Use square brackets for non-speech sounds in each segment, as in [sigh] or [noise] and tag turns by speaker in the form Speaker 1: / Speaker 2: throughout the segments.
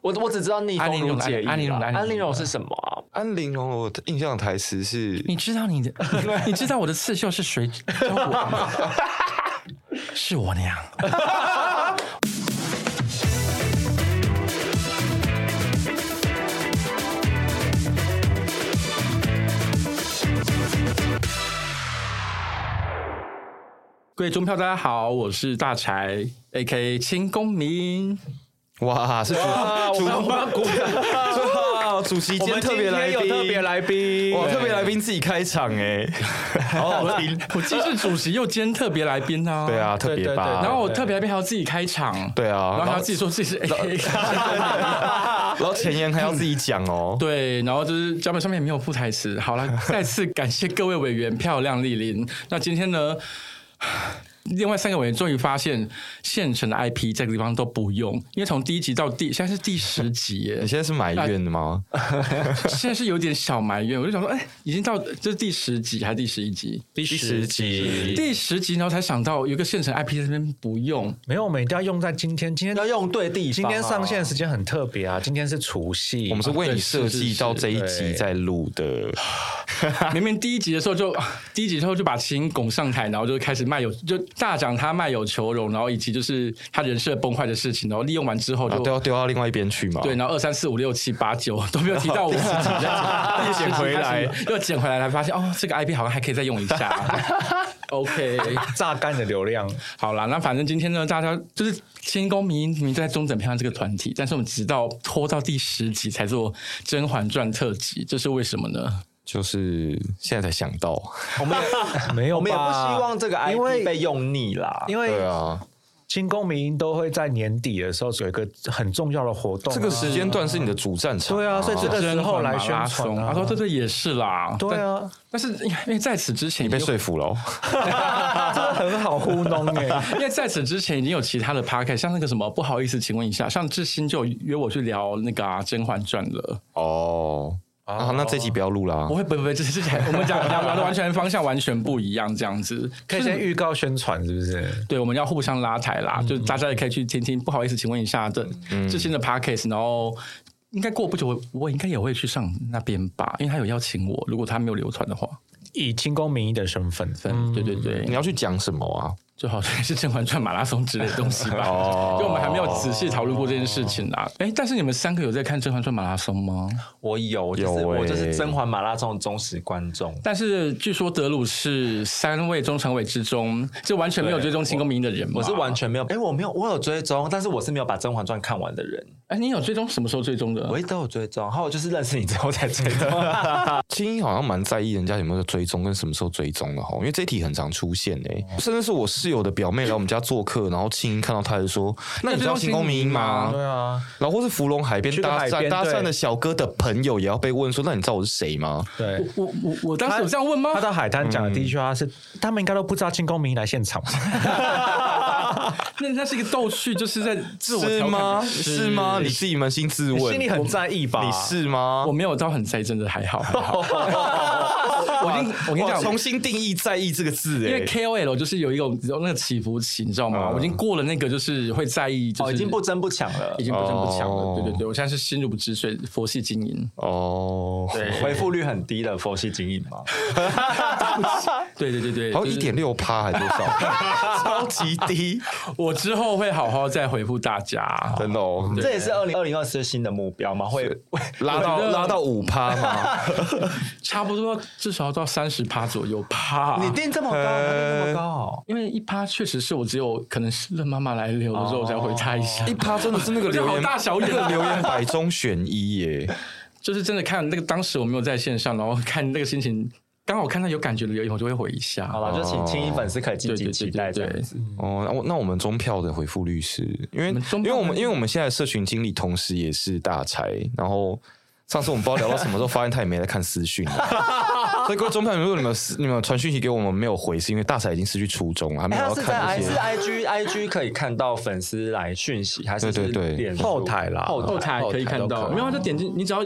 Speaker 1: 我我只知道逆
Speaker 2: 安
Speaker 1: 风
Speaker 2: 陵
Speaker 1: 如
Speaker 2: 容
Speaker 1: 解意啦。
Speaker 2: 安陵容安陵容
Speaker 1: 安陵容是什么啊？
Speaker 3: 安陵容，我印象的台词是
Speaker 2: 你知道你的，你知道我的刺绣是谁教我的吗？ [laughs] 是我娘。各位中票，大家好，我是大柴，A K 清公民。
Speaker 3: 哇，是主主 [laughs] 主主席兼特别来宾，
Speaker 1: 来宾
Speaker 3: 哇，特别来宾自己开场 [laughs] 哎，好 [laughs] 好听，
Speaker 2: 我既是主席又兼特别来宾啊。
Speaker 3: 对啊，特别吧，
Speaker 2: 然后我特别来宾还要自己开场，
Speaker 3: 对啊
Speaker 2: 然后还要自己说自己是 A K。
Speaker 3: 然后前言还要自己讲哦，
Speaker 2: 对，然后就是脚本上面也没有副台词。好了，再次感谢各位委员漂亮莅临。那今天呢，另外三个委员终于发现现成的 IP 这个地方都不用，因为从第一集到第现在是第十集耶
Speaker 3: 你，现在是埋怨的吗？
Speaker 2: 现在是有点小埋怨。我就想说，哎，已经到这是第十集还是第十一集？
Speaker 4: 第十集
Speaker 2: 第十集，然后才想到有一个现成 IP 在那边不用，
Speaker 4: 没有，我们一定要用在今天。今天
Speaker 1: 要用对地方啊。
Speaker 4: 今天上线的时间很特别啊，今天是除夕，
Speaker 3: 我们是为你设计到这一
Speaker 4: 对是
Speaker 3: 集
Speaker 4: 是
Speaker 3: 在录的，
Speaker 2: [laughs] 明明第一集的时候就第一集之后就把秦拱上台，然后就开始卖友，就大讲他卖友求荣，然后以及就是他人设崩坏的事情，然后利用完之后
Speaker 3: 然
Speaker 2: 就、
Speaker 3: 后都要啊丢到另外一边去嘛。
Speaker 2: 对，然后二三四五六七八九都没有提到五十集，这样
Speaker 3: 又捡回来，
Speaker 2: 又捡回来，才发现哦，这个 IP 好像还可以再用一下。OK，
Speaker 4: [laughs] 榨干的流量，
Speaker 2: 好啦，那反正今天呢，大家就是清宫迷迷在中等偏上这个团体，但是我们直到拖到第十集才做《甄嬛传》特辑，这是为什么呢？
Speaker 3: 就是现在才想到，
Speaker 1: 我们也
Speaker 4: 没有吧，
Speaker 1: 我们也不希望这个
Speaker 4: 因为
Speaker 1: IP 被用腻啦。
Speaker 4: 因
Speaker 3: 对
Speaker 4: 为
Speaker 3: 啊，
Speaker 4: 清宫民都会在年底的时候有一个很重要的活动啊、
Speaker 3: 这个时哦间段是你的主战场，
Speaker 4: 对啊，所以这个时候来宣
Speaker 2: 哦马拉
Speaker 4: 传
Speaker 2: 松
Speaker 4: 啊、
Speaker 2: 他说对对也是啦，
Speaker 4: 对啊，
Speaker 2: 但是因为在此之前
Speaker 3: 你
Speaker 2: 已
Speaker 3: 被
Speaker 2: 经
Speaker 3: 说服了哦，
Speaker 4: 这个很好糊弄哎、
Speaker 2: 因为在此之前已经有其他的 p a r k 像那个什么不好意思，请问一下，像志新就有约我去聊那个、啊《甄嬛传》了。
Speaker 3: 哦，啊，那这集不要录啦
Speaker 2: 不。会，不会，不会，这之前我们讲聊聊的完全方向完全不一样，这样子
Speaker 4: [laughs] 可以先预告宣传是不是？
Speaker 2: 对，我们要互相拉抬啦，就是大家也可以去听听。不好意思，请问一下，这
Speaker 3: 嗯
Speaker 2: 志新的 p a r k a s 然后。应该过不久，我我应该也会去上那边吧，因为他有邀请我。如果他没有流传的话，
Speaker 4: 以清宫民的身份，
Speaker 2: 嗯、对对对
Speaker 3: 你，要去讲什么啊？
Speaker 2: 就好像是《甄嬛传》马拉松之类的东西吧。
Speaker 3: [laughs] 哦
Speaker 2: 因为我们还没有仔细讨论过这件事情啦。哎，但是你们三个有在看《甄嬛传》马拉松吗？
Speaker 1: 我有，就是
Speaker 3: 有欸
Speaker 1: 我就是甄嬛马拉松的忠实观众。
Speaker 2: 但是据说德鲁是三位中常委之中，就完全没有追踪清宫名的人嘛
Speaker 1: 我是完全没有，哎、我没有，我有追踪，但是我是没有把《甄嬛传》看完的人，
Speaker 2: 哎，你有追踪什么时候追踪的？
Speaker 1: 我一直都有追踪，然后我就是认识你之后才追 [laughs] 踪。
Speaker 3: 青音好像蛮在意人家有没有追踪跟什么时候追踪的哈，因为这一题很常出现哎、甚至是我室友的表妹来我们家做客，然后青音看到她就说：“那你知道清宫迷音吗
Speaker 4: 对啊，？”
Speaker 3: 然后或是芙蓉海边
Speaker 4: 去个
Speaker 3: 搭
Speaker 4: 海
Speaker 3: 讪
Speaker 4: 边
Speaker 3: 搭讪
Speaker 4: 对
Speaker 3: 的小哥的朋友也要被问说：“那你知道我是谁吗
Speaker 4: 对。
Speaker 2: 我我我当时有这样问吗
Speaker 4: 他？ [laughs] 到海滩讲的第一句话是：“他们应该都不知道清宫民来现场。”
Speaker 2: [laughs] 那那是一个逗趣，就是在自？”我
Speaker 3: 是
Speaker 2: 调侃
Speaker 3: 吗？
Speaker 2: 的
Speaker 3: 是吗？你自己扪心自
Speaker 4: 你
Speaker 3: 问，
Speaker 4: 心里很在意吧？
Speaker 3: 你是吗
Speaker 2: 我？没有到很在意，真的还好。还好我已经我跟你
Speaker 3: 哇
Speaker 2: 讲，
Speaker 3: 重新定义“在意”这个字
Speaker 2: 因为
Speaker 3: 哎、
Speaker 2: KOL 就是有一种有那个起伏期，你知道吗？我已经过了那个，就是会在意，就是、
Speaker 1: 嗯哦，已经不争不抢了
Speaker 2: 已，经不争不抢了。
Speaker 3: 哦
Speaker 2: 对对对，我现在是心如止水，佛系经营。
Speaker 3: 哦，
Speaker 1: 回复率很低的佛系经营嘛。
Speaker 2: 对对对对，
Speaker 3: 好像
Speaker 2: 就是
Speaker 3: 一点六趴还多少，超级低，
Speaker 2: 我之后会好好再回复大
Speaker 1: [laughs]
Speaker 2: 家。
Speaker 3: 真的哦。
Speaker 1: 这也是二零二零二四新的目标嘛，会
Speaker 3: 拉到
Speaker 2: 我觉得
Speaker 3: 拉到五趴嘛，
Speaker 2: 差不多至少要到三十趴左右趴。
Speaker 1: 你定这么高，定这么高哦，
Speaker 2: 因为一趴确实是我只有可能是任妈妈来留的时候我才回她一下，
Speaker 3: [laughs]
Speaker 1: 哦
Speaker 3: 一趴真的是那个留
Speaker 2: 我觉得
Speaker 3: 言
Speaker 2: 好大小眼啊
Speaker 3: 那个留言百中选一耶，
Speaker 2: 就是真的看那个当时我没有在线上，然后看那个心情，刚好看到有感觉的留言，我就会回一下。
Speaker 1: 好了，就请清音粉丝可以敬
Speaker 2: 对
Speaker 1: 请
Speaker 2: 对
Speaker 1: 期
Speaker 2: 对
Speaker 1: 待
Speaker 2: 对
Speaker 1: 这样
Speaker 2: 对
Speaker 1: 子。，
Speaker 3: 哦，那我那我们中票的回复率是因为
Speaker 2: 你嗯们中
Speaker 3: 因
Speaker 2: 票
Speaker 3: 为我们
Speaker 2: 的
Speaker 3: 因为我们现在的社群经理同时也是大才，然后上次我们不知道聊到什么时候，发现他也没在看私讯了，啊
Speaker 2: [laughs]
Speaker 3: 所以各位中票，如果你们私你们传讯息给我们没有回，是因为大才已经失去初衷了，还没
Speaker 1: 哎他
Speaker 3: 有要
Speaker 1: 是在
Speaker 3: 看
Speaker 1: I
Speaker 3: 这
Speaker 1: 是 IG
Speaker 3: 些。
Speaker 1: IG 可以看到粉丝来讯息，还是
Speaker 3: 对对对
Speaker 1: 脸书
Speaker 4: 后台啦
Speaker 1: 后
Speaker 2: 后
Speaker 1: 台
Speaker 2: 台可以看
Speaker 4: 后台
Speaker 2: 到，
Speaker 4: 都可以
Speaker 2: 没有啊就点进，你只要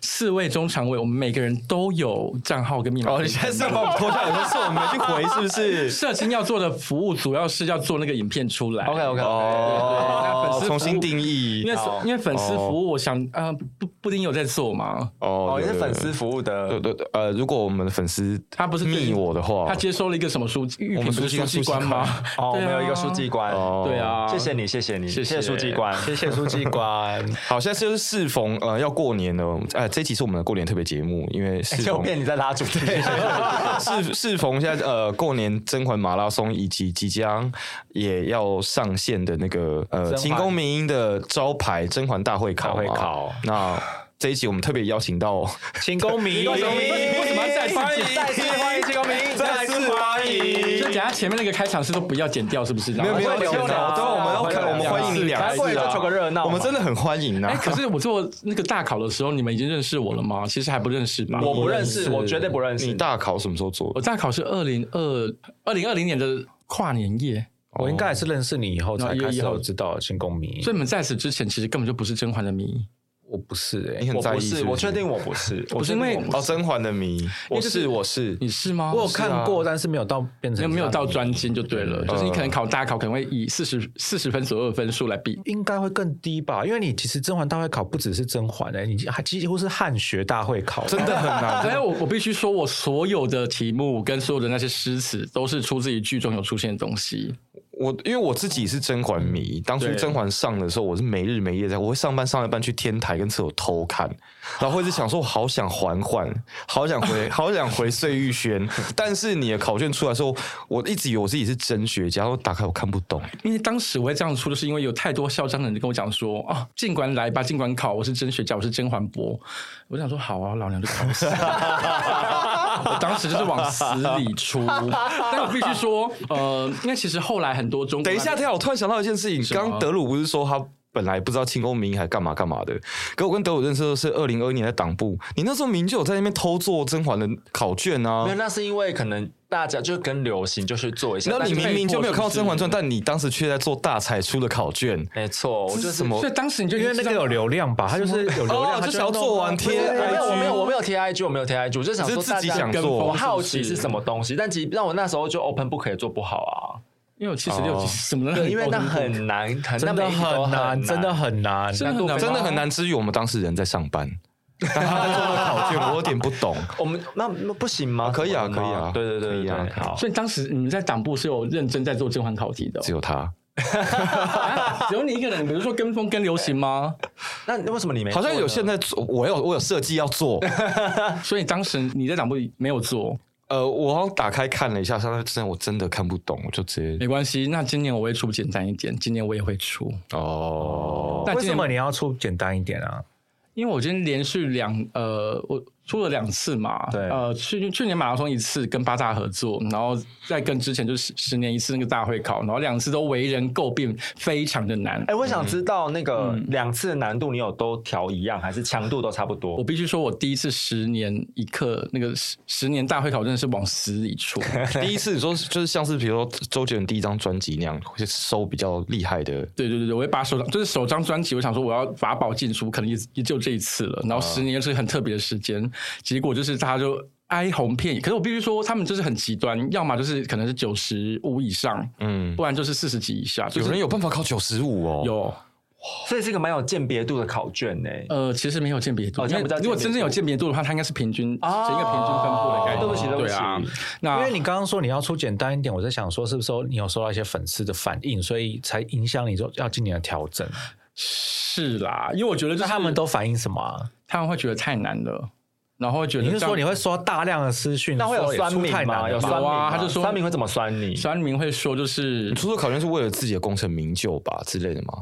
Speaker 2: 四位中常委，我们每个人都有账号跟密码。
Speaker 3: 哦，你现在是要把我们拖下来，说是我们没去回，是不是？
Speaker 2: [laughs] 社青要做的服务主要是要做那个影片出来。
Speaker 1: OK OK
Speaker 2: 对对对粉
Speaker 3: 哦
Speaker 2: 丝，服务
Speaker 3: 重新定义
Speaker 2: 因为
Speaker 1: 好
Speaker 2: 因为粉丝服务，我想啊，布布丁有在做嘛？
Speaker 3: 哦
Speaker 1: 哦，，也是
Speaker 3: 对
Speaker 1: 粉丝。服务
Speaker 3: 对
Speaker 1: 的，
Speaker 3: 对对对，呃，如果我们的粉丝
Speaker 2: 他不是
Speaker 3: 密我的话
Speaker 2: 他，接收了一个什么书记？
Speaker 3: 哦我们
Speaker 2: 书
Speaker 3: 书记
Speaker 2: 书记官吗？ [laughs]
Speaker 1: 哦，我
Speaker 2: 对啊
Speaker 1: 们有一个书记官，
Speaker 3: 哦
Speaker 2: 对啊，
Speaker 1: 谢谢。你，谢谢你，
Speaker 2: 谢
Speaker 1: 谢
Speaker 2: 谢
Speaker 1: 谢书记官，
Speaker 4: 谢谢书记官，
Speaker 3: 好，现在就是适逢呃要过年了，呃，这期是我们的过年特别节目，因为适
Speaker 1: 就
Speaker 3: 逢
Speaker 1: 哎变你在拉主题，
Speaker 3: 适适逢现在呃过年甄嬛马拉松以及即将也要上线的那个呃
Speaker 4: 嬛
Speaker 3: 秦公明英的招牌甄嬛大会考嘛啊
Speaker 4: 大会考，
Speaker 3: 那这一集我们特别邀请到
Speaker 4: 秦公明，
Speaker 2: 为什么为什么要再次
Speaker 1: 欢迎
Speaker 2: 讲
Speaker 1: 再次欢迎秦公明，
Speaker 3: 再次欢
Speaker 2: 就
Speaker 3: 迎
Speaker 2: 等一下前面那个开场是都不要剪掉，是不是？
Speaker 3: 没有没有
Speaker 1: 我会留
Speaker 3: 剪
Speaker 1: 的
Speaker 3: 刀，
Speaker 1: 啊
Speaker 3: 对，我们要
Speaker 1: 我会留
Speaker 3: 我们
Speaker 1: 的啊
Speaker 3: 欢迎你两
Speaker 1: 来
Speaker 3: 次
Speaker 1: 过来就求个
Speaker 3: 啊，
Speaker 1: 热闹嘛，
Speaker 3: 我们真的很欢迎
Speaker 2: 哎，
Speaker 3: 啊。
Speaker 2: 可是我做那个大考的时候，你们已经认识我了吗？其实还不认识吧？
Speaker 1: 我不认识，我绝对不认识
Speaker 3: 你。大考什么时候做
Speaker 2: 我？大考是二零二二零二零年的跨年夜，
Speaker 4: 我应该也是认识你以后才开始
Speaker 2: 以后
Speaker 4: 有知道秦公明，
Speaker 2: 所以你们在此之前其实根本就不是甄嬛的迷，
Speaker 4: 哦我不是哎、
Speaker 3: 你很
Speaker 1: 我
Speaker 3: 在
Speaker 1: 不
Speaker 3: 意
Speaker 1: 是，
Speaker 3: 是不
Speaker 1: 我
Speaker 3: 是
Speaker 1: 确定我不是，我
Speaker 2: 不是
Speaker 1: 确定
Speaker 2: 因为
Speaker 1: 我不
Speaker 3: 哦，甄嬛的迷，我是我是，
Speaker 2: 你是吗？
Speaker 4: 我有看过，但是没有到变
Speaker 2: 没
Speaker 4: 成
Speaker 2: 有没有到专
Speaker 4: 辑，
Speaker 2: 精就对了，就是你可能考大考可能会以四十四十分左右的分数来比。
Speaker 4: 应该会更低吧？因为你其实甄嬛大会考不只是甄嬛哎、你还几乎是汉学大会考，
Speaker 3: 真的很难。
Speaker 2: 哎，我我必须说，我所有的题目跟所有的那些诗词都是出自于剧中有出现的东西。
Speaker 3: 我因为我自己是甄嬛迷，当初
Speaker 2: 对
Speaker 3: 甄嬛上的时候，我是没日没夜在，我会上班上一班去天台跟厕所偷看，然后会一直想说，我好想缓缓，好想回，好想回碎玉
Speaker 2: [laughs]
Speaker 3: 轩。但是你的考卷出来的时候，我一直以为我自己是真学家，然后打开我看不懂。
Speaker 2: 因为当时我会这样出，就是因为有太多嚣张的人跟我讲说：“啊，尽管来吧，尽管考，我是甄学家，我是甄嬛博。”我想说：“好啊，老娘就考死。” [laughs] 我当时就是往死里出， [laughs] 但我必须说，呃，因为其实后来很多中国
Speaker 3: 等一下，等一下，我突然想到一件事情，
Speaker 2: 么啊
Speaker 3: 刚刚德鲁不是说他。本来不知道庆功明还干嘛干嘛的，可我跟德鲁认识的是二零二一年的党部，你那时候明就有在那边偷做甄嬛的考卷啊
Speaker 1: 没有，，那是因为可能大家就跟流行就是做一下。
Speaker 3: 那
Speaker 1: 但
Speaker 3: 你
Speaker 1: 是
Speaker 3: 明明就没有看到《甄嬛传
Speaker 2: 是》，
Speaker 3: 但你当时却在做大彩出的考卷，
Speaker 1: 没错，我就是
Speaker 3: 什么
Speaker 2: 所以当时你就
Speaker 4: [laughs] 因为那个有流量吧，它就是有流量，
Speaker 3: 哦
Speaker 4: 它
Speaker 3: 就想要做完贴
Speaker 1: 我
Speaker 4: 哎
Speaker 1: 没有，我没有，我
Speaker 3: IG
Speaker 1: 没有贴 IG，我没有贴 IG，我就想
Speaker 3: 只
Speaker 1: 说
Speaker 3: 啊是自己
Speaker 1: 大家
Speaker 3: 想
Speaker 2: 跟
Speaker 3: 做。
Speaker 1: 我
Speaker 2: 风
Speaker 1: 好奇是什么东西，但其实让我那时候就 open book 也做不好
Speaker 2: 因为我七十六
Speaker 3: 哦
Speaker 2: 什
Speaker 1: 啊，
Speaker 2: 么的，
Speaker 1: 对，因为那很难，很
Speaker 4: 真
Speaker 1: 那
Speaker 4: 的
Speaker 1: 每一题都
Speaker 4: 很难，真的很难，
Speaker 2: 真的很难，
Speaker 3: 真的很。难之余，我们当事人在上班，但他在做那个考卷，我有点不懂。
Speaker 1: 我们那那不行吗？
Speaker 3: 可以啊
Speaker 1: 怎么办
Speaker 3: 可以啊
Speaker 1: 对对对对
Speaker 3: 可以啊
Speaker 1: 对好。
Speaker 2: 所以当时你们在党部是有认真在做甄嬛考题
Speaker 3: [laughs]
Speaker 2: 的哦、 [laughs]
Speaker 3: 只有他，
Speaker 2: 啊只有你一个人，比如说跟风跟流行吗？
Speaker 1: 那那为什么你没
Speaker 3: 好
Speaker 1: 做呢？
Speaker 3: 像有现在做，我有我有设计要做，
Speaker 2: 所以当时你在党部没有做，
Speaker 3: 呃，我好像打开看了一下，上面真的我真的看不懂，我就直接
Speaker 2: 没关系，那今年我会出简单一点，今年我也会出。
Speaker 3: 哦，
Speaker 2: 那
Speaker 4: 为
Speaker 2: 今
Speaker 4: 什
Speaker 2: 年
Speaker 4: 么你要出简单一点啊？
Speaker 2: 因为我今天连续两呃，我出了两次嘛，
Speaker 1: 对
Speaker 2: 呃，去去年马拉松一次跟八大合作，然后再跟之前就是十年一次那个大会考，然后两次都为人诟病，非常的难。
Speaker 1: 哎，我想知
Speaker 3: 嗯
Speaker 1: 道那个两次的难度，你有都调一样，还是强度都差不
Speaker 2: 我
Speaker 3: 哦
Speaker 1: 多？
Speaker 2: 必须说，我第一次十年一刻那个十十年大会考真的是往死里出，
Speaker 3: 第一次你说就是像是比如说周杰伦第一张专辑那样，会收比较厉害的，
Speaker 2: 对对对对，我会把首张就是首张专辑，我想说我要法宝进出，可能也也就这一次了。然后十年又是很特别的时间，结果就是大家就哀鸿遍野。可是我必须说，他们就是很极端，要么就是可能是九十五以上，
Speaker 3: 嗯，
Speaker 2: 不然就是四十几以下。就
Speaker 3: 有
Speaker 2: 是
Speaker 3: 人有办法考九十五哦，
Speaker 2: 有
Speaker 1: 所以是一个蛮有鉴别度的考卷呢。
Speaker 2: 呃，其实没有鉴别度，
Speaker 1: 哦
Speaker 2: 因
Speaker 1: 这
Speaker 2: 为
Speaker 1: 样不叫鉴别
Speaker 2: 如
Speaker 1: 度
Speaker 2: 果真正有鉴别度的话，它应该是平均
Speaker 1: 哦
Speaker 2: 是一个平均分布的概念。
Speaker 1: 对不起对不起
Speaker 2: 啊，那
Speaker 4: 因为你刚刚说你要出简单一点，我在想说是不是说你有收到一些粉丝的反应，所以才影响你说要今年的调整？
Speaker 2: 是啦，因为我觉得就
Speaker 4: 那
Speaker 2: 是
Speaker 4: 他们都反映什么啊？
Speaker 2: 他们会觉得太难了，然后会觉得
Speaker 4: 你
Speaker 2: 这
Speaker 4: 是
Speaker 2: 样
Speaker 4: 说你会收到大量的私讯，
Speaker 1: 那会有
Speaker 4: 说也
Speaker 1: 酸
Speaker 4: 出
Speaker 1: 民
Speaker 4: 太难
Speaker 1: 吗？
Speaker 4: 了
Speaker 1: 有
Speaker 4: 吧
Speaker 1: 酸民
Speaker 2: 哇
Speaker 1: 吗？
Speaker 2: 他就说
Speaker 1: 酸民会怎么酸你？
Speaker 2: 酸民会说就是
Speaker 3: 你出这考卷是为了自己的功成名就吧之类的吗？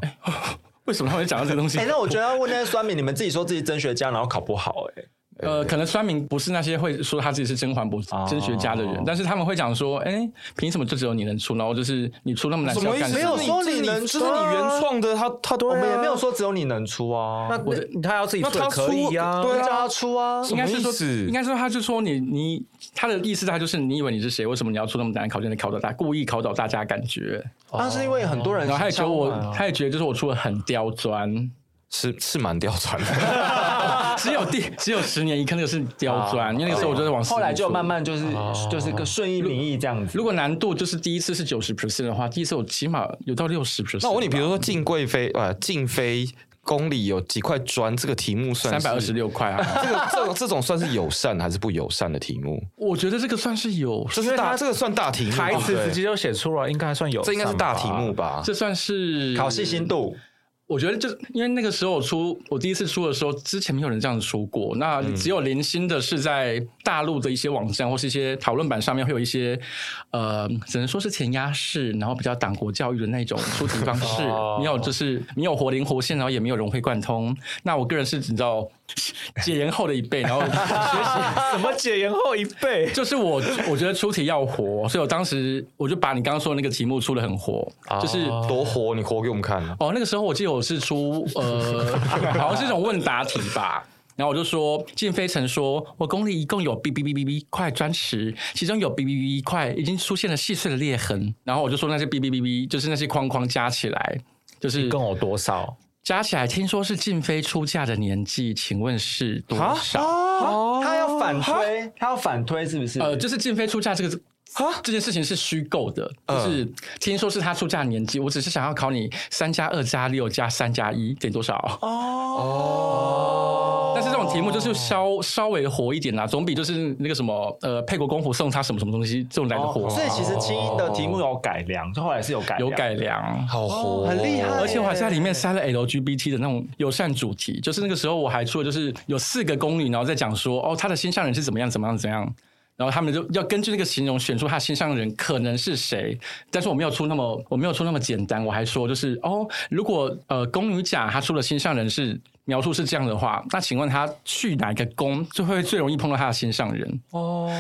Speaker 2: 为什么他会讲到这个东西？
Speaker 1: [laughs]
Speaker 4: 啊
Speaker 1: 哎、那我觉得要问那些酸民，你们自己说自己真学家，然后考不好、哎，
Speaker 2: 呃，可能酸民不是那些会说他自己是甄嬛不是
Speaker 1: 哦
Speaker 2: 甄学家的人，但是他们会讲说，哎、凭什么就只有你能出？然后就是你出那么难
Speaker 3: 什
Speaker 2: 笑
Speaker 3: 么意
Speaker 2: 干
Speaker 3: 思？
Speaker 2: 什
Speaker 1: 没有
Speaker 2: 么？
Speaker 1: 说
Speaker 3: 这是
Speaker 1: 你能
Speaker 3: 这
Speaker 1: 出
Speaker 3: 是
Speaker 1: 啊
Speaker 3: 你原创的，他啊他
Speaker 1: 我
Speaker 3: 我
Speaker 1: 们也没有说只有你能出啊，
Speaker 4: 那
Speaker 2: 我的
Speaker 4: 那他要自己
Speaker 3: 那
Speaker 4: 做
Speaker 3: 他
Speaker 4: 也可
Speaker 3: 出
Speaker 4: 以啊，
Speaker 3: 对
Speaker 1: 叫
Speaker 3: 啊
Speaker 1: 他出啊。
Speaker 2: 应该是说
Speaker 3: 什么意思，
Speaker 2: 应该说他就说你你他的意思，他就是你以为你是谁？为什么你要出那么难的考卷来考倒大？故意考倒大家的感觉。
Speaker 1: 但啊是因为很多人
Speaker 2: 然后他也觉得我，
Speaker 3: 啊
Speaker 1: 想
Speaker 2: 他也觉得就是我出的很刁钻，
Speaker 3: 是是蛮刁钻
Speaker 2: [laughs]
Speaker 3: 的，
Speaker 2: 只有第只有十年一科那个是刁
Speaker 3: 啊
Speaker 2: 钻，因为那个时候我就是哦
Speaker 3: 哎
Speaker 2: 往死
Speaker 1: 后来
Speaker 2: 里
Speaker 1: 就
Speaker 2: 出
Speaker 1: 慢慢就是就是个顺应民意这样子。
Speaker 2: 如果难度就是第一次是九十 percent 的话，第一次我起码有到六十 percent。
Speaker 3: 那我问你，比如说晋贵妃啊，呃晋妃宫里有几块砖，这个题目算
Speaker 2: 三百二十
Speaker 3: 是。
Speaker 2: 六块啊，
Speaker 3: 这个这种这种算是友善还是不友善的题目？
Speaker 2: 我觉得这个算是有，
Speaker 3: 这是大这个算大题目，
Speaker 4: 台词
Speaker 3: 对不对
Speaker 4: 直接就写出来，应该还算有。
Speaker 3: 这应该是大题
Speaker 1: [laughs]
Speaker 3: 目，吧？
Speaker 2: 这算是
Speaker 1: 考细心。度，
Speaker 2: 我觉得就是因为那个时候我出，我第一次出的时候，之前没有人这样子出过。那
Speaker 3: 嗯
Speaker 2: 只有零星的是在大陆的一些网站或是一些讨论版上面，会有一些呃，只能说是填鸭式，然后比较党国教育的那种出题方式，
Speaker 3: 哦
Speaker 2: 没有就是没有活灵活现，然后也没有融会贯通。那我个人是你知道 [laughs] 解严后的一辈，然后 [laughs] 学习
Speaker 4: 怎么解严后一倍？
Speaker 2: 就是我，我觉得出题要活，所以我当时我就把你刚刚说的那个题目出的很活，就是
Speaker 3: 多活，你活给我们看啊！
Speaker 2: 哦，那个时候我记得我是出呃，好像是一种问答题吧。然后我就说，晋飞曾说，我宫里一共有 B B B B B 块砖石，其中有 B B B B 块已经出现了细碎的裂痕。然后我就说那些 B B B B 就是那些框框加起来，就是
Speaker 4: 更有多少？
Speaker 2: 加起来，听说是晋飞出嫁的年纪，请问是多
Speaker 3: 啊
Speaker 2: 少？
Speaker 4: 哦
Speaker 1: 他要反推，他要反推是不是？嗯啊
Speaker 2: 呃，就是晋飞出嫁这个这件事情是虚构的，
Speaker 1: 嗯
Speaker 2: 就是听说是他出嫁年纪，我只是想要考你三加二加六加三加一等于多少？哦，但是这种题目就是稍稍微活一点啦，总比就是那个什么呃沛国公府送他什么什么东西这种来的活，
Speaker 1: 哦所以其实清音的题目有改良，就后来是有改良
Speaker 2: 有改良。
Speaker 3: 好活哦，
Speaker 1: 很厉害
Speaker 2: 哦而且我还在里面塞了 LGBT 的那种友善主题，就是那个时候我还出了，就是有四个宫女，然后在讲说哦，她的心上人是怎么样怎么样怎么样，然后他们就要根据那个形容选出她心上人可能是谁。但是我没有出那么我没有出那么简单，我还说就是哦，如果呃宫女甲她出的心上人是描述是这样的话，那请问她去哪一个宫就会最容易碰到她的心上人？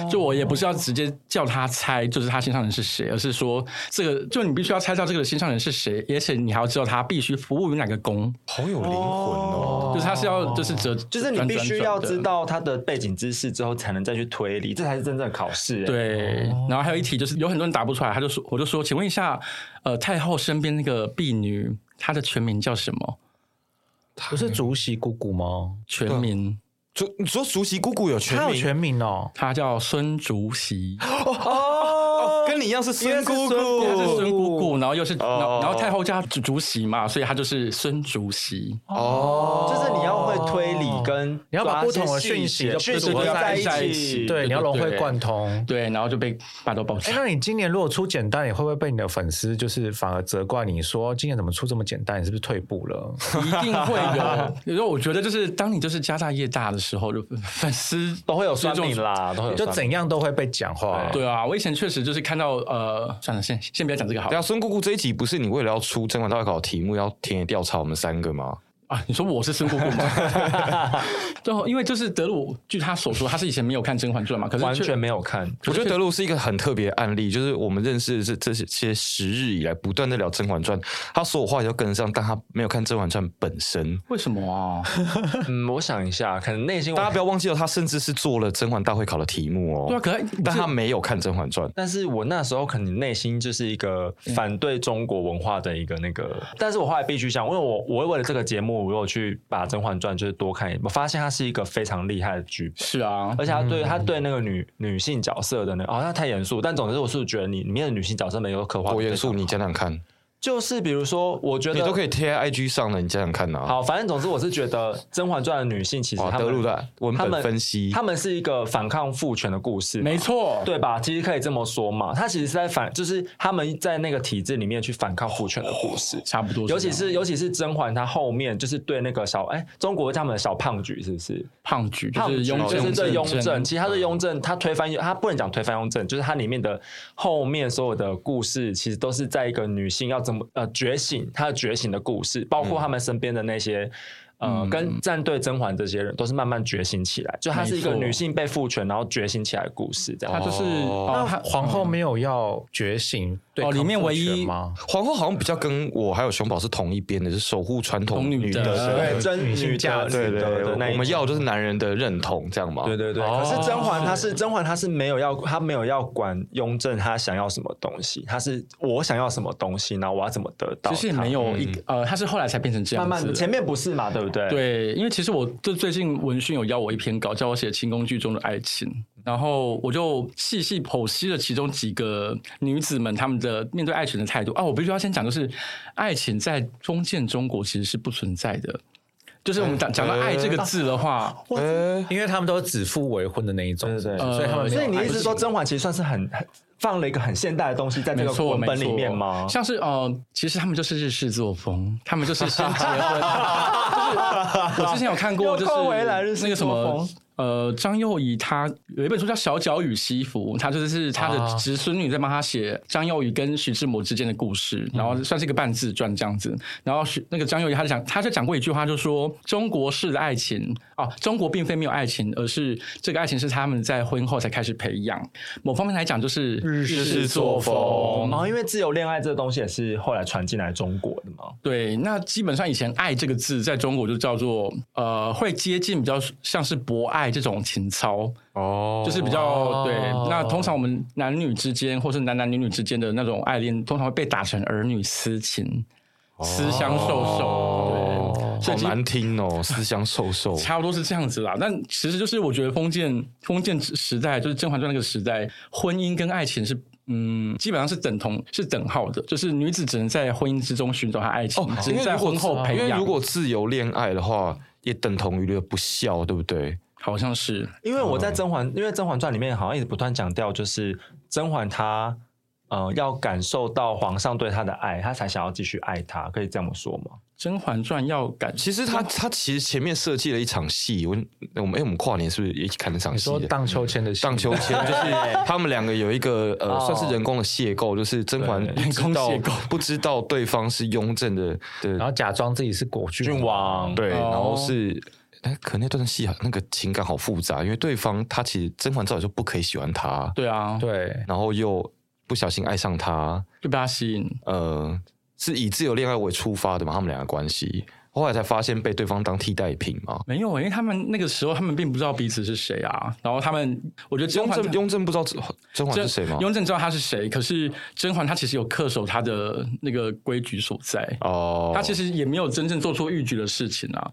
Speaker 2: 就
Speaker 1: 哦
Speaker 2: 我也不是要直接叫他猜，就是他心上人是谁，而是说这个，就你必须要猜到这个心上人是谁，而且你还要知道他必须服务于哪个宫，
Speaker 3: 好有灵魂哦。
Speaker 2: 就是他是要就是折，
Speaker 1: 就是你必须要知道他的背景知识之后，才能再去推理，这才是真正的考试。欸，
Speaker 2: 对，然后还有一题就是有很多人答不出来，他就说，我就说，请问一下，呃，太后身边那个婢女，她的全名叫什么？
Speaker 4: 不是竹席姑姑吗？
Speaker 2: 全名，
Speaker 3: 竹，你说竹席姑姑有全
Speaker 4: 她有
Speaker 3: 名
Speaker 4: 全名哦，
Speaker 2: 她叫孙竹席，
Speaker 3: 哦，跟你一样是孙姑
Speaker 2: 她是
Speaker 3: 姑
Speaker 2: 孙姑姑，然后又是，然
Speaker 3: 哦
Speaker 2: 后然后太后叫她竹席嘛，所以她就是孙竹席。
Speaker 3: 哦，
Speaker 1: 就是你要会推理跟
Speaker 4: 哦你要把不同的讯
Speaker 1: 讯
Speaker 4: 息就
Speaker 1: 讯息
Speaker 4: 组合
Speaker 1: 在
Speaker 4: 在
Speaker 2: 一
Speaker 1: 一
Speaker 2: 起
Speaker 1: 起。
Speaker 4: 对，你要
Speaker 2: 对
Speaker 4: 融
Speaker 2: 对
Speaker 4: 会
Speaker 2: 对
Speaker 4: 贯 [laughs] 通。
Speaker 2: 对，然后就被大豆爆炸
Speaker 4: 哎，。那你今年如果出简单，你会不会被你的粉丝就是反而责怪你说今年怎么出这么简单？你是不是退步了？
Speaker 2: 一
Speaker 4: [laughs]
Speaker 2: 定会
Speaker 1: [laughs]
Speaker 2: 有。有时候我觉得就是当你就是家大业大的时候，就粉丝
Speaker 1: 都会有
Speaker 2: 这
Speaker 1: 酸
Speaker 2: 种
Speaker 1: 民。啦，都会有
Speaker 4: 就
Speaker 1: 酸民
Speaker 4: 怎样都会被讲话。
Speaker 2: 对啊，我以前确实就是看到呃，算了，先先不要讲这个好
Speaker 3: 等一
Speaker 1: 啊
Speaker 2: 了
Speaker 3: 下啊孙姑姑这一集不是你为了要出《甄嬛大会考》题目要田野调查我们三个吗？
Speaker 2: 啊。你说我是孙姑姑
Speaker 1: [laughs]
Speaker 2: 吗？最后，因为就是德鲁，据他所说，他是以前没有看《甄嬛传》嘛，可是
Speaker 1: 完
Speaker 2: 却
Speaker 1: 全
Speaker 3: [laughs]
Speaker 1: 没有看。
Speaker 3: 我觉得德鲁是一个很特别的案例，就是我们认识的这这些这些时日以来，不断在聊《甄嬛传》，他所有话题都跟得上，但他没有看《甄嬛传》本身。
Speaker 2: 为什么啊？
Speaker 1: 嗯，我想一下，可能内心我
Speaker 3: 大家不要忘记了，他甚至是做了《甄嬛大会考》的题目哦。
Speaker 2: 对啊，可是
Speaker 3: 但
Speaker 2: 不
Speaker 3: 他
Speaker 2: 是
Speaker 3: 没有看《甄嬛传》。
Speaker 1: 但是我那时候可能内心就是一个反对中国文化的一个那个，但是我后来必须想，因为我我为了这个节目，我有去把《甄嬛传》就是多看一点，我发现它是一个非常厉害的剧本。
Speaker 2: 是啊，
Speaker 1: 而且他对
Speaker 3: 嗯
Speaker 1: 他对那个女女性角色的那个，哦，那太严肃。但总之，我是觉得你里面的女性角色没有刻画得
Speaker 3: 多
Speaker 1: 非
Speaker 3: 严
Speaker 1: 常
Speaker 3: 肃，你讲讲看，
Speaker 1: 就是比如说，我觉得
Speaker 3: 你都可
Speaker 1: 以
Speaker 3: 以贴在 IG 上的，你讲讲看啊。
Speaker 1: 好，反正总之，我是觉得《甄嬛传》的女性其实
Speaker 3: 哇，
Speaker 1: 她
Speaker 3: 德鲁
Speaker 1: 们
Speaker 3: 的文
Speaker 1: 她
Speaker 3: 本
Speaker 1: 们
Speaker 3: 分析，
Speaker 1: 她们是一个反抗父权的故事，
Speaker 2: 没错，
Speaker 1: 对吧？其实可以这么说嘛，她其实是在反，就是他们在那个体制里面去反抗父权的故事。
Speaker 2: 差不多这样。
Speaker 1: 尤其是尤其是甄嬛，她后面就是对那个小哎、中国叫他们小胖菊是不是？
Speaker 2: 胖菊，就
Speaker 1: 胖
Speaker 2: 是
Speaker 1: 菊
Speaker 2: 雍
Speaker 1: 就是
Speaker 2: 正，嗯
Speaker 1: 对雍正，其实他对雍正，他推翻他不能讲推翻雍正，就是他里面的后面所有的故事，其实都是在一个女性要怎么呃觉醒，她的觉醒的故事，包括他们身边的那些。
Speaker 2: 嗯
Speaker 1: 呃，跟战队甄嬛这些人都是慢慢觉醒起来，就她是一个
Speaker 2: 没错
Speaker 1: 女性被赋权然后觉醒起来的故事，这样。
Speaker 2: 他就是
Speaker 4: 那
Speaker 2: 哦，他
Speaker 4: 皇后没有要觉醒对
Speaker 2: 哦里面
Speaker 4: 抗父
Speaker 2: 唯一
Speaker 4: 权吗？
Speaker 3: 皇后好像比较跟我还有熊宝是同一边的，是守护传统
Speaker 2: 同女
Speaker 3: 女
Speaker 2: 的
Speaker 3: 的，
Speaker 1: 对，真
Speaker 4: 女性
Speaker 1: 女
Speaker 4: 价
Speaker 1: 的
Speaker 3: 对
Speaker 1: 女
Speaker 3: 对
Speaker 1: 的
Speaker 3: 对，
Speaker 1: 的那一
Speaker 3: 我们
Speaker 1: 种
Speaker 3: 要就是男人的认同，这样吗？
Speaker 1: 对对对，
Speaker 4: 哦
Speaker 1: 可是甄嬛她是甄嬛，她是没有要，她没有要管雍正她想要什么东西，她是我想要什么东西，然后我要怎么得到它。
Speaker 2: 其实也没有一个呃，他是后来才变成这样
Speaker 1: 慢
Speaker 2: 子的。
Speaker 1: 慢
Speaker 2: 啊
Speaker 1: 地前面不是嘛，对不对？，
Speaker 2: 对，因为其实我就最近文讯有邀我一篇稿，叫我写清宫剧中的爱情，然后我就细细剖析了其中几个女子们她们的面对爱情的态度啊。我必须要先讲，就是爱情在封建中国其实是不存在的。就是我们讲讲到爱这个字的话，
Speaker 3: 呃，
Speaker 4: 因为他们都是指腹为婚的那一种，
Speaker 1: 对对对
Speaker 4: 是不是所以他们没有
Speaker 2: 呃
Speaker 1: 所以你
Speaker 4: 爱
Speaker 1: 意思
Speaker 4: 情
Speaker 1: 说甄嬛其实算是很很放了一个很现代的东西在这
Speaker 2: 没
Speaker 1: 个
Speaker 2: 错，
Speaker 1: 文
Speaker 2: 没
Speaker 1: 本里
Speaker 2: 错
Speaker 1: 面吗？
Speaker 2: 像是呃，其实他们就是日式作风，他们就是先结婚。
Speaker 1: [laughs]
Speaker 2: 就是 [laughs] 我之前有看过，
Speaker 1: 又
Speaker 2: 就是
Speaker 1: 扣回来日式
Speaker 2: 那个什
Speaker 1: 作
Speaker 2: 么
Speaker 1: 风。
Speaker 2: 呃，张幼仪她有一本书叫《小脚与西服》，她就是她的侄孙女在帮她写张幼仪跟徐志摩之间的故事，然后算是一个半自传这样子。然后徐那个张幼仪，她就讲，她就讲过一句话，就说中国式的爱情哦，中国并非没有爱情，而是这个爱情是他们在婚后才开始培养。某方面来讲，就是日
Speaker 3: 式作风
Speaker 1: 哦然后因为自由恋爱这个东西也是后来传进来中国的嘛。
Speaker 2: 对，那基本上以前“爱”这个字在中国就叫做呃，会接近比较像是博爱这种情操，
Speaker 3: 哦
Speaker 2: 就是比较、
Speaker 4: 哦
Speaker 2: 对。那通常我们男女之间，或是男男女女之间的那种爱恋，通常会被打成儿女私情、私相授受，对，所
Speaker 3: 哦好
Speaker 2: 以基
Speaker 3: 难听哦，思乡受受。
Speaker 2: 差不多是这样子啦。但其实就是我觉得封建封建时代，就是《甄嬛传》那个时代，婚姻跟爱情是。嗯，基本上是等同是等号的，就是女子只能在婚姻之中寻找她爱情，只能在婚后培
Speaker 3: 哦因为
Speaker 2: 养。
Speaker 3: 如果自由恋爱的话，也等同于了不孝，对不对？
Speaker 2: 好像是
Speaker 1: 因为
Speaker 2: 哦
Speaker 1: 我在甄嬛，因为《甄嬛传》里面好像一直不断强调，就是甄嬛她呃要感受到皇上对她的爱，她才想要继续爱他，可以这么说吗？
Speaker 2: 《甄嬛传》要感
Speaker 3: 其实他他其实前面设计了一场戏，我我们哎、我们跨年是不是一起看那场
Speaker 4: 你
Speaker 3: 戏
Speaker 4: 说
Speaker 3: 的？
Speaker 4: 荡秋千的戏
Speaker 3: 荡秋
Speaker 2: [laughs]
Speaker 3: 千就是他们两个有一个呃，
Speaker 1: 哦
Speaker 3: 算是人工的邂逅，就是甄嬛
Speaker 1: 对
Speaker 3: 不知
Speaker 2: 人工
Speaker 3: 道
Speaker 2: 邂逅
Speaker 3: 不知道对方是雍正的
Speaker 4: 然
Speaker 3: 的
Speaker 4: 后假装自己是果郡
Speaker 1: 郡王
Speaker 3: 对，
Speaker 2: 哦
Speaker 3: 然后是。哎，可那段戏啊那个情感好复杂，因为对方他其实甄嬛照理说不可以喜欢他，
Speaker 2: 对啊，
Speaker 4: 对，
Speaker 3: 然后又不小心爱上他，
Speaker 2: 就被她吸引。
Speaker 3: 呃，是以自由恋爱为出发的嘛，他们两个关系，后来才发现被对方当替代品嘛。
Speaker 2: 没有，因为他们那个时候他们并不知道彼此是谁啊。然后他们，我觉得甄
Speaker 3: 雍
Speaker 2: 嬛
Speaker 3: 正雍正不知道甄甄嬛是谁吗？
Speaker 2: 雍正知道他是谁，可是甄嬛她其实有恪守她的那个规矩所在。
Speaker 3: 哦，
Speaker 2: 她其实也没有真正做出逾矩的事情啊。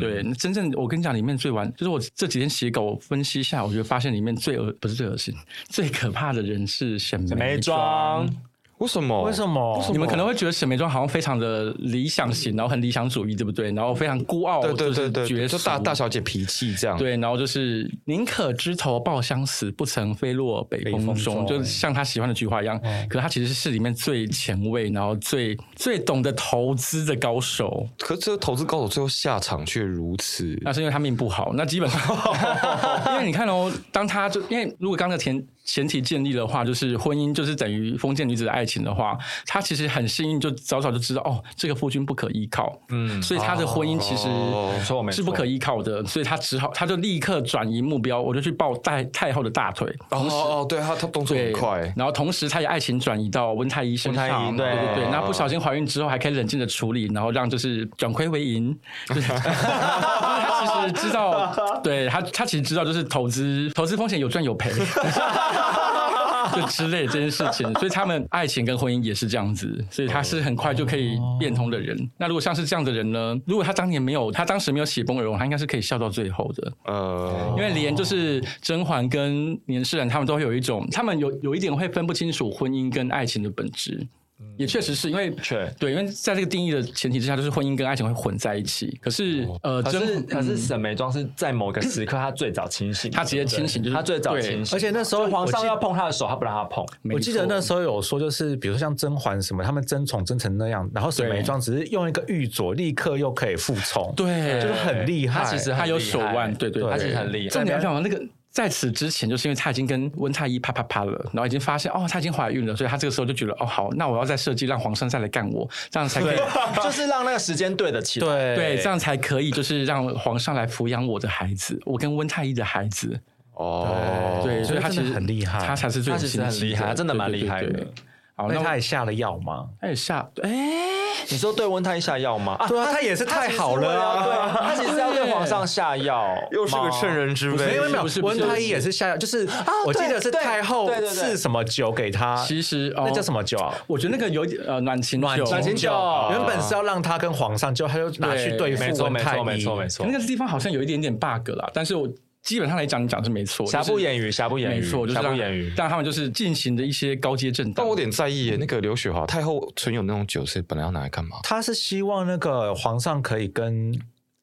Speaker 1: 嗯，
Speaker 2: 对，那真正我跟你讲，里面最完就是我这几天写稿我分析一下，我觉得发现里面最恶不是最恶心，最可怕的人是沈
Speaker 1: 沈眉
Speaker 2: 眉
Speaker 1: 庄，
Speaker 3: 为什么？
Speaker 4: 为什？么？
Speaker 2: 哦你们可能会觉得沈眉庄好像非常的理想型，然后很理想主义，对不对？然后非常孤傲，
Speaker 3: 对对对
Speaker 2: 就
Speaker 3: 对，
Speaker 2: 是
Speaker 3: 对
Speaker 2: 绝
Speaker 3: 就
Speaker 2: 世
Speaker 3: 大大小姐脾气这样。，
Speaker 2: 对，然后就是宁可枝头抱香死，不曾飞落北
Speaker 4: 北
Speaker 2: 风中，
Speaker 4: 风中
Speaker 2: 就是像他喜欢的菊花一样。
Speaker 3: 哦
Speaker 2: 可是他其实是里面最前卫，然后最最懂得投资的高手。
Speaker 3: 可是这个投资高手最后下场却如此。
Speaker 2: 那是因为他命不好。那
Speaker 1: [laughs]
Speaker 2: 基本上，因为你看哦，当他就因为如果刚才前前提建立的话，就是婚姻就是等于封建女子的爱情的话，他其实很幸运，就早早就知道哦，这个夫君不可依靠，
Speaker 1: 嗯，
Speaker 2: 所以他的婚姻其实。
Speaker 3: 哦
Speaker 1: 没错没错，
Speaker 2: 是不可依靠的，所以他只好，他就立刻转移目标，我就去抱太太后的大腿，
Speaker 3: 哦哦，对他他动作
Speaker 2: 对
Speaker 3: 很快，
Speaker 2: 然后同时他也爱情转移到温太医身
Speaker 1: 温太
Speaker 2: 上，
Speaker 1: 医
Speaker 2: 对
Speaker 1: 对
Speaker 2: 对对，
Speaker 1: 哦
Speaker 2: 那不小心怀孕之后还可以冷静的处理，然后让就是转亏为盈，就是就是他其实知道，对他他其实知道就是投资投资风险有赚有
Speaker 1: [laughs]
Speaker 2: 赔。就之类这件事情，所以他们爱情跟婚姻也是这样子，所以他是很快就可以变通的人。那如果像是这样的人呢？如果他当年没有，他当时没有血崩而亡，他应该是可以笑到最后的。
Speaker 3: 呃，
Speaker 2: 因为连就是甄嬛跟年世兰他们都会有一种，他们有有一点会分不清楚婚姻跟爱情的本质，也确实是因为
Speaker 1: 确
Speaker 2: 对，因为在这个定义的前提之下，就是婚姻跟爱情会混在一起。可是、呃，
Speaker 1: 可是
Speaker 2: 甄
Speaker 1: 可是沈眉庄是在某个时刻，她最早清醒的，
Speaker 2: 她直接清醒就是
Speaker 1: 她最早
Speaker 2: 对
Speaker 1: 清醒，
Speaker 4: 而且那时候
Speaker 1: 就皇
Speaker 4: 我
Speaker 1: 上
Speaker 4: 记
Speaker 1: 要碰她的手，她不让她碰，
Speaker 4: 我记得那时候有说，就是比如说像甄嬛什么，他们争宠争成那样，然后沈眉庄只是用一个玉镯，立刻又可以复宠，
Speaker 2: 对，
Speaker 4: 就是很厉害。
Speaker 1: 她其实很
Speaker 2: 他有
Speaker 1: 厉害
Speaker 2: 手腕，对对
Speaker 1: 她
Speaker 2: 对，
Speaker 1: 其实很厉害，哎
Speaker 2: 重点要讲那个。在此之前，就是因为她已经跟温太医啪啪啪了，然后已经发现哦，她已经怀孕了，所以她这个时候就觉得哦，好，那我要再设计让皇上再来干我，这样才可以，
Speaker 1: 就是让那个时间对得起来。
Speaker 4: 对
Speaker 2: 对，这样才可以，就是让皇上来抚养我的孩子，我跟温太医的孩子。
Speaker 3: 哦，
Speaker 2: 对，所以他
Speaker 4: 真
Speaker 2: 其
Speaker 4: 的
Speaker 2: 实
Speaker 4: 很厉害
Speaker 2: 他才是最
Speaker 1: 他其实很厉害
Speaker 2: 有心机
Speaker 1: 真的蛮
Speaker 2: 对对
Speaker 1: 厉害
Speaker 2: 对
Speaker 1: 的
Speaker 2: 对好，
Speaker 4: 那
Speaker 2: 那
Speaker 4: 他
Speaker 2: 他
Speaker 4: 也下了药吗？
Speaker 2: 他也下，哎，
Speaker 1: 你说对温太医下药吗？啊，
Speaker 4: 对啊，他也是太好了啊！
Speaker 1: 他其实是要对皇上下药，
Speaker 2: [laughs]
Speaker 3: 又是个趁人之
Speaker 4: 没
Speaker 3: 危
Speaker 4: 有。没有
Speaker 2: 不是，不
Speaker 4: 温
Speaker 2: 是
Speaker 4: 太医也是下药，就是我记得是
Speaker 1: 对
Speaker 4: 太后
Speaker 1: 对对对
Speaker 4: 赐什么酒给他，
Speaker 2: 其实哦
Speaker 4: 那叫什么酒啊？
Speaker 2: 我觉得那个有点呃暖情
Speaker 4: 暖
Speaker 1: 暖情酒
Speaker 4: 原本是要让他跟皇上，结果他就拿去
Speaker 2: 对
Speaker 4: 对付
Speaker 1: 没错
Speaker 4: 温
Speaker 1: 没
Speaker 4: 太
Speaker 1: 错
Speaker 4: 医。
Speaker 1: 没错没错
Speaker 2: 那，个地方好像有一点点 bug 啦，但是我基本上来讲，你讲是没错，
Speaker 1: 瑕
Speaker 2: 就是
Speaker 1: 不掩瑜，瑕不掩
Speaker 2: 没
Speaker 1: 瑜，
Speaker 2: 错，就是
Speaker 1: 瑕不
Speaker 2: 让
Speaker 1: 掩瑜。
Speaker 2: 让他们就是进行的一些高阶震荡
Speaker 3: 但我有。点在意耶，那个刘雪华太后存有那种酒是本来要拿来干嘛？
Speaker 4: 他是希望那个皇上可以跟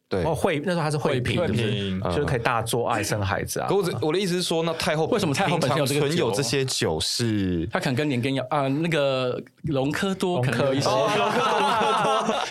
Speaker 3: 对，
Speaker 4: 哦惠，那时候他是惠嫔，
Speaker 1: 惠嫔
Speaker 4: 对不对
Speaker 3: 嗯
Speaker 4: 就是可以大做爱生孩子啊
Speaker 3: 可。我只我的意思是说，那太后
Speaker 2: 为什么太后本身有这个
Speaker 3: 平常存有
Speaker 2: 酒
Speaker 3: 这些酒是？
Speaker 2: 他可能跟年羹尧啊，那个隆科多可能有一些，
Speaker 1: 哦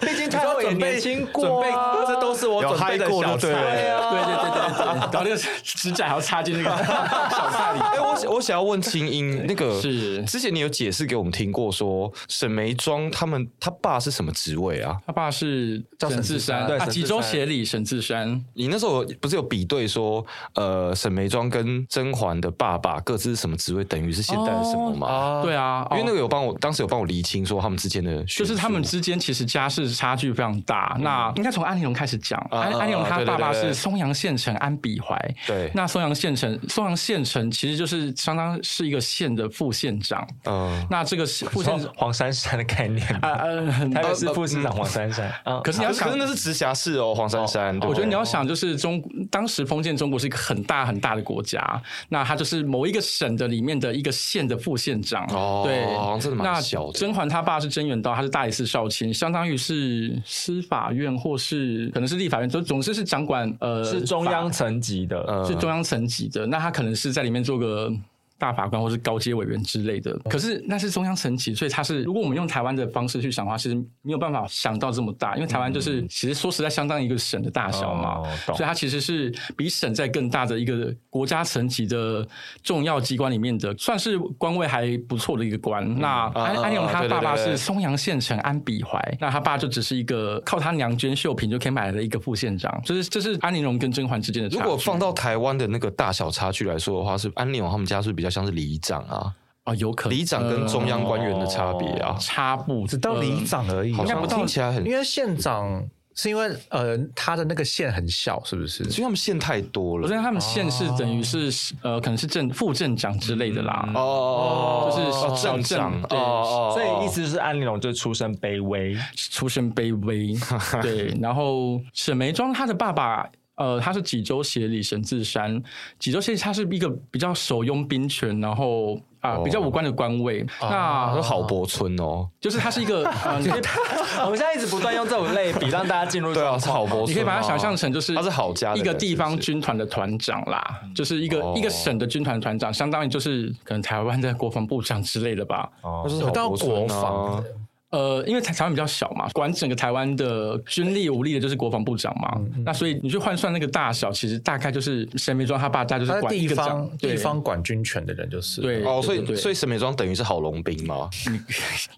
Speaker 1: 毕竟太后也年轻过啊，
Speaker 4: 准备这都是我
Speaker 3: 有
Speaker 4: 准备的
Speaker 3: 嗨过
Speaker 4: 小
Speaker 3: 就对
Speaker 4: 菜啊
Speaker 3: 了
Speaker 1: 对
Speaker 2: 对
Speaker 1: 啊，
Speaker 2: 对对对对，然后那个指甲还要插进
Speaker 1: [laughs]
Speaker 2: 那个小菜里。
Speaker 3: [laughs] 哎、我我想要问清音，那个
Speaker 2: 是
Speaker 3: 之前你有解释给我们听过说，沈眉庄他们他爸是什么职位啊？
Speaker 2: 他爸是
Speaker 4: 叫
Speaker 2: 沈
Speaker 4: 沈
Speaker 2: 志
Speaker 4: 志
Speaker 2: 山，
Speaker 4: 山
Speaker 1: 对
Speaker 2: 啊，
Speaker 1: 沈
Speaker 2: 济
Speaker 1: 志
Speaker 2: 州
Speaker 1: 山
Speaker 2: 协理沈志山，
Speaker 3: 你那时候有不是有比对说，呃，沈眉庄跟甄嬛的爸爸各自是什么职位，等于是现代的什么吗？
Speaker 4: 啊，
Speaker 2: 对啊，
Speaker 3: 因为
Speaker 2: 哦
Speaker 3: 那个有帮我，当时有帮我厘清说他们之间的，
Speaker 2: 就是他们。之间其实家世差距非常大。那应该从安陵容开始讲，
Speaker 3: 嗯啊
Speaker 2: 安
Speaker 3: 啊
Speaker 2: 安陵容
Speaker 3: 啊
Speaker 2: 她
Speaker 3: 对对
Speaker 2: 爸爸
Speaker 3: 对对
Speaker 2: 是松阳县城安比怀。
Speaker 3: 对，
Speaker 2: 那松阳县城，松阳县城其实就是相当是一个县的副县长。
Speaker 3: 嗯，
Speaker 2: 那这个是副
Speaker 1: 不
Speaker 2: 县
Speaker 3: [laughs]
Speaker 1: 是黄珊珊的概念吧，
Speaker 2: 啊呃，很
Speaker 1: 台北市副市长黄珊珊啊，
Speaker 2: 可是你要
Speaker 3: 可是可
Speaker 2: 想
Speaker 3: 是，哦那是直辖市哦，黄珊珊。对
Speaker 2: 我觉得你要想，就是中当时封建中国是一个很大很大的国家，那它就是某一个省的里面的一个县的副县长。
Speaker 3: 哦
Speaker 2: 对，
Speaker 3: 好像真的蛮
Speaker 2: 那
Speaker 3: 小的
Speaker 2: 甄嬛她爸是甄远道，他是大理寺少卿，相当于是司法院或是可能是立法院，总总之是掌管呃
Speaker 1: 是中央层级的，
Speaker 3: 呃
Speaker 2: 法是中央层级的。那他可能是在里面做个。大法官或是高阶委员之类的，可是那是中央层级，所以他是如果我们用台湾的方式去想的话，其实没有办法想到这么大，因为台湾就是、
Speaker 3: 嗯
Speaker 2: 其实说实在相当于一个省的大小嘛，
Speaker 1: 哦懂
Speaker 2: 所以它其实是比省在更大的一个国家层级的重要机关里面的，算是官位还不错的一个官。那安
Speaker 3: 啊
Speaker 2: 安永
Speaker 3: 啊
Speaker 2: 他
Speaker 3: 对对
Speaker 2: 爸爸
Speaker 3: 对
Speaker 2: 是
Speaker 3: 对
Speaker 2: 松阳县城安比怀，那他爸就只是一个靠他娘捐绣品就可以买来的一个副县长，就是这是安陵容跟甄嬛之间的差距。
Speaker 3: 如果放到台湾的那个大小差距来说的话，是安陵容他们家是比较像是里长啊，
Speaker 2: 哦，有可能
Speaker 3: 里长跟中央官员的差别啊
Speaker 2: 呃，差不
Speaker 4: 只到里长而已哦，
Speaker 3: 好像听起来很，因
Speaker 4: 因为县长是因为呃他的那个县很小，是不是？
Speaker 3: 为他们县太多
Speaker 2: 呃我觉
Speaker 3: 了。
Speaker 2: 得他们县是等于是、呃，可能是镇副镇长之类的啦。
Speaker 3: 哦哦
Speaker 2: 就是
Speaker 3: 哦
Speaker 2: 小
Speaker 3: 镇长
Speaker 2: 镇对
Speaker 3: 哦，
Speaker 1: 所以意
Speaker 3: 思
Speaker 1: 思就是安陵容就是出身卑微，
Speaker 2: 出身卑微，对。然后沈眉庄她的爸爸，呃，他是济州协理沈志山。济州协理他是一个比较手拥兵权，然后啊、
Speaker 3: 哦
Speaker 2: 比较武官的官位。
Speaker 3: 啊，
Speaker 2: 那
Speaker 3: 好伯村哦，
Speaker 2: 就是他是一个，呃、你可以
Speaker 3: [laughs]
Speaker 1: 我们现在一直不断用这种类比让大家进入
Speaker 3: 对啊，是好伯村哦，
Speaker 2: 你可以把它想象成就是
Speaker 3: 他是好家的
Speaker 2: 一
Speaker 3: 人
Speaker 2: 个地
Speaker 3: 是
Speaker 2: 方
Speaker 3: 不是
Speaker 2: 军团的团长啦，就是一个
Speaker 3: 哦
Speaker 2: 一个省的军团团长，相当于就是可能台湾的国防部长之类的吧。
Speaker 3: 他
Speaker 1: 哦，
Speaker 3: 是好
Speaker 4: 到
Speaker 3: 伯村
Speaker 4: 国
Speaker 3: 啊
Speaker 4: 防，
Speaker 2: 呃，因为台台湾比较小嘛，管整个台湾的军力武力的就是国防部长嘛，
Speaker 1: 嗯
Speaker 2: 那所以你去换算那个大小，其实大概就是沈眉庄他爸大就是
Speaker 4: 他在
Speaker 2: 管一
Speaker 4: 地
Speaker 2: 个长
Speaker 4: 方，
Speaker 2: 对
Speaker 4: 地方管军权的人就是
Speaker 2: 对
Speaker 3: 哦，所
Speaker 2: 对对
Speaker 3: 以
Speaker 2: 对
Speaker 3: 所以沈美庄等于是郝龙斌嘛，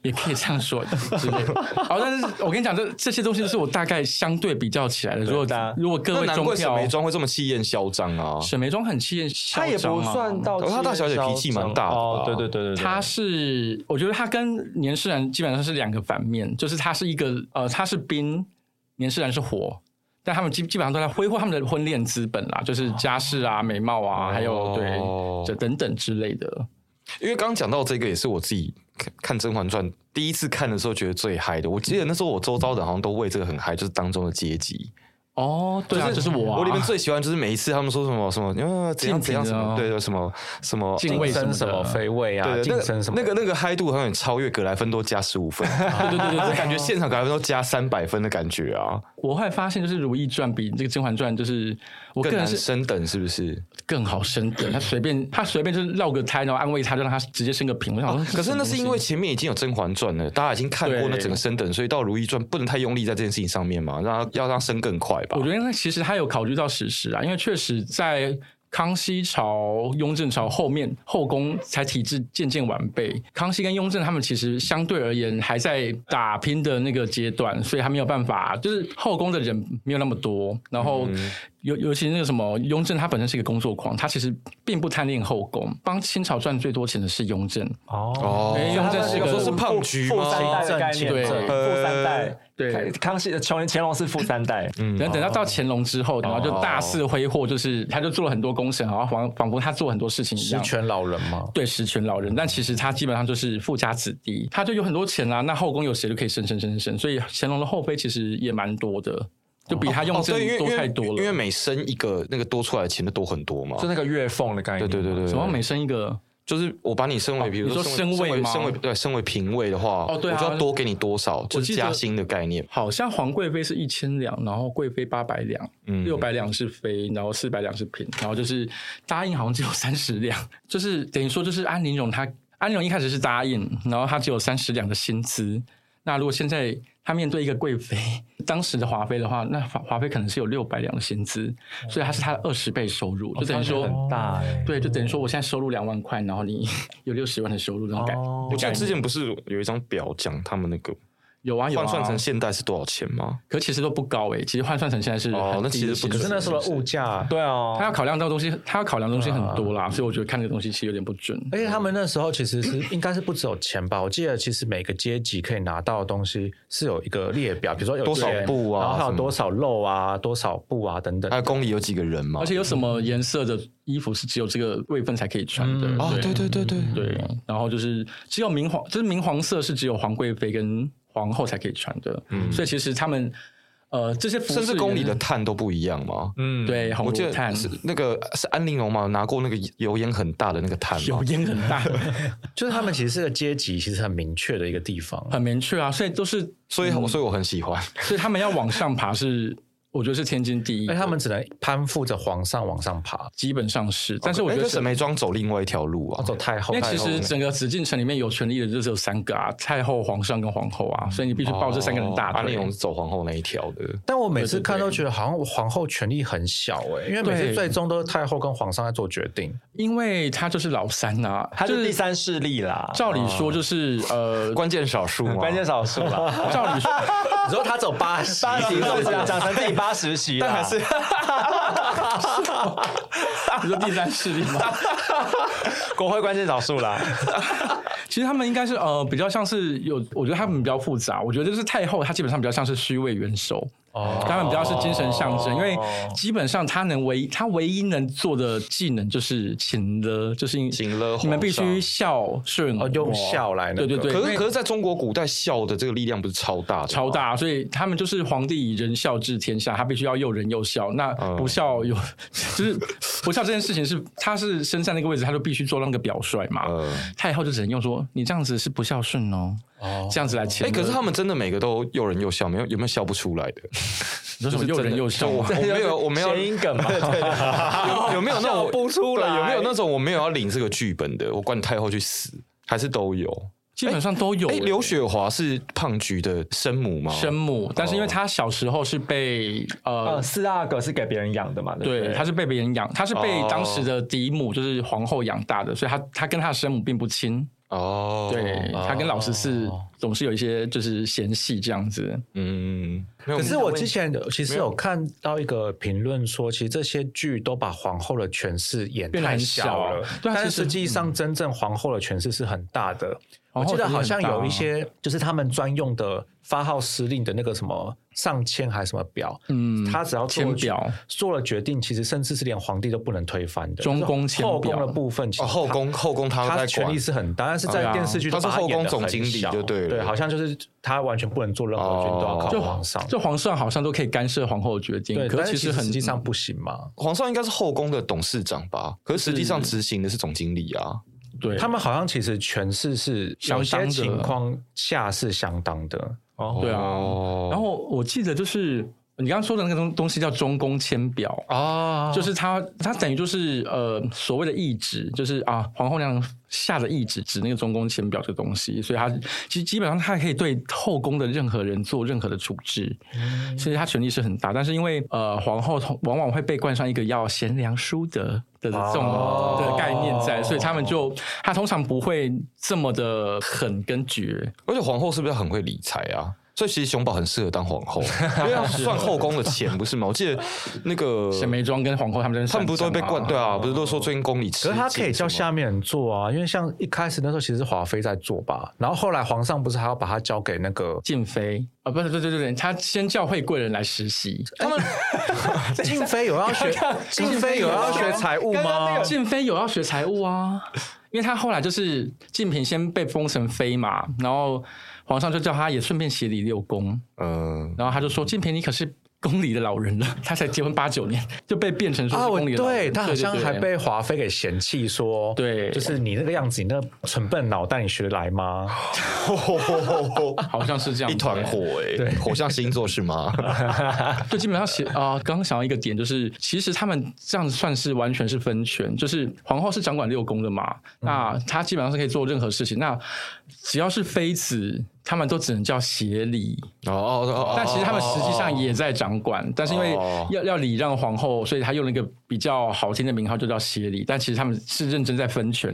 Speaker 2: 也可以这样说之类的。好，但是我跟你讲，这这些东西都是我大概相对比较起来的。如果
Speaker 1: 大家
Speaker 2: 如果各
Speaker 3: 那
Speaker 2: 位
Speaker 3: 难
Speaker 2: 中
Speaker 3: 怪沈
Speaker 2: 票
Speaker 3: 眉，庄会这么气焰嚣张啊！
Speaker 2: 沈眉庄很气焰嚣张
Speaker 1: 她
Speaker 2: 啊，
Speaker 1: 也不算到
Speaker 3: 哦她大小姐脾气蛮大的吧
Speaker 1: 哦，对对对对，对
Speaker 2: 他是，我觉得他跟年世兰基本上是两个反面，就是他是一个呃，他是冰，年世兰是火，但他们基基本上都在挥霍他们的婚恋资本啦，就是家世啊、美貌啊，还有对
Speaker 3: 哦
Speaker 2: 这等等之类的。
Speaker 3: 因为刚刚讲到这个，也是我自己看看《甄嬛传》第一次看的时候觉得最嗨的。我记得那时候我周遭的好像都为这个很嗨，就是当中的阶级。
Speaker 2: 哦，对啊，就是我啊，
Speaker 3: 我里面最喜欢就是每一次他们说什么什么，呃，怎样怎样
Speaker 2: 竞品
Speaker 3: 什
Speaker 2: 啊
Speaker 3: 么，对对，什么什么。
Speaker 2: 敬畏
Speaker 4: 晋
Speaker 2: 什么
Speaker 4: 升
Speaker 2: 的
Speaker 4: 什么妃位啊，
Speaker 3: 对
Speaker 4: 晋
Speaker 3: 对，
Speaker 4: 升什么
Speaker 3: 那个那个那个嗨度好像有超越格莱芬多加十五
Speaker 2: [laughs]
Speaker 3: 分，
Speaker 2: 对对对对
Speaker 3: 就
Speaker 2: 对，
Speaker 3: 感觉现场格莱芬多加三百分的感觉啊，
Speaker 2: 我后来发现，就是《如懿传》比这个《甄嬛传》就是我个
Speaker 3: 更
Speaker 2: 人
Speaker 3: 难
Speaker 2: 是
Speaker 3: 升等是不是？
Speaker 2: 更好升等，他随便他随便就是绕个胎，然后安慰他，就让他直接升个平。我想说，
Speaker 3: 哦可是那是因为前面已经有《甄嬛传》了，大家已经看过那整个升等，所以到《如懿传》不能太用力在这件事情上面嘛，让它要让它升更快吧
Speaker 2: 我。觉得那其实他有考虑到史实啊，因为确实在。康熙朝、雍正朝后面后宫才体制渐渐完备。康熙跟雍正他们其实相对而言还在打拼的那个阶段，所以还没有办法，就是后宫的人没有那么多。然后
Speaker 3: 嗯
Speaker 2: 尤、尤其那个什么雍正，他本身是一个工作狂，他其实并不贪恋后宫。帮清朝赚最多钱的是雍正，
Speaker 1: 哦，
Speaker 3: 哦，
Speaker 2: 哎雍正是个
Speaker 3: 说是胖橘
Speaker 1: 富三
Speaker 3: 吗？
Speaker 1: 代的概念，
Speaker 2: 对
Speaker 1: 富三代，
Speaker 2: 对
Speaker 1: 康熙的呃乾乾隆是富三代，
Speaker 3: 嗯
Speaker 2: 然后等到到乾隆之后，然后就大肆挥霍，就是他就做了很多工程，然后仿仿佛他做很多事情一
Speaker 4: 十
Speaker 2: 样。
Speaker 4: 全老人嘛，
Speaker 2: 对实权老人，但其实他基本上就是富家子弟，他就有很多钱啊啦、那后宫有谁就可以生生生生，所以乾隆的后妃其实也蛮多的，就比他雍
Speaker 3: 哦，
Speaker 2: 正
Speaker 3: 对，因为
Speaker 2: 多
Speaker 3: 因
Speaker 2: 太
Speaker 3: 为
Speaker 2: 多
Speaker 3: 因为
Speaker 2: 了。
Speaker 3: 每生一个那个多出来的钱就多很多嘛。
Speaker 1: 就那个月俸的概念，
Speaker 3: 对对对对，对
Speaker 2: 什么每生一个，
Speaker 3: 就是我把你升为，比如
Speaker 2: 你说
Speaker 3: 升
Speaker 2: 升位
Speaker 3: 为
Speaker 2: 吗
Speaker 3: 升为对升为嫔位的话，
Speaker 2: 哦对啊
Speaker 3: 我就要多给你多少，就是
Speaker 2: 记得
Speaker 3: 加薪的概念。
Speaker 2: 好像皇贵妃是一千两，然后贵妃八百两，
Speaker 3: 嗯
Speaker 2: 六百两是妃，然后四百两是嫔，然后就是答应好像只有三十两， [laughs] 就是等于说就是安陵容她安陵容一开始是答应，然后她只有三十两的薪资。那如果现在她面对一个贵妃，当时的华妃的话，那华华妃可能是有六百两的薪资，所以她是她的二十倍收入，就等于说、
Speaker 1: 很大哎，
Speaker 2: 对，就等于说我现在收入两万块，然后你 [laughs] 有六十万的收入，那种感、
Speaker 1: 哦
Speaker 3: 我记得之前不是有一张表讲他们那个
Speaker 2: 有啊有
Speaker 3: 换
Speaker 2: 啊，
Speaker 3: 算成现代是多少钱吗？
Speaker 2: 可其实都不高诶、其实换算成现在是
Speaker 3: 哦
Speaker 2: 很
Speaker 3: 那
Speaker 2: 低
Speaker 3: 其
Speaker 2: 的
Speaker 3: 实不
Speaker 2: 薪水
Speaker 4: 可是那时候的物价，
Speaker 1: 对
Speaker 3: 哦
Speaker 2: 他
Speaker 1: 啊，
Speaker 2: 要考量到东西，他要考量的东西很多
Speaker 3: 啊
Speaker 2: 啦，所以我觉得看这个东西其实有点不准。
Speaker 3: 嗯
Speaker 4: 而且他们那时候其实是应该是不只有钱吧，我记得其实每个阶级可以拿到的东西是有一个列表，比如说有
Speaker 3: 多少
Speaker 4: 钱
Speaker 3: 布啊
Speaker 4: 然后还
Speaker 3: 什
Speaker 4: 有
Speaker 3: 么
Speaker 4: 多少肉啊、多少布啊等等
Speaker 3: 还。有宫里有几个人嘛？
Speaker 2: 而且有什么颜色的衣服是只有这个位分才可以穿的？
Speaker 4: 嗯
Speaker 3: 哦，对对对对，
Speaker 2: 对，然后就是只有明黄，就是明黄色是只有皇贵妃跟皇后才可以穿的，所以其实他们呃这些服饰
Speaker 3: 嗯甚至宫里的
Speaker 2: 也
Speaker 3: 炭都不一样嘛。
Speaker 1: 嗯，
Speaker 2: 是对红
Speaker 3: 我记
Speaker 2: 罗炭
Speaker 3: 得是那个是安陵容嘛，拿过那个油烟很大的那个炭嘛
Speaker 2: 油。烟很大，
Speaker 4: 就是他们其实是个阶级，其实很明确的一个地方。
Speaker 2: [laughs] 很明确啊，所以都是
Speaker 3: 所以我所以我很喜欢。
Speaker 2: 所以他们要往上爬是，我觉得是天经地义
Speaker 4: 而
Speaker 2: 的，
Speaker 3: 哎
Speaker 4: 且他们只能攀附着皇上往上爬，
Speaker 2: 基本上是，但是哦我觉
Speaker 3: 哎
Speaker 2: 得
Speaker 3: 跟沈眉庄走另外一条路啊
Speaker 4: 要，走太后
Speaker 2: 因为。其
Speaker 3: 后
Speaker 2: 实
Speaker 3: 面
Speaker 2: 整个紫禁城里面有权力的就只有三个啊，太后、皇上跟皇后啊，所以你必须抱这三个人大
Speaker 3: 哦安
Speaker 2: 腿。
Speaker 3: 陵容是走皇后那一条的。
Speaker 4: 但我每次
Speaker 2: 对对
Speaker 4: 看都
Speaker 2: 对
Speaker 4: 觉得好像皇后权力很小哎、因为每次
Speaker 2: 对
Speaker 4: 最终都是太后跟皇上在做决定。
Speaker 2: 因为他就是老三呐、
Speaker 1: 他
Speaker 2: 就是
Speaker 1: 第。三势力啦，
Speaker 2: 照理说就是呃，
Speaker 3: 关键
Speaker 2: [laughs]
Speaker 3: 少数嘛，啊
Speaker 1: 关键少数啦，
Speaker 2: 照理说，
Speaker 4: 你说他走八
Speaker 1: [laughs]
Speaker 4: 十，
Speaker 1: 八十岁 [laughs] 讲讲成自己八十期啦，但还是 [laughs]
Speaker 2: 你说第三势力嘛，
Speaker 1: 国会关键少数啦，
Speaker 2: [laughs] 其实他们应该是呃比较像是有，我觉得他们比较复杂。我觉得就是太后，她基本上比较像是虚位元首，
Speaker 4: 哦
Speaker 2: 他们比较是精神象征，因为基本上她能唯她唯一能做的技能就是请了，就是
Speaker 3: 请了
Speaker 2: 你们
Speaker 3: 皇
Speaker 2: 必须
Speaker 3: 上
Speaker 2: 孝顺我，
Speaker 4: 哦用孝来那
Speaker 2: 对
Speaker 4: 个
Speaker 2: 对对，
Speaker 3: 可
Speaker 2: 因为
Speaker 3: 是可是在中国古代孝的这个力量不是超大的吗
Speaker 2: 超，大，所以他们就是皇帝以仁孝治天下，他必须要又仁又孝。那
Speaker 3: 哦
Speaker 2: 不孝有， [laughs] 就是不孝这件事情是，他是身在那个位置，他就必须做那个表率嘛。
Speaker 3: 呃，
Speaker 2: 太后就只能用说你这样子是不孝顺哦，
Speaker 4: 哦
Speaker 2: 这样子来请。
Speaker 3: 哎，可是他们真的每个都又仁又孝，没有有没有笑不
Speaker 2: [laughs]
Speaker 3: 出来的？
Speaker 2: 你说什么又仁又孝
Speaker 3: 我
Speaker 2: 吗？ [laughs]
Speaker 3: 我没有我没有
Speaker 1: 谐音梗嘛，
Speaker 3: 有有没有
Speaker 1: [laughs]
Speaker 3: 那
Speaker 1: 笑
Speaker 3: 种
Speaker 1: 不出来
Speaker 3: 对有没有那种我没有要领这个剧本的，我管你太后去死，还是都有？
Speaker 2: 基本上都有、
Speaker 3: 哎，
Speaker 2: 欸
Speaker 3: 刘哦雪华是胖菊的生母吗？
Speaker 2: 生母，但是因为他小时候是被呃
Speaker 3: 哦
Speaker 1: 呃，。四阿哥是给别人养的嘛，对不
Speaker 2: 对，
Speaker 1: 对，
Speaker 2: 他是被别人养，他是被
Speaker 3: 哦
Speaker 2: 当时的嫡母，就是皇后养大的，所以他他跟他的生母并不亲。
Speaker 3: 哦，
Speaker 2: 对他跟老十
Speaker 4: 哦
Speaker 2: 四总是有一些就是嫌隙这样子。
Speaker 3: 嗯，没有
Speaker 4: 可是我之前其实有看到一个评论说，其实这些剧都把皇后的权势演
Speaker 2: 变得
Speaker 4: 太
Speaker 2: 很
Speaker 4: 小
Speaker 2: 小
Speaker 4: 了，
Speaker 2: 对啊
Speaker 4: 但是
Speaker 2: 其实
Speaker 4: 实际上真正皇后的权势是很大的。我
Speaker 2: 皇后
Speaker 4: 记得
Speaker 2: 权势
Speaker 4: 好
Speaker 2: 很
Speaker 4: 像
Speaker 2: 大
Speaker 4: 有一
Speaker 2: 啊
Speaker 4: 些就是他们专用的发号施令的那个什么上签还是什么表，
Speaker 2: 嗯
Speaker 4: 他只要做了
Speaker 2: 签表
Speaker 4: 做了决定，其实甚至是连皇帝都不能推翻的。
Speaker 2: 中宫
Speaker 4: 就是
Speaker 2: 签
Speaker 4: 后宫
Speaker 2: 表
Speaker 4: 的部分，其实
Speaker 3: 哦后
Speaker 4: 他
Speaker 3: 宫后宫他
Speaker 4: 他
Speaker 3: 在
Speaker 4: 权
Speaker 3: 管
Speaker 4: 力是很大，但是在
Speaker 2: 对啊
Speaker 4: 电视剧
Speaker 3: 他是
Speaker 4: 都把
Speaker 3: 后宫
Speaker 4: 演得
Speaker 3: 总
Speaker 4: 很
Speaker 3: 经理
Speaker 4: 小
Speaker 3: 就对了
Speaker 4: 对，好像就是他完全不能做任何决定，
Speaker 3: 哦
Speaker 4: 都要靠
Speaker 2: 就
Speaker 4: 皇上。
Speaker 2: 就皇上好像都可以干涉皇后的决定，
Speaker 4: 对，
Speaker 2: 可
Speaker 4: 但
Speaker 2: 是
Speaker 4: 是
Speaker 2: 其
Speaker 4: 其
Speaker 2: 实
Speaker 4: 实
Speaker 2: 很
Speaker 4: 实际上不行嘛。
Speaker 3: 皇上应该是后宫的董事长吧？可是实际上
Speaker 2: 是
Speaker 3: 执行的是总经理啊。
Speaker 2: 嗯对
Speaker 4: 他们好像其实权势是
Speaker 2: 相
Speaker 4: 有些
Speaker 2: 当的
Speaker 4: 情况下是相当的，
Speaker 2: 对啊。
Speaker 3: 哦
Speaker 2: 然后我记得就是你刚刚说的那个东东西叫中宫签表，
Speaker 3: 啊
Speaker 2: 就是它它等于就是呃所谓的懿旨，就是啊皇后娘娘下的懿旨指那个中宫签表这个东西，所以它其实基本上它可以对后宫的任何人做任何的处置，
Speaker 3: 嗯
Speaker 2: 所以它权力是很大。但是因为呃皇后同往往会被冠上一个要贤良淑德。的这种
Speaker 1: 哦
Speaker 2: 的概念在，所以他们就他通常不会这么的狠跟绝，
Speaker 3: 而且皇后是不是很会理财啊？所以其实熊宝很适合当皇
Speaker 2: [laughs]
Speaker 3: 后，因为要算后宫的钱，不是吗？我记得那个
Speaker 2: 沈眉庄跟皇后他们在
Speaker 3: 呃他们不是都会被灌
Speaker 2: 上
Speaker 3: 对啊？不是都说最近宫里吃紧
Speaker 4: 可是
Speaker 3: 什么，
Speaker 4: 他可以叫下面人做啊，因为像一开始那时候其实是华妃在做吧，然后后来皇上不是还要把他交给那
Speaker 2: [laughs]
Speaker 4: 个
Speaker 2: 静妃啊，不是，对对对对，他先叫惠贵人来实习。
Speaker 4: 静妃有要学静妃有要学财务吗？
Speaker 2: 静妃有要学财务啊，因为她后来就是静嫔先被封成妃嘛，然后皇上就叫她也顺便协理六宫，
Speaker 3: 嗯，
Speaker 2: 然后他就说静嫔你可是宫里的老人了，她才结婚八九年就被变成说
Speaker 4: 啊，
Speaker 2: 是
Speaker 4: 我
Speaker 2: 宫里的老人，
Speaker 4: 对他好像
Speaker 2: 对对
Speaker 4: 还被华妃给嫌弃说，
Speaker 2: 对
Speaker 4: 就是你那个样子，你那个蠢笨脑袋，你学得来吗？
Speaker 2: [laughs] 哦好像是这样
Speaker 3: 一
Speaker 2: 子
Speaker 3: 团火哎，火象星座是
Speaker 2: [laughs]
Speaker 3: 吗？
Speaker 2: 就基本上写啊，呃刚、刚想到一个点，就是其实他们这样子算是完全是分权，就是皇后是掌管六宫的嘛，那她基本上是可以做任何事情。那只要是妃子，他们都只能叫协理，
Speaker 3: 哦哦哦，
Speaker 2: 但其实他们实际上也在掌管，但是因为
Speaker 3: 哦
Speaker 2: 要要礼让皇后，所以他用了一个比较好听的名号，就叫协理。但其实他们是认真在分权，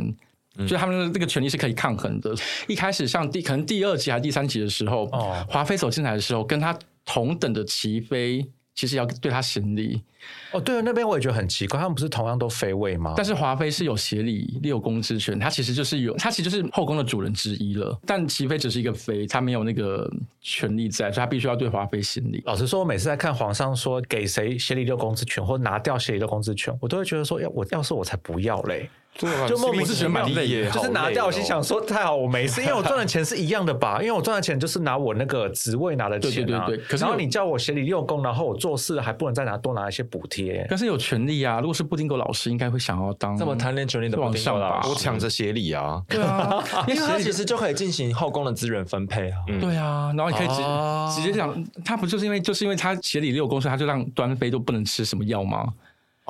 Speaker 3: 嗯
Speaker 2: 所以他们的这个权利是可以抗衡的。一开始像第可能第二集还是第三集的时候
Speaker 4: 哦，
Speaker 2: 华妃走进来的时候，跟她同等的齐妃。其实要对她行礼，
Speaker 4: 哦，对那边我也觉得很奇怪，他们不是同样都妃位
Speaker 3: 哦
Speaker 4: 吗？
Speaker 2: 但是华妃是有协理六宫之权，她其实就是有，她其实就是后宫的主人之一了。但齐妃只是一个妃，她没有那个权利在，所以她必须要对华妃行礼。
Speaker 4: 老实说，我每次在看皇上说给谁协理六公之权，或拿掉协理六公之权，我都会觉得说，要我要是我才不要嘞，
Speaker 3: 啊
Speaker 2: 哦
Speaker 4: 就莫名其妙，就是拿掉，我心想说太好，我没事，因为我赚的钱是一样的
Speaker 2: [laughs]
Speaker 4: 吧，因为我赚的钱就是拿我那个职位拿的钱啊。
Speaker 2: 对对对对可是
Speaker 4: 然后
Speaker 2: 有
Speaker 4: 你叫我协理六公，然后我做事还不能再拿多拿一些补
Speaker 2: [laughs]
Speaker 4: 贴，
Speaker 2: 但是有权利啊！如果是布丁狗老师，应该会想要当
Speaker 1: 这么贪恋权力的布丁狗老
Speaker 2: 往上拔
Speaker 1: 师，
Speaker 3: 我抢着协理啊，
Speaker 2: 对啊，
Speaker 1: 因为他其实就可以进行后宫的资源分配啊。
Speaker 2: 对啊，然后你可以直、
Speaker 3: 哦
Speaker 2: 直接讲，他不就是因为就是因为他协理六宫，所以他就让端妃都不能吃什么药吗？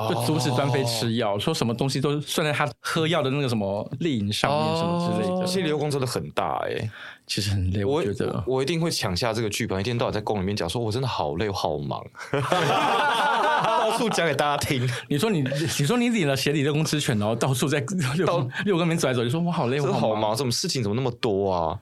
Speaker 2: 就阻止端
Speaker 3: 哦
Speaker 2: 妃吃药，说什么东西都算在他喝药的那个什么丽饮
Speaker 3: 哦
Speaker 2: 上面什么之类的。
Speaker 3: 协理六宫真的很大哎、
Speaker 2: 其实很累，
Speaker 3: 哦我
Speaker 2: 我觉得。
Speaker 3: 我一定会抢下这个剧本，一天到晚在宫里面讲，说我真的好累，我好忙， [laughs] 到处讲给大家
Speaker 2: [laughs]
Speaker 3: 听。
Speaker 2: 你说你你说你领了协理六宫之权，然后到处在六宫六宫里面走来走去，说我好累，
Speaker 3: 真
Speaker 2: 我
Speaker 3: 的好
Speaker 2: 忙。
Speaker 3: 忙，什么事情怎么那么多啊？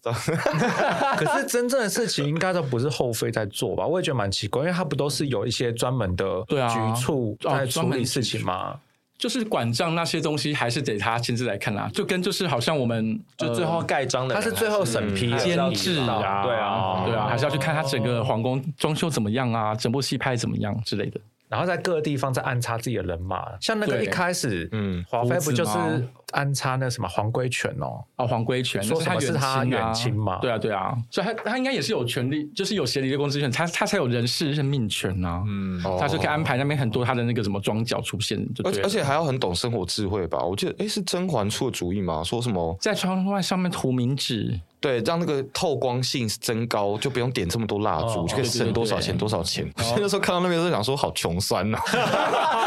Speaker 4: 可是真正的事情应该都不是后妃在做吧？我也觉得蛮奇怪，因为他不都是有一些专门的
Speaker 2: 对啊
Speaker 4: 局处
Speaker 2: 哦
Speaker 4: 在
Speaker 2: 专
Speaker 4: 处
Speaker 2: 门
Speaker 4: 理
Speaker 2: 的
Speaker 4: 事
Speaker 2: 局
Speaker 4: 情吗？
Speaker 2: 就是管账那些东西，还是得他亲自来看啦、就跟就是好像我们
Speaker 1: 就呃最后盖章的
Speaker 4: 他
Speaker 1: 人还，
Speaker 4: 是最后审批
Speaker 1: 嗯
Speaker 4: 的
Speaker 1: 还是要
Speaker 2: 监制
Speaker 1: 知道
Speaker 2: 啊，
Speaker 1: 对啊，
Speaker 2: 对啊，还是要去看他整个皇宫装修怎么样啊，整部戏拍怎么样之类的。
Speaker 4: 然后在各个地方再安插自己的人马，像那个
Speaker 2: 对
Speaker 4: 一开始，
Speaker 3: 嗯
Speaker 4: 嗯，华妃
Speaker 2: 胡
Speaker 4: 不
Speaker 2: 子
Speaker 4: 就是
Speaker 2: 吗
Speaker 4: 安插那什么皇龟犬哦？
Speaker 2: 哦，皇龟权
Speaker 4: 说什么是他
Speaker 2: 他
Speaker 4: 远亲嘛
Speaker 2: 对啊，对啊，所以他他应该也是有权利，就是有协理的公职权，他他才有人事任命权啊。
Speaker 1: 嗯，
Speaker 3: [laughs]
Speaker 2: 他就可以安排那边很多他的那个什么庄脚出现，就
Speaker 3: 而
Speaker 2: 对啊
Speaker 3: 且
Speaker 2: 了
Speaker 3: 哦而且还要很懂生活智慧吧？我记得，哎，是甄嬛出的主意吗？说什么
Speaker 2: 在窗外上面涂名纸，
Speaker 3: 对，让那个透光性增高，就不用点这么多蜡
Speaker 2: 哦
Speaker 3: 烛，就可以省多少钱多少钱。 [laughs] 那时候看到那边就想说，好穷酸呐、 [laughs]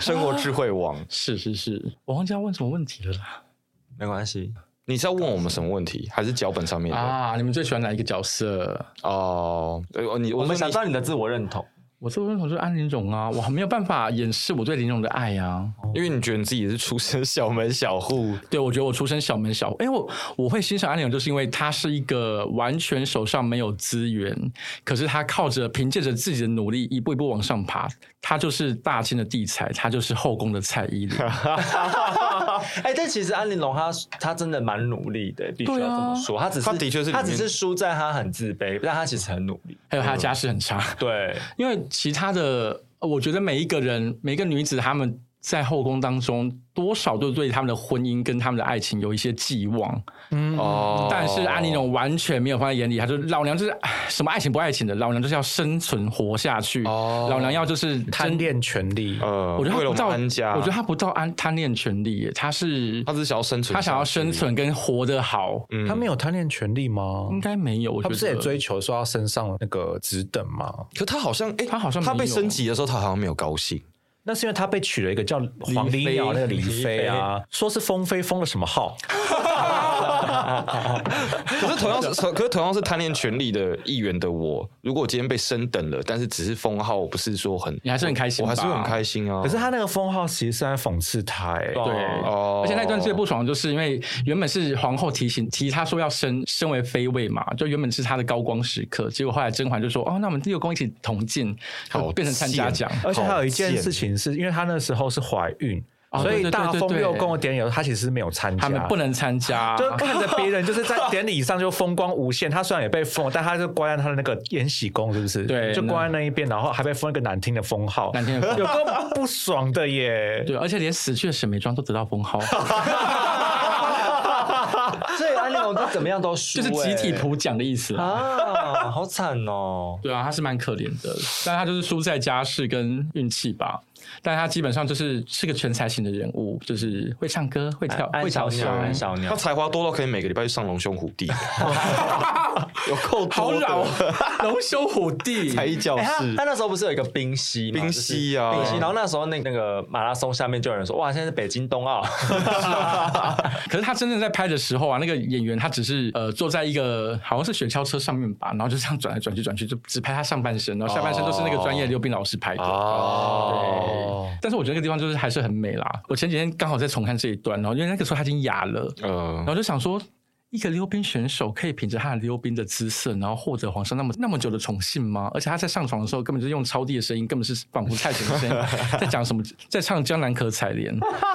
Speaker 3: 生活智慧王，
Speaker 2: 是是是，我忘记要问什么问题了啦。
Speaker 1: 没关系。
Speaker 3: 你是要问我们什么问题？还是脚本上面的？
Speaker 2: 啊，你们最喜欢哪一个角色？
Speaker 3: 哦，呃你
Speaker 1: 我
Speaker 3: 我
Speaker 1: 们
Speaker 3: 说
Speaker 1: 想
Speaker 3: 你
Speaker 1: 知道你的自我认 [laughs] 同，
Speaker 2: 我最认同就是安陵容啊，我没有办法掩饰我对玲珑的爱啊。
Speaker 3: 因为你觉得你自己是出身小门小户，
Speaker 2: 对，我觉得我出身小门小户，因为我我会欣赏安陵容，就是因为她是一个完全手上没有资源，可是她靠着凭借着自己的努力，一步一步往上爬。她就是大清的地才，她就是后宫的蔡依林。
Speaker 1: 哎，但其实安陵容她她真的蛮努力的，必须要
Speaker 2: 对
Speaker 1: 这
Speaker 2: 啊
Speaker 1: 么说。她只是
Speaker 3: 她的确是里
Speaker 1: 她
Speaker 3: 面
Speaker 1: 只是输在她很自卑，但她其实很努力。
Speaker 2: 还有她的家世很差，
Speaker 1: [laughs] 对，
Speaker 2: 因为其他的，呃我觉得每一个人每一个女子她们在后宫当中，多少都对他们的婚姻跟他们的爱情有一些寄望。
Speaker 3: 哦
Speaker 2: 但是安妮容完全没有放在眼里，她就老娘就是唉什么爱情不爱情的，老娘就是要生存活下去，
Speaker 3: 哦
Speaker 2: 老娘要就是
Speaker 4: 贪
Speaker 2: 真。
Speaker 4: 恋权力，
Speaker 3: 呃，
Speaker 2: 我觉得
Speaker 3: 为
Speaker 2: 她
Speaker 3: 了
Speaker 2: 不到，
Speaker 3: 我们安家，
Speaker 2: 我觉得她不到安贪恋权利耶，她是
Speaker 3: 他只是想要生存，
Speaker 2: 她想要生，存跟活得好，
Speaker 3: 嗯
Speaker 4: 他没有贪恋权力吗？
Speaker 2: 应该没有。我觉得
Speaker 4: 他不是也追求说要升上那个职等吗？
Speaker 3: 可他好像，哎、
Speaker 2: 他好像没有啊
Speaker 3: 他被升级的时候，他好像没有高兴。
Speaker 4: 那是因为他被娶了一个叫黄鹂鸟那个李妃啊，说是封妃封了什么号？
Speaker 3: 可是同 [laughs] 样是，可是同样是贪恋权力的一员的我，如果我今天被升等了，但是只是封号，我不是说很，
Speaker 2: 你还是很开心
Speaker 3: 我还是会
Speaker 2: 吧
Speaker 3: 很开心啊。
Speaker 4: 可是他那个封号其实是在讽刺他、欸，
Speaker 2: 嗯对，
Speaker 3: 哦
Speaker 2: 而且那段最不爽，就是因为原本是皇后提醒提她说要升升为妃位嘛，就原本是她的高光时刻，结果后来甄嬛就说：“哦，那我们六宫一起同进，
Speaker 3: 好
Speaker 2: 就变成参加奖。
Speaker 3: 贱
Speaker 4: 而且还有一件
Speaker 3: 好贱
Speaker 4: 事情是，因为她那时候是怀孕，
Speaker 2: 哦
Speaker 4: 所
Speaker 2: 对
Speaker 4: 以
Speaker 2: 对
Speaker 4: 大
Speaker 2: 对对
Speaker 4: 封
Speaker 2: 对
Speaker 4: 六宫的典礼，她其实是没有参”加，
Speaker 2: 他们不能参加，
Speaker 4: 就看着别人
Speaker 2: [laughs]
Speaker 4: 就是在典礼上就风光无限，他虽然也被封，但他就关在他的那个延禧宫，是不是？
Speaker 2: 对
Speaker 4: 就关在那一边，然后还被封一个难听的封号，
Speaker 2: 难听的封
Speaker 4: 有个不爽的耶。
Speaker 2: 对，而且连死去的沈眉庄都得到封号， [laughs]
Speaker 1: 所以安利我怎么样都输、 [laughs]
Speaker 2: 就是集体
Speaker 1: 扑
Speaker 2: 普奖的意思啦。
Speaker 1: 啊，好惨哦。
Speaker 2: 对啊，他是蛮可怜的，但他就是输在家世跟运气吧。但他基本上就是是个全才型的人物，就是会唱歌、会跳、
Speaker 1: 安
Speaker 2: 会
Speaker 1: 小
Speaker 2: 调香
Speaker 1: 鸟，、安
Speaker 2: [laughs]
Speaker 1: 小
Speaker 3: 他
Speaker 1: 鸟，
Speaker 3: 才华多到可以每个礼拜去上龙兄虎 [laughs] 弟，有够
Speaker 2: 好
Speaker 3: 多的
Speaker 2: 老，龙兄虎弟，
Speaker 3: 才艺教
Speaker 1: 哎他
Speaker 3: 室
Speaker 1: 他。那时候不是有一个冰溪嘛
Speaker 3: 冰溪啊
Speaker 1: 就是冰溪。然后那时候那那个马拉松下面就有人说，哇，现在是北京冬奥，
Speaker 2: [laughs] 可是他真正在拍的时候啊，那个演员他只是呃坐在一个好像是雪橇车上面吧，然后就这样转来转去转去，就只拍他上半身，然后下半身都是那个专业溜冰老师
Speaker 3: [laughs]
Speaker 2: 拍的。
Speaker 3: 啊
Speaker 4: 哦
Speaker 2: 对，但是我觉得那个地方就是还是很美啦。我前几天刚好在重看这一段，然后因为那个时候他已经哑了，
Speaker 4: 嗯
Speaker 3: 呃
Speaker 2: 然，后就想说。一个溜冰选手可以凭着他的溜冰的姿色，然后获得皇上那么那么久的宠幸吗？而且他在上床的时候，根本就是用超低的声音，根本是仿佛蔡琴的
Speaker 4: [laughs]
Speaker 2: 声音，在讲什么，在唱《江南可采莲》。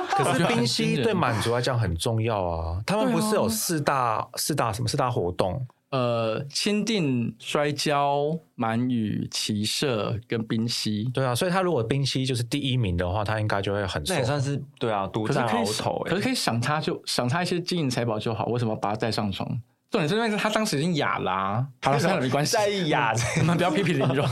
Speaker 4: 可
Speaker 2: 我觉
Speaker 4: 是
Speaker 2: 得很
Speaker 4: 冰溪
Speaker 2: 惊人
Speaker 4: 对满族来讲很重要啊，他们不是有四大四大什么四大活动？
Speaker 2: 呃，钦定、摔跤、满语、骑射跟冰溪，
Speaker 4: 对啊，所以他如果冰溪就是第一名的话，他应该就会很
Speaker 1: [laughs]
Speaker 4: 受
Speaker 1: 那也算是对啊，独
Speaker 2: 可是
Speaker 1: 占
Speaker 2: 可以
Speaker 1: 鳌头
Speaker 2: 可
Speaker 1: 哎
Speaker 2: 是。可以赏他就赏他一些金银财宝就好，为什么要把他带上床？重点是因为他当时已经哑啦、好了，算了，没关系，
Speaker 1: [laughs] 在意哑这
Speaker 2: 我们不要批评林荣。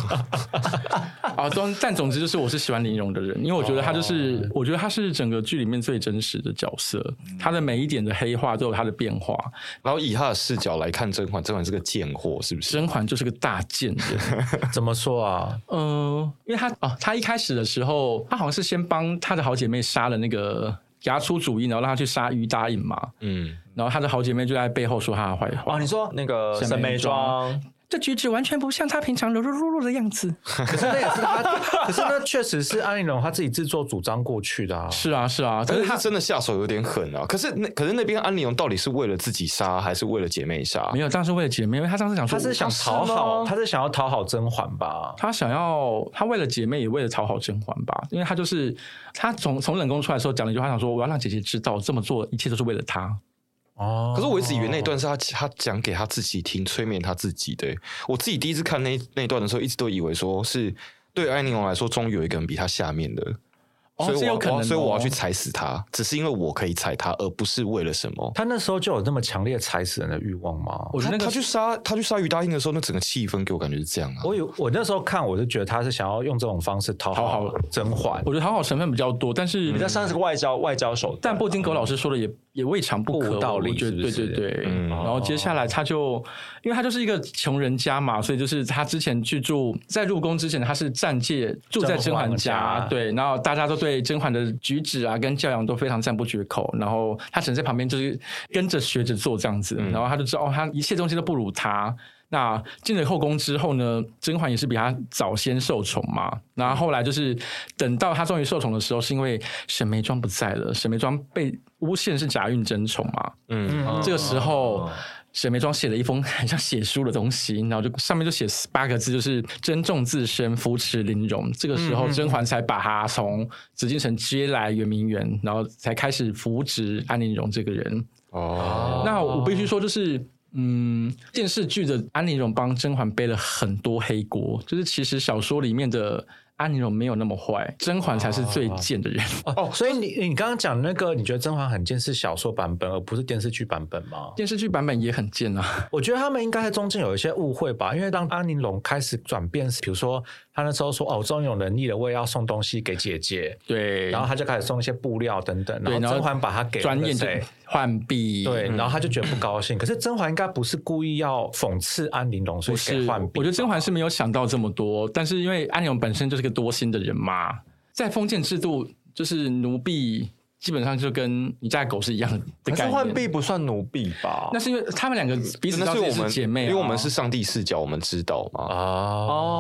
Speaker 2: [laughs] 啊，总但总之就是，我是喜欢林荣的人，因为我觉得他就是，
Speaker 1: 哦
Speaker 2: 我觉得他是整个剧里面最真实的角色，
Speaker 1: 嗯
Speaker 2: 他的每一点的黑化都有他的变化。
Speaker 3: 然后以他的视角来看甄嬛，甄嬛是个贱货，是不是？
Speaker 2: 甄嬛就是个大贱人，
Speaker 1: [laughs]
Speaker 4: 怎么说啊？
Speaker 2: 呃，因为他哦，他一开始的时候，他好像是先帮他的好姐妹杀了那个，给他出主意，然后让他去杀于答应嘛。
Speaker 3: 嗯，
Speaker 2: 然后他的好姐妹就在背后说他的坏话，
Speaker 1: 哦，你说那个
Speaker 2: 沈
Speaker 1: 沈
Speaker 2: 眉
Speaker 1: 眉庄，嗯
Speaker 2: 这举止完全不像他平常柔柔弱弱的样子。
Speaker 4: 可是那也是他，
Speaker 2: [laughs]
Speaker 4: 可是那确实是安陵容她自己自作主张过去的啊。
Speaker 2: 是啊，是啊，可
Speaker 3: 但
Speaker 2: 是
Speaker 3: 是他
Speaker 2: 他
Speaker 3: 真的下手有点狠啊。可是那可是那边安陵容到底是为了自己杀，还是为了姐妹杀
Speaker 2: 没？有，当时为了姐妹，因为他当时想说，
Speaker 4: 她啊是想讨好，她是想要讨好甄嬛吧？
Speaker 2: 他想要，他为了姐妹，也为了讨好甄嬛吧，因为他就是他从从冷宫出来的时候讲了一句话，想说我要让姐姐知道，这么做一切都是为了她。
Speaker 4: 哦
Speaker 3: 可是我一直以为那段
Speaker 2: 哦
Speaker 3: 是他他讲给他自己听，催眠他自己的欸。我自己第一次看那那段的时候，一直都以为说是对安陵容来说，终于有一个人比他下面的，
Speaker 2: 哦
Speaker 3: 所以
Speaker 2: 这
Speaker 3: 我要
Speaker 2: 有可能
Speaker 3: 我要所以我要
Speaker 2: 哦
Speaker 3: 去踩死他，只是因为我可以踩他，而不是为了什么。
Speaker 4: 他那时候就有那么强烈踩死人的欲望吗？
Speaker 2: 我觉
Speaker 3: 他
Speaker 2: 得那
Speaker 3: 他
Speaker 2: 个
Speaker 3: 去杀他去杀于答应的时候，那整个气氛给我感觉是这样啊。
Speaker 4: 我有我那时候看，我就觉得他是想要用这种方式
Speaker 2: [laughs]
Speaker 4: 讨
Speaker 2: 讨
Speaker 4: 好
Speaker 2: 好
Speaker 4: 甄嬛。
Speaker 2: 我觉得讨好成分比较多，但是
Speaker 1: 你在上是个外交外交手段，
Speaker 2: 但布丁狗老师说的也也未尝不可，
Speaker 4: 嗯不无道理
Speaker 2: 我觉得
Speaker 4: 是不是
Speaker 2: 对对对。
Speaker 3: 嗯
Speaker 2: 然后接下来他就，因为他就是一个穷人家嘛，所以就是他之前去住在入宫之前，他是暂借住在甄嬛
Speaker 4: 甄
Speaker 2: 家，
Speaker 4: 嬛家
Speaker 2: 对。然后大家都对甄嬛的举止啊跟教养都非常赞不绝口，然后他只能在旁边就是跟着学着做这样子，然后他就知道哦，他一切东西都不如他。那进了后宫之后呢，甄嬛也是比他早先受宠嘛。然后后来就是等到她终于受宠的时候，是因为沈眉庄不在了，沈眉庄被诬陷是假孕争宠嘛。
Speaker 3: 嗯，
Speaker 2: 这个时候，
Speaker 4: 嗯
Speaker 2: 沈眉庄写了一封很像写书的东西，然后就上面就写八个字，就是珍重自身，扶持玲珑。这个
Speaker 4: 嗯
Speaker 2: 时候，甄嬛才把她从紫禁城接来圆明园，然后才开始扶植安陵容这个人。
Speaker 3: 哦，
Speaker 2: 那我必须说，就是嗯，电视剧的安陵容帮甄嬛背了很多黑锅，就是其实小说里面的。安陵容没有那么坏，甄嬛才是最贱的人。
Speaker 4: 哦，所以你你刚刚讲那个，你觉得《甄嬛很贱》是小说版本，而不是电视剧版本吗？
Speaker 2: 电视剧版本也很贱啊，
Speaker 4: 我觉得他们应该在中间有一些误会吧，因为当安陵容开始转变，比如说他那时候说哦，我终于有能力了，我也要送东西给姐姐，
Speaker 2: 对，
Speaker 4: 然后他就开始送一些布料等等，
Speaker 2: 对
Speaker 4: 然后
Speaker 2: 然后
Speaker 4: 甄嬛把他给
Speaker 2: 转
Speaker 4: 那个
Speaker 2: 眼就
Speaker 4: 谁
Speaker 2: 浣碧。
Speaker 4: 对，然后
Speaker 2: 嗯
Speaker 4: 他就觉得不高兴。可是甄嬛应该不是故意要讽刺安陵容，所
Speaker 2: 不
Speaker 4: 以
Speaker 2: 是
Speaker 4: 给浣，碧。
Speaker 2: 我觉得甄嬛是没有想到这么多，但是因为安陵容本身就是个多心的人嘛，在封建制度，就是奴婢基本上就跟你家的狗是一样的
Speaker 1: 可是
Speaker 2: 概
Speaker 1: 浣碧
Speaker 2: 念。
Speaker 1: 不算奴婢吧？
Speaker 2: 那是因为他们两个彼此
Speaker 3: 那
Speaker 2: 都
Speaker 3: 是我
Speaker 2: 是
Speaker 3: 们
Speaker 2: 姐妹啊、
Speaker 3: 因为我们是上帝视角，我们知道嘛。
Speaker 4: 哦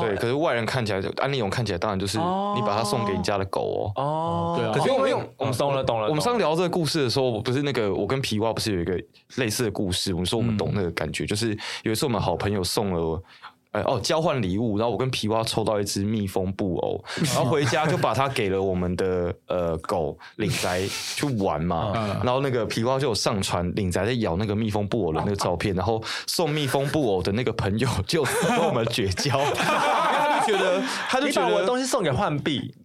Speaker 1: 哦
Speaker 3: 对，可是外人看起来，安利勇看起来当然就是
Speaker 1: 哦
Speaker 3: 你把它送给你家的狗哦。
Speaker 1: 哦，
Speaker 2: 对啊
Speaker 1: 可
Speaker 3: 可
Speaker 1: 是
Speaker 3: 是
Speaker 1: 我
Speaker 3: 我
Speaker 1: 们
Speaker 3: 们
Speaker 1: 有
Speaker 3: 有，
Speaker 1: 我们懂了懂了，
Speaker 3: 我们上
Speaker 1: 懂
Speaker 3: 次
Speaker 1: 了
Speaker 3: 聊这个故事的时候，不是那个我跟皮蛙不是有一个类似的故事？我们说我们
Speaker 1: 嗯
Speaker 3: 懂那个感觉，就是有一次我们好朋友送了。呃哦，交换礼物，然后我跟皮蛙抽到一只蜜蜂
Speaker 1: [laughs]
Speaker 3: 布偶，然后回家就把它给了我们的呃狗领宅去玩嘛，
Speaker 1: 嗯
Speaker 3: [laughs] 然后那个皮蛙就有上传领宅在咬那个蜜蜂布偶的那个照片，然后送蜜蜂布偶的那个朋友就 [laughs] 跟我们绝交， [laughs] 因为他就觉得他就
Speaker 1: 你
Speaker 3: 觉
Speaker 1: 把
Speaker 3: 得
Speaker 1: 我的东西送给浣碧，
Speaker 3: [laughs]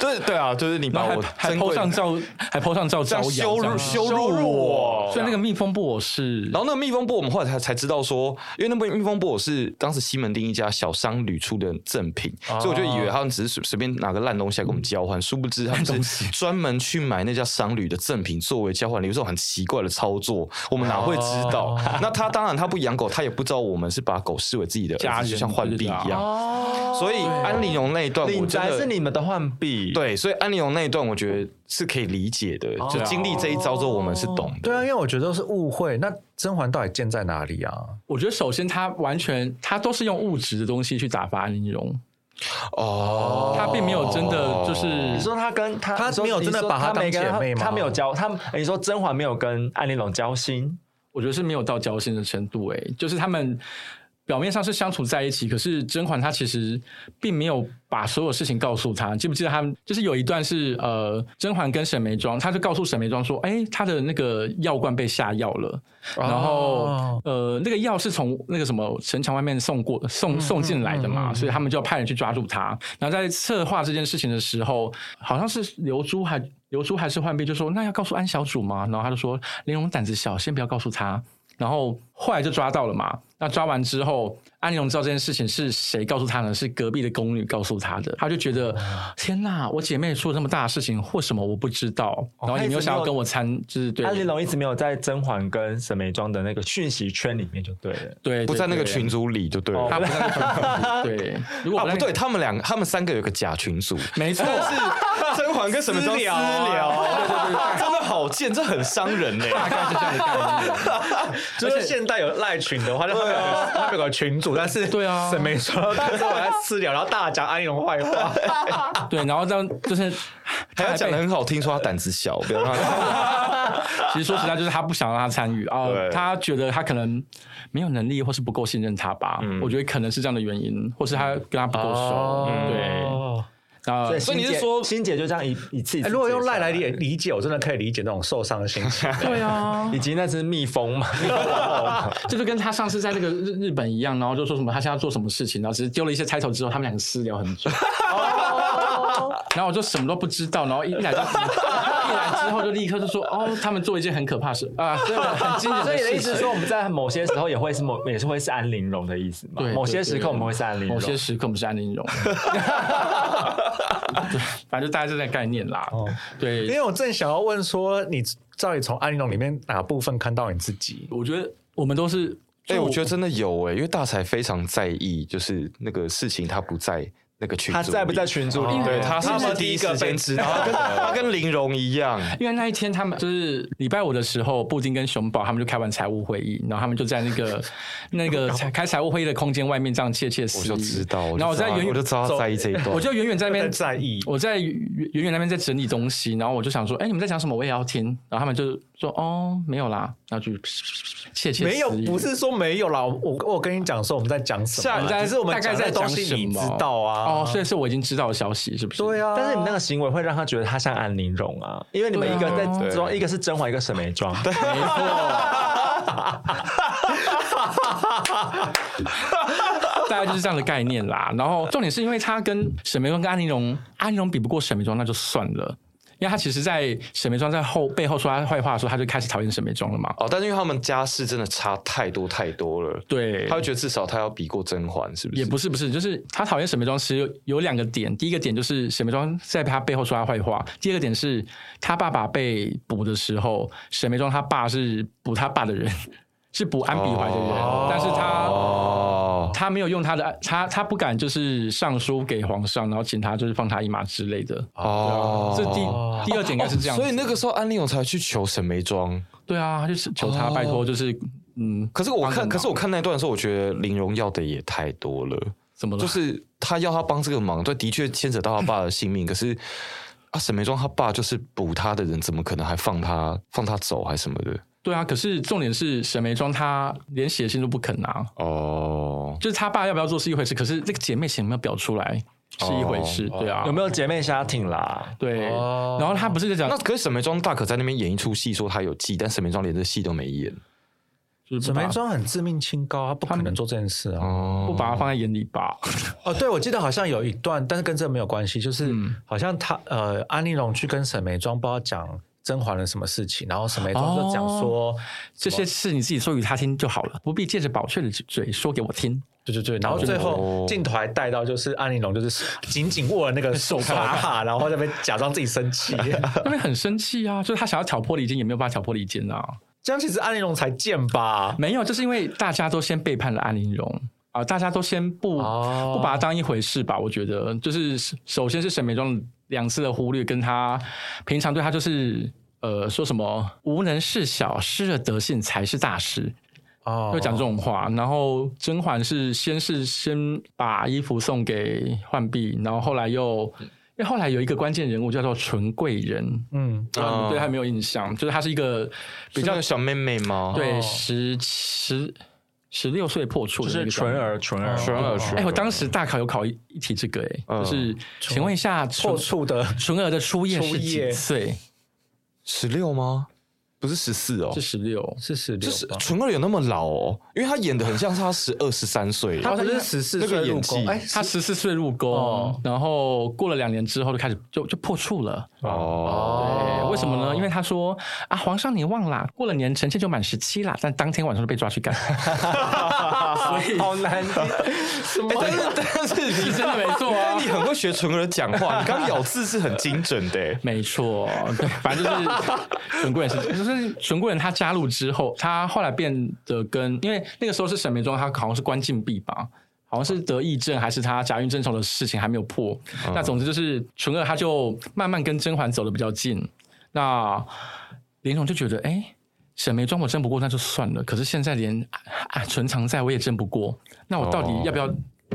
Speaker 3: 对对啊，就是你把
Speaker 2: 然后
Speaker 3: 我
Speaker 2: 还还
Speaker 3: 珍
Speaker 2: 抛
Speaker 3: 贵的
Speaker 2: 上照，还抛上
Speaker 3: [laughs]
Speaker 2: 照
Speaker 3: 这
Speaker 2: 招
Speaker 3: 样
Speaker 2: 摇，
Speaker 3: 羞
Speaker 2: 这样
Speaker 3: 辱
Speaker 2: 子
Speaker 3: 羞辱我，啊
Speaker 2: 所以那个蜜蜂布偶是，
Speaker 3: 然后那个蜜蜂布，我们后来才才知道说，因为那蜜蜜蜂布偶是当时西门町一家小商旅出的赠品，所以我就以为他们只是随随便拿个烂东西来跟我们交换，殊不知他们是专门去买那家商旅的赠品作为交换礼物，这种很奇怪的操作，我们哪会知道？那他当然他不养狗，他也不知道我们是把狗视为自己的
Speaker 2: 家
Speaker 3: 儿子，就
Speaker 2: 人
Speaker 3: 像浣
Speaker 2: 对
Speaker 3: 碧
Speaker 2: 对对啊哦
Speaker 3: 一样。
Speaker 1: 哦
Speaker 3: 所以安陵容那一段，我
Speaker 1: 领
Speaker 3: 真
Speaker 1: 宅
Speaker 3: 的
Speaker 1: 哦是你们的浣碧，，
Speaker 3: 对，所以安陵容那一段，我觉得是可以理解的。就经历这一招之后，我们是懂的。
Speaker 4: 对啊，
Speaker 2: 哦
Speaker 4: 因为我觉得都是误会。那甄嬛到底贱在哪里啊？
Speaker 2: 我觉得首先他完全他都是用物质的东西去打发安陵容，
Speaker 3: 哦，
Speaker 2: 他并没有真的就是
Speaker 1: 你说他跟他，
Speaker 4: 他
Speaker 1: 你说
Speaker 4: 没有真的
Speaker 1: 你说
Speaker 4: 把她
Speaker 1: 他没
Speaker 4: 当
Speaker 1: 跟
Speaker 4: 姐妹吗
Speaker 1: 他没有交他，你说甄嬛没有跟安陵容交心，
Speaker 2: 我觉得是没有到交心的程度、欸，就是他们表面上是相处在一起，可是甄嬛她其实并没有把所有事情告诉他。记不记得他们就是有一段是呃，甄嬛跟沈眉庄，她就告诉沈眉庄说，哎、她的那个药罐被下药了，然后、呃，那个药是从那个什么城墙外面送过送送进来的嘛，所以他们就要派人去抓住他。然后在策划这件事情的时候，好像是刘珠还。流出还是浣碧就说：“那要告诉安小主吗？”然后他就说：“玲珑胆子小，先不要告诉他。”然后后来就抓到了嘛。那抓完之后，安陵容知道这件事情是谁告诉他呢？是隔壁的宫女告诉他的。他就觉得天哪，我姐妹出了这么大的事情，为什么我不知道？然后也没有想要跟我参，就是
Speaker 3: 哦
Speaker 2: 对
Speaker 1: 安陵容一直没有在甄嬛跟沈眉庄的那个讯息圈里面就对了。
Speaker 2: 对
Speaker 3: 不在那个
Speaker 2: 对
Speaker 3: 群组里就对了。
Speaker 2: 他不在那个群组对，如果
Speaker 3: 啊，
Speaker 2: 在
Speaker 3: 不对，，他们两个，他们三个有个假群组，
Speaker 2: 没错，
Speaker 3: 但是甄嬛跟什么叫私
Speaker 4: 私聊
Speaker 3: [laughs]
Speaker 4: 啊
Speaker 3: 聊？真的好贱，这很伤人欸呢。
Speaker 2: 大概是这样的概念。
Speaker 4: 就是现代有赖群的话，就他们有个他们有个群主，但是
Speaker 2: 啊对啊
Speaker 4: 沈眉说跟我在私聊，然后大家讲安陵容坏
Speaker 2: [laughs]
Speaker 4: 话，
Speaker 2: 对，然后这样就是
Speaker 3: [laughs] 还要讲
Speaker 2: 被
Speaker 3: 的很好听，说他胆子小，不要让他。
Speaker 2: 其实说实在，就是他不想让他参与啊，
Speaker 3: 对
Speaker 2: 他觉得他可能没有能力，或是不够信任他吧。我觉得可能是这样的原因，或是他跟他不够熟。对，啊
Speaker 1: 嗯所以，
Speaker 3: 所以你
Speaker 1: 欣
Speaker 3: 是
Speaker 1: 姐
Speaker 3: 说
Speaker 1: 欣姐就这样一一次一次
Speaker 4: 哎如果用
Speaker 1: 介绍
Speaker 4: 赖来理理解，我真的可以理解那种受伤的心
Speaker 2: [laughs]
Speaker 4: 情。
Speaker 2: 对啊，
Speaker 1: 以及那只蜜蜂嘛，蜜蜂玩偶嘛
Speaker 2: 这 [laughs] 就跟他上次在那个日日本一样，然后就说什么他现在做什么事情，然后只是丢了一些 title 之后，他们两个私聊很久。
Speaker 1: 哦
Speaker 2: 然后我就什么都不知道，然后一一来就一来之后就立刻就说哦，他们做一件很可怕的事啊，真的很惊人
Speaker 1: 所以你的意
Speaker 2: 的
Speaker 1: 思
Speaker 2: 事
Speaker 1: 是
Speaker 2: 情
Speaker 1: 说，。我们在某些时候也会是某也是会是安陵容的意思嘛？
Speaker 2: 对，
Speaker 1: 某
Speaker 2: 对
Speaker 1: 些
Speaker 2: 对
Speaker 1: 时刻
Speaker 2: 对
Speaker 1: 我们会是安陵容，
Speaker 2: 某些时刻我们是安陵
Speaker 1: [laughs]
Speaker 2: 容。对，反正就大概是这个概念啦。
Speaker 3: 哦
Speaker 4: 因
Speaker 2: 对，
Speaker 4: 为我正想要问说，你到底从安陵容里面哪部分看到你自己？
Speaker 2: 我觉得我们都是，
Speaker 3: 哎，
Speaker 2: 就
Speaker 3: 我觉得真的有哎，因为大才非常在意，就是那个事情他不在那个群组，
Speaker 1: 他在不在？群组里？
Speaker 3: 对，他是不是
Speaker 4: 们
Speaker 3: 第
Speaker 4: 第
Speaker 3: 一
Speaker 4: 一
Speaker 3: 个
Speaker 4: 个
Speaker 3: 被
Speaker 4: 被
Speaker 3: 知道？ [laughs] 他跟他跟玲珑一样，
Speaker 2: 因为那一天他们就是礼拜五的时候，布丁跟熊宝他们就开完财务会议，然后他们就在那
Speaker 4: [laughs]
Speaker 2: 个那个财开财务会议的空间外面这样窃窃私
Speaker 3: 我
Speaker 2: 语。
Speaker 3: 就知道，
Speaker 2: 然后我
Speaker 3: 就知
Speaker 2: 在
Speaker 3: 道
Speaker 2: 远
Speaker 3: 我
Speaker 2: 远，
Speaker 3: 就知道他在意这一段，
Speaker 2: 我就远远在那
Speaker 4: 在
Speaker 2: 边
Speaker 4: 在意
Speaker 2: 我在远远远那边在整理东西，然后我就想说，哎、你们在讲什么？我也要听。然后他们就说，哦，没有啦，然后就窃窃私语。
Speaker 4: 没有，不是说没有啦。我我跟你讲说我们在讲什
Speaker 2: 下
Speaker 4: 么，但是我们
Speaker 2: 大啊概在
Speaker 4: 讲
Speaker 2: 讲
Speaker 4: 的东西
Speaker 2: 什
Speaker 4: 你
Speaker 2: 么？
Speaker 4: 知道啊？
Speaker 2: 哦，所以是我已经知道的消息，是不是？
Speaker 4: 对
Speaker 2: 啊，
Speaker 4: 啊，
Speaker 1: 但是你那个行为会让他觉得他像安陵容啊，因为你们一个
Speaker 2: 对啊
Speaker 1: 在装，
Speaker 3: 对
Speaker 1: 一个是甄嬛，一个沈眉庄。对，
Speaker 2: 没 [laughs] 错。大概就是这样的概念啦。然后重点是因为他跟沈眉庄跟安陵容，安陵容比不过沈眉庄，那就算了。因为他其实，在沈眉庄在后背后说他坏话的时候，他就开始讨厌沈眉庄了嘛。
Speaker 3: 哦，但是因为他们家世真的差太多太多了，
Speaker 2: 对
Speaker 3: 他，会觉得至少他要比过甄嬛，是不是？
Speaker 2: 也不是不是，就是他讨厌沈眉庄，其实有有两个点。第一个点就是沈眉庄在他背后说他坏话；第二个点是他爸爸被捕的时候，沈眉庄他爸是捕他爸的人， [laughs] 是捕安比怀的人，
Speaker 3: 哦
Speaker 2: 但是他。
Speaker 3: 哦，
Speaker 2: 他没有用他的，他他不敢就是上书给皇上，然后请他就是放他一马之类的。
Speaker 3: 哦，
Speaker 2: 啊这第第二点应该是这样子、
Speaker 3: 所以那个时候安利勇才去求沈眉庄。
Speaker 2: 对啊，他就是求他
Speaker 3: 哦
Speaker 2: 拜托，就是、嗯，
Speaker 3: 可是我
Speaker 2: 帮个
Speaker 3: 看，
Speaker 2: 忙
Speaker 3: 可是我看那段的时候，我觉得林荣要的也太多了，
Speaker 2: 怎么了？
Speaker 3: 就是他要他帮这个忙，对，的确牵扯到他爸的性命。可是啊，沈眉庄他爸就是补他的人，怎么可能还放他放他走还什么的？
Speaker 2: 对啊，可是重点是沈眉庄她连写信都不肯拿，
Speaker 3: 哦，
Speaker 2: 就是她爸要不要做是一回事，可是这个姐妹情有没有表出来是一回事，
Speaker 4: 哦
Speaker 2: 对啊，
Speaker 1: 有没有姐妹家庭啦？
Speaker 2: 对？
Speaker 4: 哦
Speaker 2: 然后她不是在讲
Speaker 3: 那可是沈眉庄大可在那边演一出戏，说他有戏，但沈眉庄连这戏都没演。
Speaker 2: 就是
Speaker 4: 沈
Speaker 2: 不把
Speaker 4: 眉庄很致命清高，他不可能做这件事啊。
Speaker 3: 哦，
Speaker 2: 不把她放在眼里
Speaker 3: [laughs]
Speaker 2: 吧？
Speaker 4: 哦，对，我记得好像有一段，但是跟这没有关系，就是
Speaker 2: 嗯
Speaker 4: 好像他呃，安陵容去跟沈眉庄不知道讲甄嬛的什么事情，然后沈眉庄就讲
Speaker 2: 哦
Speaker 4: 说，
Speaker 2: 这些事你自己说与她听就好了，不必借着宝翠的嘴说给我
Speaker 3: [laughs]
Speaker 2: 听。
Speaker 4: 对对对，然后最
Speaker 2: 哦
Speaker 4: 后镜头还带到就是安陵容就是紧紧握了那个手帕，然后在那边假装自己
Speaker 2: [laughs]
Speaker 4: 生气，
Speaker 2: 那边很生气啊，就是她想要挑拨离间，也没有办法挑拨离间啊。
Speaker 4: 这样其实安陵容才贱吧？
Speaker 2: 没有，就是因为大家都先背叛了安陵容啊、大家都先不、
Speaker 4: 哦
Speaker 2: 嗯不把它当一回事吧。我觉得，就是首先是沈眉庄两次的忽略，跟她平常对她就是呃说什么无能是小，失了德性才是大事，
Speaker 4: 哦
Speaker 2: 会讲这种话。然后甄嬛是先是先把衣服送给浣碧，然后后来又。因为后来有一个关键人物叫做纯贵人，
Speaker 4: 嗯，
Speaker 2: 不知
Speaker 1: 哦
Speaker 2: 道你对他有没有印象，就是他是一个比
Speaker 3: 比
Speaker 2: 较
Speaker 3: 较小妹妹
Speaker 1: 哦
Speaker 3: 吗？
Speaker 2: 对，十十十六岁破处
Speaker 1: 就
Speaker 2: 的那
Speaker 1: 是纯
Speaker 2: 个状态。
Speaker 1: 儿，纯儿，哦
Speaker 3: 纯儿纯
Speaker 2: 哎、
Speaker 3: 儿
Speaker 2: 我 [laughs] 当时大考有考一一题这个、哎、
Speaker 3: 嗯
Speaker 2: 就是请问一下，
Speaker 4: 破
Speaker 2: 纯
Speaker 4: 处的
Speaker 2: 纯儿的初夜
Speaker 4: 初
Speaker 2: 是
Speaker 4: 夜
Speaker 2: 几岁？
Speaker 3: 十六吗？不是十四哦
Speaker 2: 是。十六。
Speaker 4: 是十
Speaker 3: 就
Speaker 4: 六
Speaker 3: 是
Speaker 4: 吧，
Speaker 3: 纯儿有那么老哦，因为他演的很像是他十二十三岁，
Speaker 2: 哦
Speaker 4: 他不是十四
Speaker 3: 那个
Speaker 4: 岁入
Speaker 3: 演
Speaker 4: 宫，
Speaker 3: 技
Speaker 4: 哎，
Speaker 2: 他十四岁入宫，
Speaker 4: 哦
Speaker 2: 然后过了两年之后就开始就就破处了。
Speaker 3: 哦，
Speaker 2: 哎
Speaker 4: 哦
Speaker 2: 为什么呢？因为他说啊，皇上你忘啦，过了年臣妾就满十七啦，但当天晚上就被抓去干。 [laughs]
Speaker 1: 好难听。
Speaker 3: 哎但是但是
Speaker 2: 是
Speaker 3: 你
Speaker 2: 真的没错啊
Speaker 3: 但你很会学纯儿讲
Speaker 4: [laughs]
Speaker 3: 话，你刚咬字是很精准的欸。
Speaker 2: 没错，对，反正就是纯贵人是， [laughs] 就是纯贵人他加入之后，他后来变得跟，因为那个时候是沈眉庄，他好像是关禁闭吧。好像是得癔症还是他假孕正常的事情还没有破，那总之就是纯儿他就慢慢跟甄嬛走的比较近，那林总就觉得哎。沈眉庄我争不过那就算了，可是现在连啊纯常在我也争不过，那我到底要不要？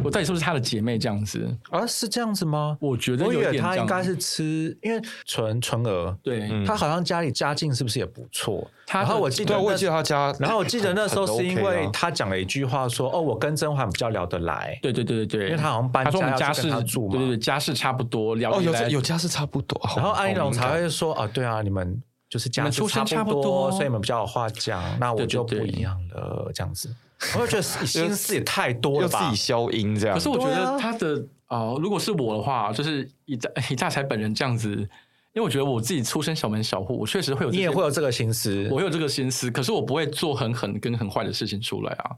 Speaker 2: 我到底是不是她的姐妹这样子？
Speaker 4: 啊是这样子吗？
Speaker 2: 我觉得
Speaker 4: 我以
Speaker 2: 有
Speaker 4: 为
Speaker 2: 点
Speaker 4: 他
Speaker 2: 这
Speaker 4: 应
Speaker 2: 样
Speaker 4: 该是吃，因为纯纯儿，
Speaker 2: 对，
Speaker 3: 嗯
Speaker 4: 他好像家里家境是不是也不错？
Speaker 2: 他的
Speaker 4: 然后我记得
Speaker 3: 对啊，
Speaker 4: 那，
Speaker 3: 我也记得他家，
Speaker 4: 然后我记得那时候是因
Speaker 3: 很 OK
Speaker 4: 为
Speaker 3: 啊
Speaker 4: 他讲了一句话说：“哦，我跟甄嬛比较聊得来。
Speaker 2: 对对对对对，
Speaker 4: 因为他好像搬
Speaker 2: 他说我
Speaker 4: 家
Speaker 2: 们
Speaker 4: 要
Speaker 2: 家
Speaker 4: 去
Speaker 2: 世
Speaker 4: 跟他住嘛
Speaker 2: 对对对，家世差不多，聊
Speaker 3: 哦，
Speaker 2: 起
Speaker 3: 有
Speaker 2: 来
Speaker 3: 家有家是差不多，”
Speaker 4: 然后安
Speaker 3: 一
Speaker 4: 陵容才
Speaker 3: 会
Speaker 4: 会说：“哦，对啊，你们就是家
Speaker 2: 你们
Speaker 4: 世
Speaker 2: 出身
Speaker 4: 差
Speaker 2: 差不
Speaker 4: 多，
Speaker 2: 多
Speaker 4: 所以你们比较有话讲。那我
Speaker 2: 对对
Speaker 4: 就不
Speaker 2: 对
Speaker 4: 一样了，这样子。”我就觉得心思也太多
Speaker 3: 要
Speaker 4: 了
Speaker 3: 自
Speaker 4: 吧
Speaker 3: 己？消音这样。
Speaker 2: 可是我觉
Speaker 4: 对啊
Speaker 2: 得他的哦、如果是我的话，就是以大 [laughs] 以大才本人这样子，因为我觉得我自己出身小门小户，我确实会有这
Speaker 4: 你
Speaker 2: 些
Speaker 4: 也会有这个心思
Speaker 2: 我。会有这个心思，可是我不会做很狠跟很坏的事情出来啊。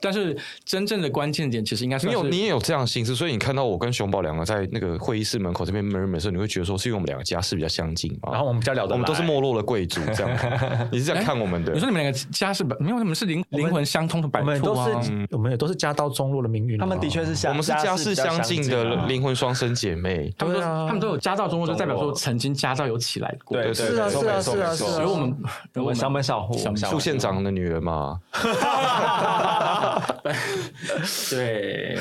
Speaker 2: 但是真正的关键点，其实应该
Speaker 3: 你
Speaker 2: 算是
Speaker 3: 有你也有这样的心思，所以你看到我跟熊宝两个在那个会议室门口这边 murmur 的时候，你会觉得说是因为我们两个家世比较相近嘛？
Speaker 4: 然后我们比较聊得
Speaker 3: 我
Speaker 4: 来，
Speaker 3: 们都是没落的贵族这
Speaker 4: [laughs]
Speaker 3: 样，你是这样看我们的
Speaker 2: 你？说你们两个家世本没有，你们是灵灵魂相通的
Speaker 4: 我
Speaker 2: 摆
Speaker 4: 们也
Speaker 2: 渡
Speaker 4: 都
Speaker 2: 啊。
Speaker 4: 是我们也都是家道中落的命运啊。
Speaker 1: 他们的确是相，
Speaker 3: 我们是家世相近啊的
Speaker 1: 邻，
Speaker 3: 灵魂双生姐妹。
Speaker 2: 他们都、
Speaker 4: 对啊
Speaker 2: 他们都有家道中落，就代表说曾经家道有起来过。
Speaker 1: 对，对
Speaker 4: 是啊
Speaker 1: 对
Speaker 4: 是啊
Speaker 1: 没错
Speaker 4: 是啊
Speaker 1: 没错
Speaker 4: 是啊
Speaker 2: 所以我们
Speaker 1: 我们小门小户，
Speaker 2: 小门小户
Speaker 3: 副县长的女儿嘛，
Speaker 2: 对。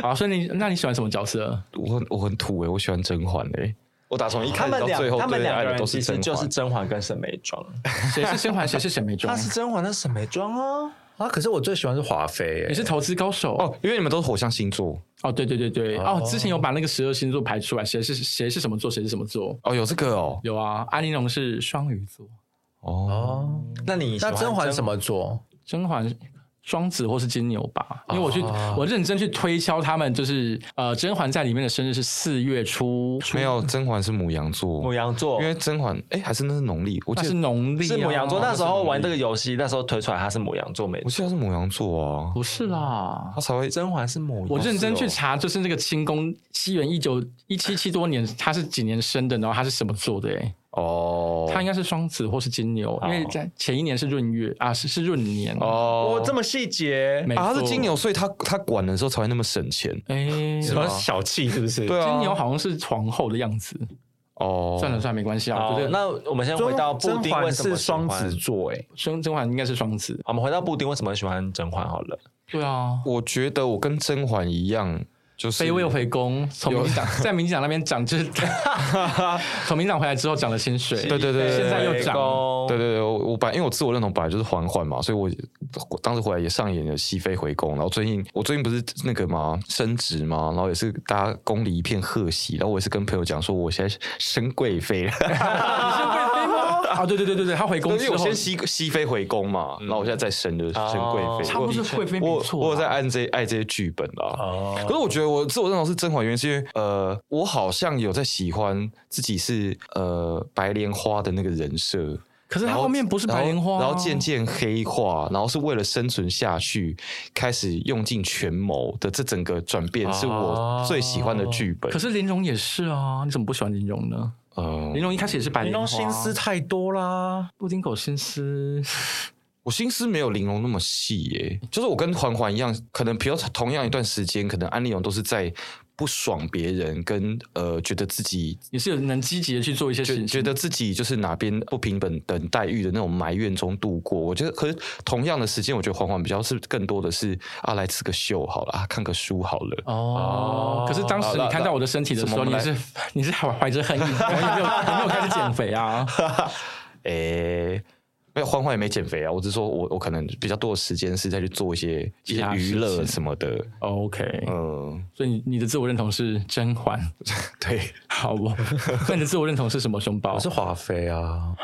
Speaker 2: 好，所以你那你喜欢什么
Speaker 1: [laughs]
Speaker 2: 角色？
Speaker 3: 我很我很土哎、我喜欢甄嬛哎、我打从一
Speaker 1: 他
Speaker 3: 开始
Speaker 1: 们
Speaker 3: 到最
Speaker 1: 两
Speaker 3: 后
Speaker 1: 他们
Speaker 3: 对
Speaker 1: 两
Speaker 3: 爱
Speaker 1: 个
Speaker 3: 的都
Speaker 1: 人其实
Speaker 3: 甄
Speaker 1: 就是
Speaker 3: 嬛。
Speaker 1: 甄嬛跟沈眉庄，
Speaker 2: 谁是甄嬛，啊谁是沈眉
Speaker 1: 她
Speaker 2: 庄？
Speaker 1: 是甄嬛，那是沈眉庄啊。
Speaker 4: 啊，可是我最喜欢是华妃
Speaker 2: 你
Speaker 4: 欸。
Speaker 2: 是投资高手哦
Speaker 3: 哦，因为你们都是火象星座
Speaker 2: 哦，对对对对哦，之前有把那个十二星座排出来，谁是谁是什么座，谁是什么座？
Speaker 3: 哦，有这个哦
Speaker 2: 有啊，安陵容是双鱼座，
Speaker 3: 哦，
Speaker 4: 哦，
Speaker 1: 那你喜
Speaker 4: 那
Speaker 1: 欢
Speaker 4: 甄嬛什？么座？
Speaker 2: 甄嬛双子或是金牛吧，因为我去、
Speaker 1: 哦
Speaker 2: 我认真去推敲他们，就是呃，甄嬛在里面的生日是四月初，
Speaker 3: 没有，甄嬛是母羊座，
Speaker 1: 母羊座
Speaker 3: 因为甄嬛，哎、还是那是农历，我
Speaker 2: 那
Speaker 3: 记
Speaker 2: 是
Speaker 3: 得
Speaker 2: 农历、啊，
Speaker 1: 是母羊座。那时候玩这个游戏，那时候推出来他是母羊座没
Speaker 3: 我？记得是母羊座啊，
Speaker 2: 不是啦，
Speaker 3: 他才会
Speaker 1: 甄嬛是母羊，
Speaker 2: 我认真去
Speaker 1: 哦是哦
Speaker 2: 查，就是那个清宫，西元一九一七七多年，他是几年生的，然后他是什么座的、欸？
Speaker 3: 哦，
Speaker 2: 他应该是双子或是金牛，因为在前一年是闰月啊，是是闰年。
Speaker 3: 哦
Speaker 4: 哦，这么细节，
Speaker 2: 没
Speaker 3: 啊，他是
Speaker 2: 错
Speaker 3: 金，牛，所以他他管的时候才会那么省钱。
Speaker 2: 哎、
Speaker 4: 什么小气是不是？
Speaker 3: 对啊，
Speaker 2: 金牛好像是皇后的样子。
Speaker 3: 哦，
Speaker 2: 算了算了，没关系啊。我
Speaker 1: 好
Speaker 2: 觉得，那
Speaker 1: 那我们先回到布
Speaker 4: 甄
Speaker 1: 丁为
Speaker 4: 嬛
Speaker 1: 什么
Speaker 4: 是
Speaker 1: 喜
Speaker 4: 双
Speaker 1: 欢
Speaker 4: 子座，哎，
Speaker 2: 甄甄嬛应该是双子。
Speaker 1: 我们回到布丁为什么喜欢甄嬛好了，
Speaker 2: 对啊，
Speaker 3: 我觉得我跟甄嬛一样，就是
Speaker 2: 卑微回宫，从民进党在民进党那边涨，
Speaker 3: [laughs]
Speaker 2: 就是 [laughs] 从民进党回来之后涨了薪水。
Speaker 3: 对对对对
Speaker 2: 现在又涨
Speaker 1: 涨
Speaker 3: 对对对，我我本来因为我自我认同本来就是嬛嬛嘛，所以我我当时回来也上演了熹妃回宫，然后最近我最近不是那个嘛升职嘛，然后也是大家宫里一片贺喜，然后我也是跟朋友讲说我现在升贵妃了，
Speaker 2: 啊，对对对对对，他回
Speaker 3: 因
Speaker 2: 宫
Speaker 3: 为
Speaker 2: 之
Speaker 3: 我
Speaker 2: 后，
Speaker 3: 先熹熹妃回宫嘛，然后我现在再升就是升贵妃，
Speaker 1: 哦
Speaker 2: 差不多是贵妃没
Speaker 3: 我
Speaker 2: 错啊。
Speaker 3: 我有在按这爱这些剧本啦。
Speaker 4: 哦
Speaker 3: 可是我觉得我自我认同是甄嬛，原因是因为呃，我好像有在喜欢自己是呃白莲花的那个人设。
Speaker 2: 可是他
Speaker 3: 然
Speaker 2: 后面不是白莲花啊
Speaker 3: 然后，然后渐渐黑化，然后是为了生存下去，开始用尽权谋的这整个转变，是我最喜欢的剧本。
Speaker 2: 哦可是林荣也是啊，你怎么不喜欢林荣呢？
Speaker 3: 呃，
Speaker 2: 哦林荣一开始也是白
Speaker 4: 你
Speaker 2: 莲花，
Speaker 4: 都心思太多啦，
Speaker 2: 布丁狗心思。
Speaker 3: 我心思没有玲珑那么细耶、就是我跟环环一样，可能比如同样一段时间，可能安利荣都是在不爽别人，跟呃觉得自己
Speaker 2: 也是有能积极的去做一些事
Speaker 3: 觉
Speaker 2: 情，
Speaker 3: 觉得自己就是哪边不平等等待遇的那种埋怨中度过。我觉得，可是同样的时间，我觉得环环比较是更多的是啊，来吃个秀好了，啊，看个书好了。
Speaker 2: 哦。可是当时你看到我的身体的时候，
Speaker 3: 什么
Speaker 2: 你
Speaker 3: 来
Speaker 2: 是你是怀怀着恨意， [laughs] 然后也没有也没有开始减肥啊。
Speaker 3: 诶、没有，欢欢也没减肥啊，我只是说我我可能比较多的时间是在去做一些一
Speaker 2: 其
Speaker 3: 些
Speaker 2: 他
Speaker 3: 娱
Speaker 2: 事
Speaker 3: 乐
Speaker 2: 情
Speaker 3: 什么的。
Speaker 4: 哦
Speaker 2: OK，
Speaker 3: 嗯，
Speaker 2: 所以你你的自我认同是甄嬛，
Speaker 3: 对，
Speaker 2: 好
Speaker 4: [laughs]
Speaker 2: 不？那你的自我认同是什么？熊宝
Speaker 4: 我哦是华妃啊，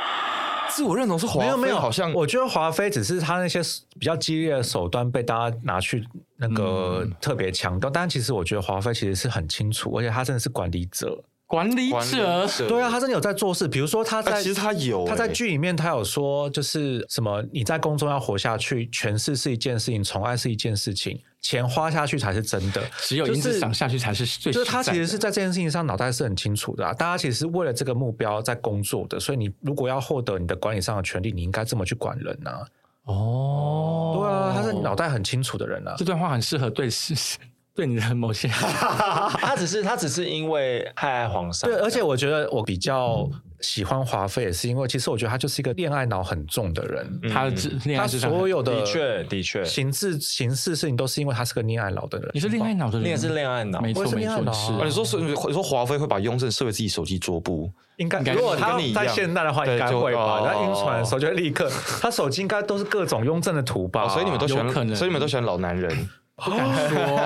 Speaker 3: 自我认同是华
Speaker 4: 没有
Speaker 3: 妃
Speaker 4: 没有，
Speaker 3: 好像
Speaker 4: 啊我觉得华妃只是她那些比较激烈的手段被大家拿去那个特别强调，但其实我觉得华妃其实是很清楚，而且她真的是管理者，
Speaker 2: 管理
Speaker 3: 管理
Speaker 2: 者，
Speaker 4: 对啊，她真的有在做事，比如说她
Speaker 3: 哎
Speaker 4: 在
Speaker 3: 其实她有
Speaker 4: 她在
Speaker 3: 哎
Speaker 4: 剧里面她有说就是什么你在宫中要活下去，权势是一件事情，宠爱是一件事情，钱花下去才是真的，
Speaker 2: 只有
Speaker 4: 就
Speaker 2: 因
Speaker 4: 是
Speaker 2: 此想下去才是最
Speaker 4: 就是
Speaker 2: 实
Speaker 4: 他
Speaker 2: 在
Speaker 4: 其实
Speaker 2: 的
Speaker 4: 是在这件事情上脑袋是很清楚的、啊，大家其实是为了这个目标在工作的，所以你如果要获得你的管理上的权利，你应该这么去管人啊。
Speaker 2: 哦，
Speaker 4: 对啊，他是脑袋很清楚的人啊
Speaker 2: 这。段话很适合对是对你的某些
Speaker 1: [laughs]
Speaker 4: [laughs]
Speaker 1: 他只是他只是因为太爱皇上，
Speaker 4: 对，而且我觉得我比较喜欢华妃，也是因为其实我觉得他就是一个恋爱脑很重的人，
Speaker 2: 他的智恋
Speaker 4: 嗯他
Speaker 2: 爱智商很。
Speaker 4: 所有的
Speaker 1: 的确的确，
Speaker 4: 形式形式事情都是因为他是个恋爱脑的人。
Speaker 2: 你是恋爱脑的人，
Speaker 1: 你也是恋爱脑
Speaker 2: 没错
Speaker 4: 我也是
Speaker 2: 没
Speaker 4: 恋爱
Speaker 2: 错，你
Speaker 4: 脑啊
Speaker 2: 是
Speaker 3: 啊，
Speaker 2: 啊
Speaker 3: 你说是你说华妃会把雍正设为自己手机桌布，
Speaker 4: 应该
Speaker 2: 应该
Speaker 4: 如果
Speaker 2: 是
Speaker 4: 他
Speaker 3: 跟你一
Speaker 4: 在
Speaker 3: 样
Speaker 4: 现代的话，应该
Speaker 3: 对就
Speaker 4: 会吧？
Speaker 3: 哦
Speaker 4: 他晕船的时候就会立刻，他手机应该都是各种雍正的图吧？
Speaker 3: 啊，所以你们都喜欢
Speaker 2: 有可，能
Speaker 3: 所以你们都喜欢老男人。
Speaker 2: 不敢说，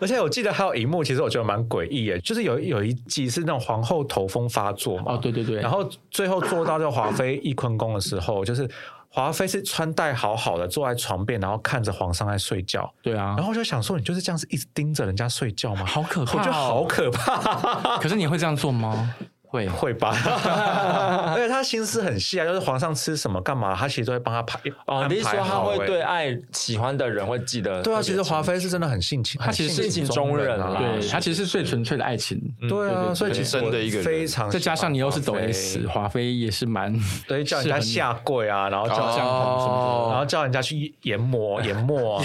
Speaker 4: 而且我记得还有一幕，其实我觉得蛮诡异的，就是有有一集是那种皇后头风发作嘛，
Speaker 2: 哦对对对
Speaker 4: 然后最后做到这个华妃翊坤宫的时候，就是华妃是穿戴好好的坐在床边，然后看着皇上在睡觉，
Speaker 2: 对啊
Speaker 4: 然，后我就想说，你就是这样子一直盯着人家睡觉吗？
Speaker 2: 好可怕哦
Speaker 4: 我觉得好可怕，
Speaker 2: 可是你会这样做吗？会，
Speaker 4: 会吧？而且他心思很细啊，就是皇上吃什么干嘛，他其实都会帮他排
Speaker 1: 哦，
Speaker 4: 安
Speaker 1: 你是说
Speaker 4: 排
Speaker 1: 他
Speaker 4: 好
Speaker 1: 会
Speaker 4: 欸
Speaker 1: 对爱喜欢的人会记得特别清？
Speaker 4: 对啊，其实华妃是真的很性情，
Speaker 2: 他其实是
Speaker 4: 很
Speaker 1: 性情中人
Speaker 4: 啊，
Speaker 1: 啊
Speaker 2: 对，它其实是最纯粹的爱情。
Speaker 4: 对啊，所以其
Speaker 3: 很
Speaker 4: 实
Speaker 3: 真
Speaker 4: 我
Speaker 3: 的一个人
Speaker 4: 非常喜欢华妃，
Speaker 2: 再加上你又是抖 S，华妃也是 [laughs] 蛮
Speaker 4: 对，叫人家下跪啊，然后叫
Speaker 2: 这样什
Speaker 4: 人
Speaker 3: 哦
Speaker 2: 么
Speaker 4: 然后叫人家去研磨 [laughs] 研磨啊，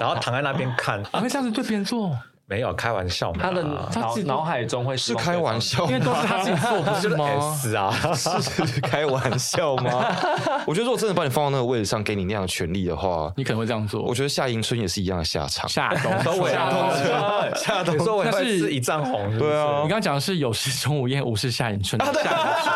Speaker 4: 然后躺在那边看，
Speaker 2: 的，你会这样子对别人做，
Speaker 4: 没有开玩笑嘛，
Speaker 1: 他的
Speaker 2: 他
Speaker 1: 脑
Speaker 2: 自己
Speaker 1: 脑海中会
Speaker 3: 是开玩，笑
Speaker 2: [laughs] 因为
Speaker 3: 吗，
Speaker 2: 都是他自己做，不
Speaker 4: 就
Speaker 2: [laughs]
Speaker 4: 是是
Speaker 2: 吗？
Speaker 4: S 啊， [laughs]
Speaker 3: 是 [laughs] 开玩笑吗？我觉得如果真的把你放到那个位置上，给你那样的权利的话，
Speaker 2: 你可能会这样做
Speaker 3: 我。觉得夏迎春也是一样的下场。
Speaker 2: 下东
Speaker 4: 都尾
Speaker 2: 下 [laughs] 东。
Speaker 4: [laughs] 下头，你说我
Speaker 2: 但
Speaker 4: 会
Speaker 2: 是
Speaker 4: 是一丈红，是不是
Speaker 3: 对啊
Speaker 2: 你刚刚讲的是有事钟无艳，无事夏迎春。夏迎 [laughs] 春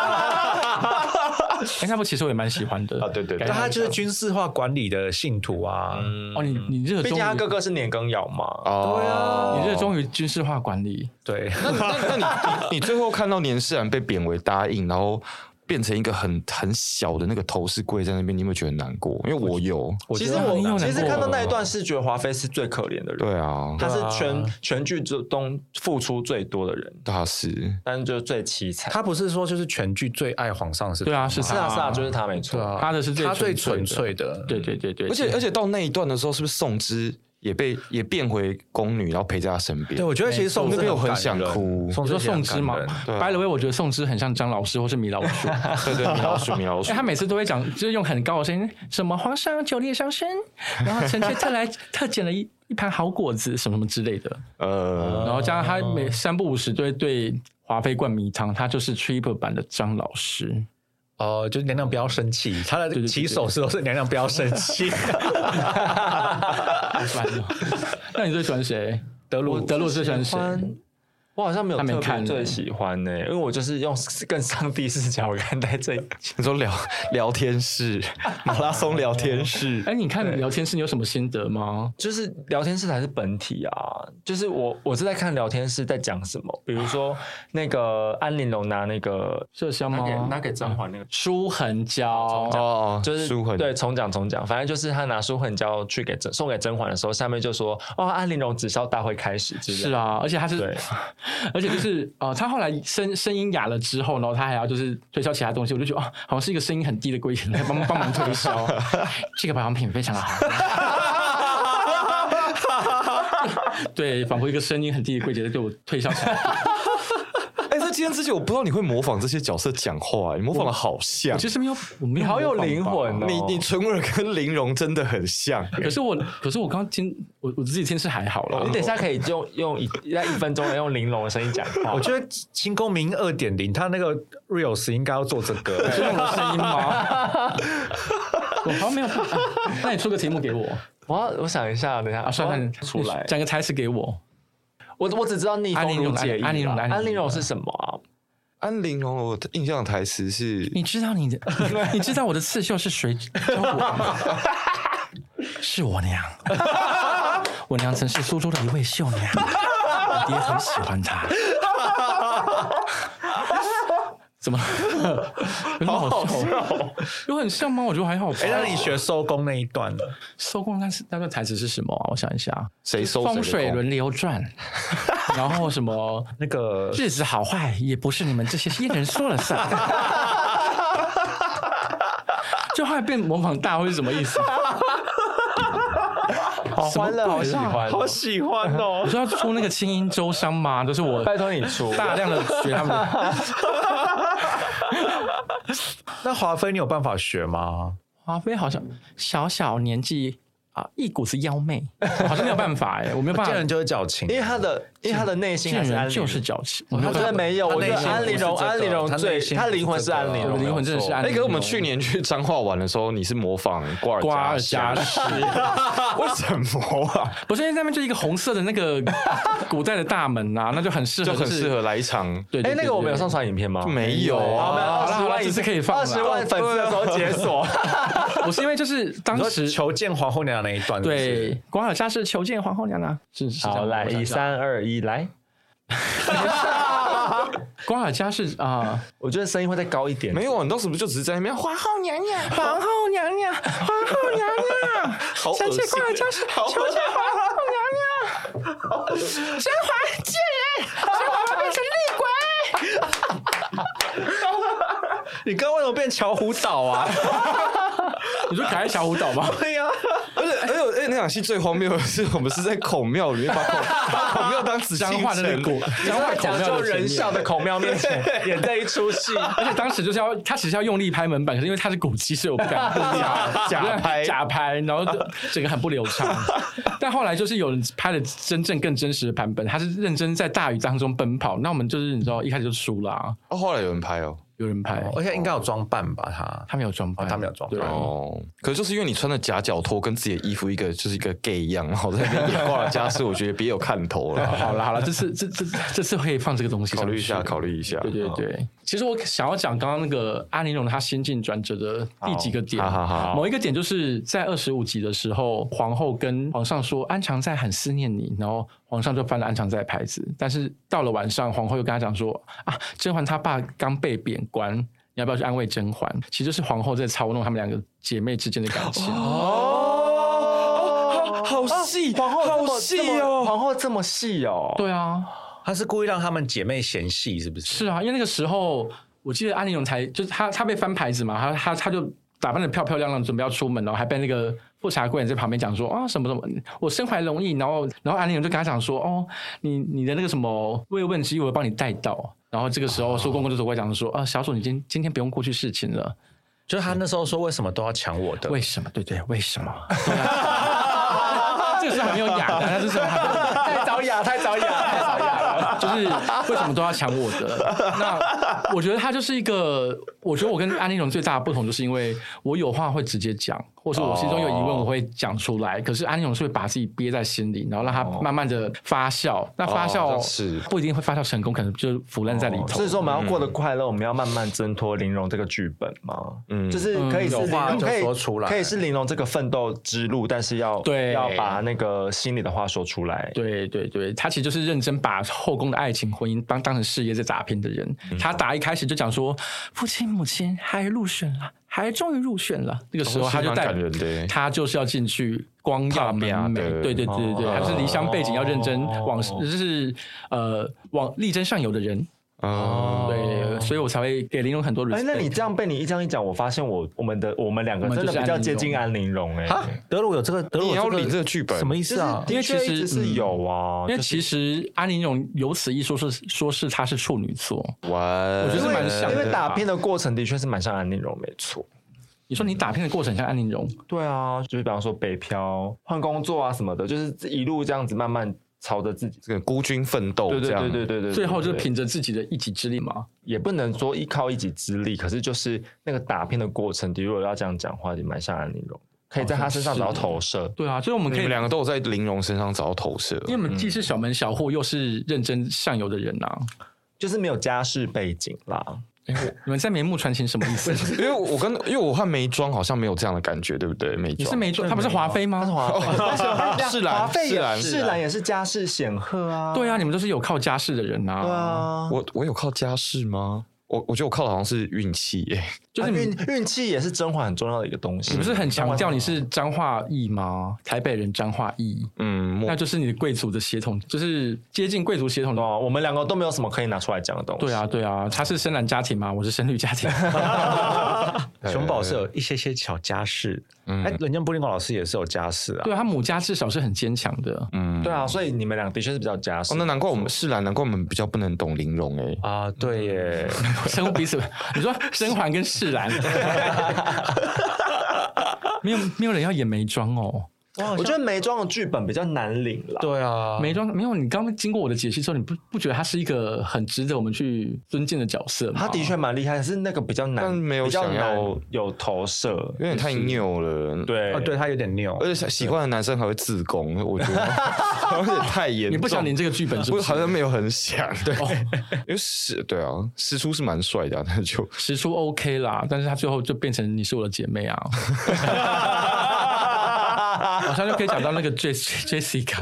Speaker 2: 哎，那部其实我也蛮喜欢的
Speaker 3: 啊对对对
Speaker 4: 但
Speaker 2: 感觉
Speaker 4: 他就是军事化管理的信徒啊，
Speaker 2: 哦，你你热
Speaker 1: 毕
Speaker 2: 衷
Speaker 1: 竟他哥
Speaker 2: 于
Speaker 1: 哥是年羹尧嘛。
Speaker 3: 哦，对啊
Speaker 2: 你热衷于军事化管理，
Speaker 4: 对， [laughs]
Speaker 3: 那你那你那你你最后看到年世然被贬为答应，然后变成一个很很小的那个头饰柜在那边，你有没有觉得难过？因为我有，
Speaker 1: 其
Speaker 2: 觉
Speaker 1: 实
Speaker 2: 得很有
Speaker 1: 我
Speaker 2: 难
Speaker 1: 其实
Speaker 2: 过
Speaker 1: 看到那一段是觉得华妃是最可怜的人，
Speaker 3: 对啊，
Speaker 1: 他
Speaker 4: 对啊
Speaker 1: 是全全剧中付出最多的人，
Speaker 3: 大是
Speaker 1: 但是就是最凄惨。
Speaker 4: 他不是说就是全剧最爱皇上是？
Speaker 2: 对啊，是
Speaker 1: 是啊是啊，就是他没错
Speaker 4: 对。啊，
Speaker 2: 他的是最
Speaker 4: 他最
Speaker 2: 纯
Speaker 4: 纯
Speaker 2: 粹
Speaker 4: 粹的，
Speaker 2: 对对对对，
Speaker 3: 而且而且到那一段的时候，是不是宋芝也被也变回宫女，然后陪在她身边？
Speaker 4: 对，我觉得其实宋
Speaker 3: 那
Speaker 4: 芝
Speaker 3: 边我很
Speaker 4: 感
Speaker 3: 想
Speaker 4: 人
Speaker 3: 哭
Speaker 4: 宋
Speaker 2: 你
Speaker 4: 芝
Speaker 2: 说宋芝嘛
Speaker 4: 很感人
Speaker 3: 对啊
Speaker 2: ，by the way，我觉得宋芝很像张老师或是米老鼠，
Speaker 3: 对对，米老鼠米
Speaker 2: [laughs]
Speaker 3: 老
Speaker 2: 因为他每次都会讲，就是用很高的声音，什么皇上久立伤身，然后臣妾特来特捡了一一盘好果子，什么什么之类的，
Speaker 3: 呃，
Speaker 2: 然后加上他每三不五时都会对华妃灌迷汤，他就是 triple 版的张老师。
Speaker 4: 哦，就是娘娘不要
Speaker 2: [laughs]
Speaker 4: 生气，他
Speaker 2: 对对
Speaker 4: 的
Speaker 2: 对
Speaker 4: 起手式都是娘娘不要生
Speaker 2: [laughs]
Speaker 4: 气。
Speaker 2: 好烦哦那你最喜欢谁？
Speaker 4: 德
Speaker 2: 我
Speaker 4: 鲁
Speaker 2: 德鲁是喜欢谁？
Speaker 1: 我好像没有
Speaker 2: 他没
Speaker 1: 特
Speaker 2: 看
Speaker 1: 别
Speaker 2: 呢
Speaker 1: 最喜欢呢、因为我就是用更上帝视角看待这一
Speaker 2: [laughs]
Speaker 1: 切。
Speaker 3: 你说聊聊天室，马拉松聊天室，
Speaker 2: 哎，你看聊天室你有什么心得吗？
Speaker 1: 就是聊天室才是本体啊！就是我我是在看聊天室在讲什么，比如说那个安陵容拿那个
Speaker 2: 麝香
Speaker 1: 拿给
Speaker 2: 吗？
Speaker 1: 拿给甄嬛那个，
Speaker 2: 舒痕胶，
Speaker 3: [laughs] 哦，
Speaker 1: 就是
Speaker 3: 舒痕，
Speaker 1: 对重讲重讲，反正就是他拿舒痕胶去给甄送给甄嬛的时候，下面就说哦安陵容紫霄大会开始之类的
Speaker 2: 是。啊，而且他是
Speaker 1: 对，
Speaker 2: [laughs] 而且就是呃，他后来声声音哑了之后，然后他还要就是推销其他东西，我就觉得哦，好像是一个声音很低的贵人来帮帮忙推销，这个保养品非常的好。 [laughs] 对，仿佛一个声音很低的柜姐在对我推销产品。
Speaker 3: 哎，在今天之前，我不知道你会模仿这些角色讲话，欸你模仿的好像
Speaker 2: 我，其实没有，我没
Speaker 1: 你
Speaker 2: 有
Speaker 1: 好有
Speaker 2: 模仿
Speaker 1: 灵
Speaker 2: 吧
Speaker 1: 魂哦！
Speaker 3: 你你唇纹跟玲珑真的很像，
Speaker 2: 可是我，可是我刚听我我自己听是还好了。
Speaker 1: 你等一下可以用用一在一分钟用玲珑的声音讲话。
Speaker 4: 我觉得《清宫名二点零》他那个 reels 应该要做这
Speaker 2: [laughs] [laughs]
Speaker 4: 个。
Speaker 2: 是用我的声音吗？我好像没有。啊那你出个题目给我
Speaker 1: 我要我想一下，等一下
Speaker 2: 啊，算
Speaker 1: 我
Speaker 2: 了
Speaker 1: 要
Speaker 2: 你，
Speaker 1: 出来。
Speaker 2: 讲个差事给我。
Speaker 1: 我我只知道逆
Speaker 2: 安
Speaker 1: 风
Speaker 2: 陵容
Speaker 1: 如解意啦
Speaker 2: 安陵容安陵容
Speaker 1: 安陵容是什么啊？
Speaker 3: 安陵容，我印象的台词是
Speaker 2: 你知道你的，你知道我的刺绣是谁教我的吗？是我娘，我娘曾是苏州的一位绣娘，我爹很喜欢她。怎么了？有什么好笑？有很像吗？我觉得还好吧。
Speaker 4: 哎，那你学收工那一段呢？
Speaker 2: 收工那是那段台词是什么啊？我想一下，
Speaker 3: 谁收谁的
Speaker 2: 风水
Speaker 3: 工
Speaker 2: 轮流转，然后什么
Speaker 4: 那个
Speaker 2: 日子好坏也不是你们这些阉人说了算。就后来变模仿大会是什么意思？
Speaker 1: 好欢乐，好喜欢哦，
Speaker 4: 好喜欢哦
Speaker 2: 我，说要出那个清音周商吗？就是我
Speaker 1: 拜托你
Speaker 2: [laughs]
Speaker 1: 出。
Speaker 2: 大量的学他们的。
Speaker 4: 那华妃你有办法学吗？
Speaker 2: 华妃好像小小年纪啊，一股子妖媚，好像没有办法哎，我没有办
Speaker 4: 见
Speaker 2: 法
Speaker 4: 人。就是矫情
Speaker 1: 因，为他的，因为他的内心还
Speaker 2: 见
Speaker 1: 是安
Speaker 2: 人
Speaker 1: 陵
Speaker 2: 就是
Speaker 1: 容。
Speaker 2: 矫情，我没
Speaker 1: 我
Speaker 2: 有
Speaker 1: 觉
Speaker 2: 办法
Speaker 1: 得没有，
Speaker 4: 他
Speaker 1: 我觉
Speaker 4: 内
Speaker 1: 得
Speaker 4: 心
Speaker 1: 安陵容，
Speaker 4: 不是这个
Speaker 1: 安陵容
Speaker 4: 他
Speaker 1: 最
Speaker 4: 内，心
Speaker 1: 他
Speaker 4: 不是
Speaker 1: 灵魂是
Speaker 4: 这个
Speaker 1: 安陵
Speaker 2: 我
Speaker 1: 容，
Speaker 2: 的灵魂真的是安
Speaker 3: 哎、
Speaker 2: 陵
Speaker 3: 可是我
Speaker 2: 容
Speaker 3: 们去年去彰化玩的时候，你是模仿瓜尔
Speaker 2: 瓜尔
Speaker 3: 佳
Speaker 2: 佳
Speaker 3: 氏，
Speaker 2: 氏，
Speaker 3: [laughs] 为什么啊？
Speaker 2: 不是因为那边就一个红色的那个古代的大门啊， [laughs] 那就很适合，
Speaker 3: 就很
Speaker 2: 是
Speaker 3: 适。合来一场，
Speaker 2: 对，对
Speaker 1: 哎，那个我们有上。
Speaker 2: 对对
Speaker 1: 传影片吗？
Speaker 3: 没有
Speaker 1: 好，我们
Speaker 2: 好
Speaker 3: 啊？
Speaker 1: 二
Speaker 2: 啦好
Speaker 1: 十
Speaker 2: 啦
Speaker 1: 万
Speaker 2: 这是可以放啦
Speaker 1: 二十万粉丝的时候解锁。
Speaker 2: 对 [laughs] 我是因为就是
Speaker 4: 你
Speaker 2: 当
Speaker 4: 说
Speaker 2: 时
Speaker 4: 求见皇后娘娘那一段，
Speaker 2: 对，瓜尔佳氏求见皇后娘娘，是是这样
Speaker 1: 好，
Speaker 2: 的
Speaker 1: 来，
Speaker 2: 我想
Speaker 1: 一
Speaker 2: 一下
Speaker 1: 三二一，来。
Speaker 2: 瓜尔佳氏啊，
Speaker 1: 我觉得声音会再高一点。
Speaker 3: 没有啊，你当时不就只是在那边皇后娘娘，
Speaker 2: 皇后娘娘，皇后娘娘，
Speaker 3: 好恶心，欸
Speaker 2: 瓜尔佳氏求见皇后娘娘，甄嬛贱人，甄嬛会变成厉鬼。
Speaker 4: 你刚刚为什么变乔湖岛啊？
Speaker 2: 你说改小舞蹈吧？
Speaker 4: 对呀，
Speaker 3: 而且而且而且那场戏最荒谬的是，我们是在孔庙里面把孔把孔庙当紫禁
Speaker 2: 彰
Speaker 3: [laughs]
Speaker 2: 化的那个
Speaker 3: 城
Speaker 2: 古，彰化
Speaker 1: 在
Speaker 2: 孔
Speaker 1: 讲
Speaker 2: 庙
Speaker 1: 究
Speaker 2: 的前
Speaker 1: 人
Speaker 2: 面
Speaker 1: 笑的孔庙面
Speaker 2: [laughs]
Speaker 1: 前演这一出戏，
Speaker 2: 而且当时就是要，他只是要用力拍门板，可是因为他是古籍，所以我不敢假
Speaker 3: 假拍
Speaker 2: 假拍，然后就整个很不流畅。但后来就是有人拍了真正更真实的版本，他是认真在大雨当中奔跑。那我们就是你知道一开始就输了、啊，
Speaker 3: 哦，后来有人拍哦。
Speaker 2: 有人拍，
Speaker 4: 而且应该有装扮吧？他
Speaker 2: 他没有装扮，
Speaker 4: 哦他没有装扮
Speaker 2: 对
Speaker 3: 哦，可是就是因为你穿的夹脚拖跟自己的衣服一个就是一个 gay 一样，然后在那边演挂了家事，我觉得别有看头 [laughs] 了。
Speaker 2: 好了好了，这次这这这次可以放这个东西上
Speaker 3: 考
Speaker 2: 去
Speaker 3: 虑一下，考虑一下。
Speaker 2: 对对对，其实我想要讲刚刚那个阿玲珑她心境转折的第几个点，
Speaker 3: 好好好好
Speaker 2: 某一个点就是在二十五集的时候，皇后跟皇上说安常在很思念你，然后皇上就翻了安常在牌子，但是到了晚上，皇后又跟他讲说啊，甄嬛她爸刚被贬官。要不要去安慰甄嬛？其实就是皇后在操弄她们两个姐妹之间的感情。
Speaker 3: 哦，好好细，
Speaker 1: 皇后这
Speaker 3: 好
Speaker 1: 么
Speaker 3: 细
Speaker 1: 这么
Speaker 3: 哦，
Speaker 1: 皇后这么细哦，
Speaker 2: 对啊，
Speaker 4: 他是故意让他们姐妹嫌隙，是不是？
Speaker 2: 是啊，因为那个时候我记得安陵容才就是她，她被翻牌子嘛，她她她就打扮的漂漂亮亮，准备要出门了，然后还被那个富察贵人在旁边讲说啊什么什么，我身怀龙翼，然后然后安陵容就跟她讲说哦，你你的那个什么慰问之意，我会帮你带到。然后这个时候，苏公公就走过来讲说：“啊，小主，你今今天不用过去侍寝了，
Speaker 4: 就是他那时候说为什么都要抢我的？
Speaker 2: 为什么？对对，为什么？ [laughs] 对啊 [laughs] 这个是很没有雅的， [laughs] 他就是很
Speaker 4: 太早雅，太早
Speaker 2: 太
Speaker 4: 雅。
Speaker 2: 早雅了， [laughs] 就是为什么都要抢我的？那我觉得他就是一个，我觉得我跟安陵容最大的不同，就是因为我有话会直接讲，或是我心中有疑问
Speaker 3: 哦
Speaker 2: 我会讲出来。可是安陵容是会把自己憋在心里，然后让它慢慢的发酵。那发
Speaker 3: 哦哦好
Speaker 2: 酵
Speaker 3: 像是哦
Speaker 2: 不一定会发酵成功，可能就腐烂在里头。
Speaker 1: 哦所以说，我们要过得快乐，我们要慢慢挣脱玲珑这个剧本嘛。
Speaker 3: 嗯
Speaker 1: 嗯，就是可以是
Speaker 4: 嗯
Speaker 1: 玲
Speaker 4: 有话
Speaker 1: 珑，
Speaker 4: 就
Speaker 1: 可以
Speaker 4: 说出来
Speaker 1: 可以是玲珑这个奋斗之路，但是要
Speaker 2: 对
Speaker 1: 要把那个心里的话说出来。
Speaker 2: 对对对，他其实就是认真把后宫的爱情、婚姻当当成事业在打拼的人。
Speaker 3: 嗯
Speaker 2: 他打一开始就讲说，父亲、母亲还入选了，还终于入选了。那个时候他就带
Speaker 3: 哦是蛮感人的
Speaker 1: 哎
Speaker 3: 耶
Speaker 2: 他就是要进去光耀门
Speaker 1: 啊
Speaker 2: 楣
Speaker 3: 怕拼的。
Speaker 2: 对对对对对，他是离乡背景要认真
Speaker 1: 哦
Speaker 2: 往，就是呃往力争上游的人。
Speaker 3: 哦，
Speaker 2: 嗯对，所以我才会给玲珑很多 respect。
Speaker 1: 哎，那你这样被你一这样一讲，我发现我我们的我们两个
Speaker 2: 我们
Speaker 1: 真的
Speaker 2: 就是
Speaker 1: 比较接近安玲珑哎，
Speaker 4: 啊，德鲁有这个，德鲁
Speaker 3: 你
Speaker 4: 有
Speaker 3: 要领这个剧本
Speaker 4: 什么意思啊？
Speaker 1: 因为其
Speaker 2: 因为其实
Speaker 1: 实是
Speaker 2: 嗯
Speaker 1: 有啊，
Speaker 2: 因为
Speaker 1: 就是
Speaker 2: 其实安陵容有此一说是说是她是处女座，
Speaker 3: 哇，我
Speaker 2: 我觉得是蛮像的啊
Speaker 1: 因为打
Speaker 2: 吧
Speaker 1: 拼的过程的确是蛮像安陵容，没错。
Speaker 2: 你说你打拼的过程像安陵容，
Speaker 1: 对啊，就是比方说北漂、换工作啊什么的，就是一路这样子慢慢朝着自己。
Speaker 3: 这个孤军奋斗
Speaker 1: 对对
Speaker 3: 这样，
Speaker 1: 对对对对，
Speaker 2: 最后就是
Speaker 1: 对
Speaker 2: 凭着自己的一己之力嘛。
Speaker 1: 也不能说依靠一己之力，可是就是那个打拼的过程，如果要这样讲话，也蛮像安陵容，可以在他身上找到投射。
Speaker 2: 对啊，就是我们
Speaker 3: 你
Speaker 2: 可以
Speaker 3: 们，两个都有在玲珑身上找到投射，
Speaker 2: 因为我们既是小门小户，又是认真上游的人呐、啊。
Speaker 1: 就是没有家世背景 [laughs] 啦。
Speaker 2: 哎我你们在眉目传情什么意思？
Speaker 1: [laughs]
Speaker 3: 因为我跟因为我和眉庄好像没有这样的感觉，对不对？眉
Speaker 2: 你
Speaker 3: 庄
Speaker 2: 是眉庄，他不是华妃吗？他是华
Speaker 3: 是
Speaker 1: [laughs]
Speaker 3: 啦
Speaker 1: 华妃
Speaker 3: 是啦
Speaker 1: 也哦是啦，也是家世显赫啊。
Speaker 2: 对啊，你们都是有靠家世的人呐、
Speaker 1: 对啊，
Speaker 3: 我我有靠家世吗？我我觉得我靠的好像是运气耶，
Speaker 2: 就是
Speaker 1: 啊
Speaker 2: 你们、
Speaker 1: 运运气也是甄嬛很重要的一个东西。
Speaker 2: 你不是很强调你
Speaker 1: 甄嬛
Speaker 2: 是彰化裔吗？台北人彰化裔，
Speaker 3: 嗯，
Speaker 2: 那
Speaker 3: 我
Speaker 2: 就是你的贵族的血统，就是接近贵族血统
Speaker 1: 很
Speaker 2: 的。
Speaker 1: 好哦，我们两个都没有什么可以拿出来讲的东西。
Speaker 2: 对啊，对啊，他是深蓝家庭嘛，我是深绿家
Speaker 1: [laughs]
Speaker 2: 庭。
Speaker 4: 熊宝是有一些些小家世，哎，人家布林狗老师也是有家世啊。
Speaker 2: 对啊，他母家至少是很坚强
Speaker 1: [laughs]
Speaker 2: 的。
Speaker 3: 嗯，
Speaker 1: 对啊，所以你们俩的确是比较夹实。
Speaker 3: 哦，那难怪我们是啦，难怪我们比较不能懂玲珑哎，
Speaker 4: 啊，对耶，
Speaker 2: 称呼彼此，你说甄嬛跟世
Speaker 1: [laughs]
Speaker 2: 兰，没有没有人要演眉庄哦，
Speaker 1: 我觉得眉庄的剧本比较难领了。
Speaker 4: 对啊，
Speaker 2: 眉庄没有。你刚刚经过我的解析之后，你不不觉得他是一个很值得我们去尊敬的角色吗？
Speaker 1: 他的确蛮厉害，是那个比较难，
Speaker 3: 但没有
Speaker 1: 比较
Speaker 3: 想要
Speaker 1: 难有投射。
Speaker 3: 有点太拗了，，
Speaker 1: 对
Speaker 2: 啊
Speaker 4: 哦，
Speaker 1: [laughs]
Speaker 4: 对他有点拗，
Speaker 3: 而且喜欢的男生还会自宫，
Speaker 2: [laughs]
Speaker 3: 我觉得好像有点太严重，
Speaker 2: 你不想领这个剧本是
Speaker 1: [laughs]
Speaker 3: 我
Speaker 2: 不是哦
Speaker 3: 好？像没有很想，对，因为是，对啊，师叔是蛮帅的啊、但就
Speaker 2: 实出 OK 啦，但是他最后就变成你是我的姐妹啊，好像就可以讲到那个 J Jessica。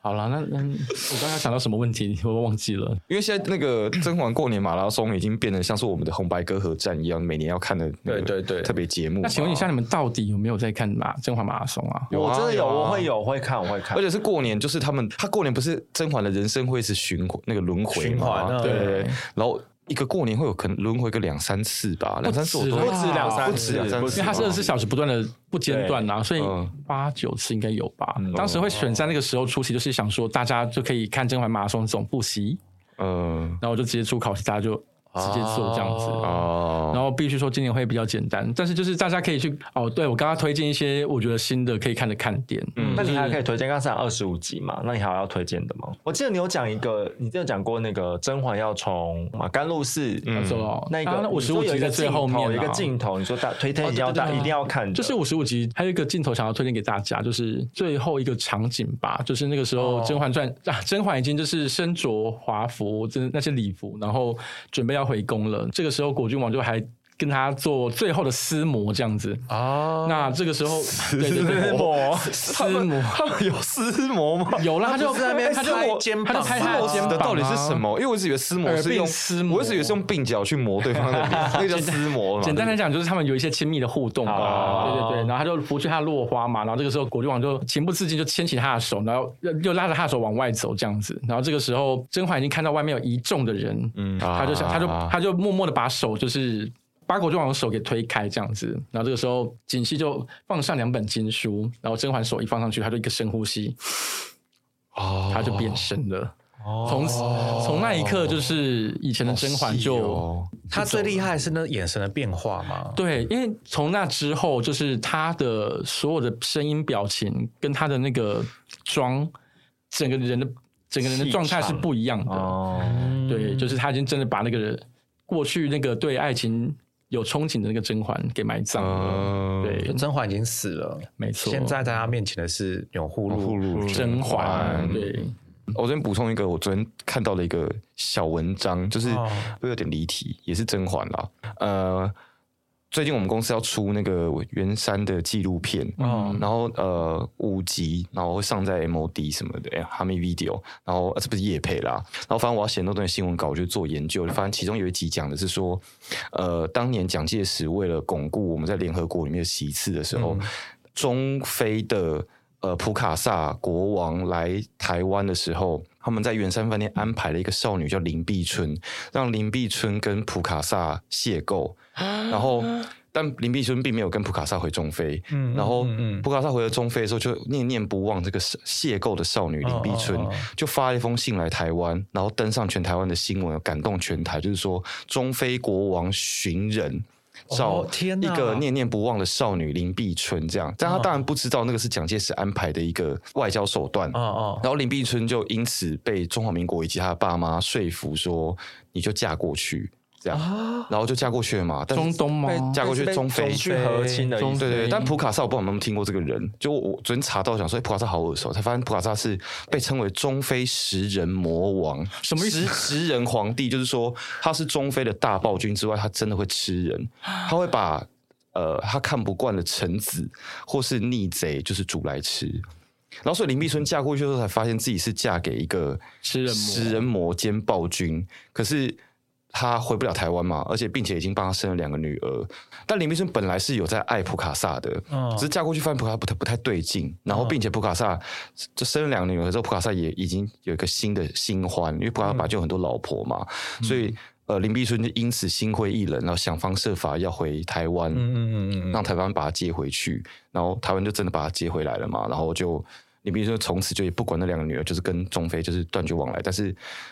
Speaker 2: 好了，那那我刚刚想到什么问题，我忘记了。
Speaker 3: 因为现在那个甄嬛过年马拉松已经变得像是我们的红白歌合战一样，每年要看的那个
Speaker 4: 对对对
Speaker 3: 特别节目嘛。
Speaker 2: 那请问一下，你们到底有没有在看马甄嬛马拉松啊？
Speaker 3: 有啊
Speaker 1: 我真的有，
Speaker 3: 有啊
Speaker 1: 我会有，我会看，我会看
Speaker 3: 而。且是过年，就是他们，他过年不是甄嬛的人生会是循环那个轮回
Speaker 4: 循环
Speaker 3: 嘛，
Speaker 4: 啊
Speaker 3: 对对对
Speaker 2: 对。
Speaker 3: 然后一个过年会有可能轮回个两三次吧，两三次我
Speaker 2: 止
Speaker 3: 都
Speaker 2: 啦
Speaker 3: 会
Speaker 2: 不止
Speaker 1: 两三
Speaker 3: 不止
Speaker 1: 次
Speaker 3: 两三
Speaker 1: 不
Speaker 3: 次
Speaker 1: 止
Speaker 2: 因为
Speaker 3: 吧，
Speaker 2: 它是二十四小时不断的不间断啊，所以
Speaker 3: 嗯
Speaker 2: 八九次应该有吧。
Speaker 1: 嗯
Speaker 2: 当时会选在那个时候出席，就是想说大家就可以看《甄嬛马拉松》总复习，
Speaker 3: 嗯
Speaker 2: 然后我就直接出考题，大家就直接做这样子。
Speaker 3: 哦
Speaker 2: 然后必须说今年会比较简单，但是就是大家可以去哦，对我刚刚推荐一些我觉得新的可以看的看点，嗯，
Speaker 1: 那你还可以推荐，刚才二十五集嘛？那你还有要推荐的吗？我记得你有讲一个，你之前讲过那个甄嬛要从啊甘露寺，嗯
Speaker 2: 走了
Speaker 1: 那一
Speaker 2: 啊
Speaker 1: 个
Speaker 2: 那55
Speaker 1: 你说有一个
Speaker 2: 集在最
Speaker 1: 镜头
Speaker 2: 后面啊
Speaker 1: 有一个镜头，你说大推荐
Speaker 2: 哦
Speaker 1: 一定要
Speaker 2: 对对
Speaker 1: 大
Speaker 2: 对
Speaker 1: 一定要看的，
Speaker 2: 就是五十五集，还有一个镜头想要推荐给大家，就是最后一个场景吧，就是那个时候《甄嬛传》啊，甄嬛已经就是身着华服，真那些礼服，然后准备要回宫了。这个时候，果郡王就还跟他做最后的撕磨这样子。
Speaker 4: 哦，
Speaker 2: 那这个时候，对对
Speaker 3: 撕
Speaker 2: 对，
Speaker 3: 膜，
Speaker 2: 撕膜
Speaker 3: 他们有撕膜吗？
Speaker 2: 有啦，他就
Speaker 4: 不是在那边
Speaker 2: 他就
Speaker 4: 拍肩膀
Speaker 2: 他就拍他
Speaker 4: 吗
Speaker 2: 的肩膀、
Speaker 3: 的到底是什？么？因为我一直以为撕膜是用
Speaker 2: 耳鬓撕膜
Speaker 3: 我一直以为是用鬓角去磨对方的脸，那
Speaker 2: [laughs]
Speaker 3: 个叫撕膜嘛。
Speaker 2: 简单来讲，就是他们有一些亲密的互动
Speaker 3: 啊
Speaker 2: 嘛，对对对，然后他就拂去他的落花嘛，然后这个时候果郡王就情不自禁就牵起他的手，然后又又拉着他的手往外走这样子，然后这个时候甄嬛已经看到外面有一众的人，嗯，他就想，
Speaker 3: 啊
Speaker 2: 他就他就默默的把手就是。把果郡王的手给推开，这样子，然后这个时候锦汐就放上两本经书，然后甄嬛手一放上去，他就一个深呼吸，
Speaker 3: 哦
Speaker 2: 他就变身了。
Speaker 4: 哦
Speaker 2: 从此从那一刻，就是以前的甄嬛就、
Speaker 3: 哦
Speaker 4: 他最厉害是那眼神的变化嘛。
Speaker 2: 对，因为从那之后，就是他的所有的声音、表情跟他的那个妆，整个人的整个人的状态是不一样的。
Speaker 1: 哦，
Speaker 4: 嗯
Speaker 2: 对，就是他已经真的把那个过去那个对爱情有憧憬的那个甄嬛给埋葬了。
Speaker 3: 嗯
Speaker 2: 对，
Speaker 4: 甄嬛已经死了，
Speaker 2: 没错
Speaker 4: 现在在他面前的是钮祜
Speaker 3: 呼
Speaker 4: 禄，
Speaker 3: 噜
Speaker 2: 甄嬛，对，
Speaker 3: 我昨天补充一个，我昨天看到了一个小文章，就是
Speaker 4: 哦
Speaker 3: 会有点离题，也是甄嬛啦。呃，最近我们公司要出那个袁山的纪录片，
Speaker 2: 嗯
Speaker 3: 然后呃五集，然后会上在 MOD 什么的，哎、哈密 Video，然后、呃、这不是叶配啦，然后反正我要写那段新闻稿，我就做研究，发现其中有一集讲的是说，呃，当年蒋介石为了巩固我们在联合国里面的席次的时候，中非的呃普卡萨国王来台湾的时候。他们在圆山饭店安排了一个少女叫林碧春，让林碧春跟普卡萨邂逅，然后但林碧春并没有跟普卡萨回中非，
Speaker 4: 嗯
Speaker 3: 然后
Speaker 4: 嗯嗯
Speaker 3: 普卡萨回了中非的时候，就念念不忘这个邂逅的少女林碧春
Speaker 4: 哦哦哦，
Speaker 3: 就发了一封信来台湾，然后登上全台湾的新闻，感动全台，就是说中非国王寻人。找
Speaker 4: 哦天
Speaker 3: 一
Speaker 4: 哪哦
Speaker 3: 个念念不忘的少女林碧春，这样，但他当然不知道那个是蒋介石安排的一个外交手段
Speaker 4: 哦哦，
Speaker 3: 然后林碧春就因此被中华民国以及他的爸妈说服说，你就嫁过去这样，
Speaker 4: 哦
Speaker 3: 然后就嫁过去了嘛。但是
Speaker 2: 中东吗？
Speaker 3: 嫁过去中非
Speaker 1: 去和亲的意
Speaker 2: 中
Speaker 1: 思。
Speaker 3: 对对，
Speaker 2: 非
Speaker 3: 但普卡萨我不知道你们有没有听过这个人，就我我昨天查到想说，哎、普卡萨好耳熟，才发现普卡萨是被称为中非十人魔王，
Speaker 2: 什么意思
Speaker 3: 十十人皇帝就是说他是中非的大暴君之外，他真的会吃人，
Speaker 2: 啊
Speaker 3: 他会把呃他看不惯的臣子或是逆贼就是煮来吃。然后所以林碧春嫁过去的时候，才发现自己是嫁给一个
Speaker 2: 食人魔
Speaker 3: 食人魔兼暴君，可是他回不了台湾嘛，而且并且已经帮他生了两个女儿。但林碧春本来是有在爱普卡萨的，
Speaker 4: 嗯
Speaker 3: 只是嫁过去发现普卡萨不太不太对劲，然后并且普卡萨就生了两个女儿之后，普卡萨也已经有一个新的新欢，因为普卡萨本来就有很多老婆嘛，所以呃林碧春就因此心灰意冷，然后想方设法要回台湾，
Speaker 4: 嗯嗯嗯嗯，
Speaker 3: 让台湾把他接回去，然后台湾就真的把他接回来了嘛，然后就你比如说从此就也不管那两个女儿，就是跟中非就是断绝往来，但是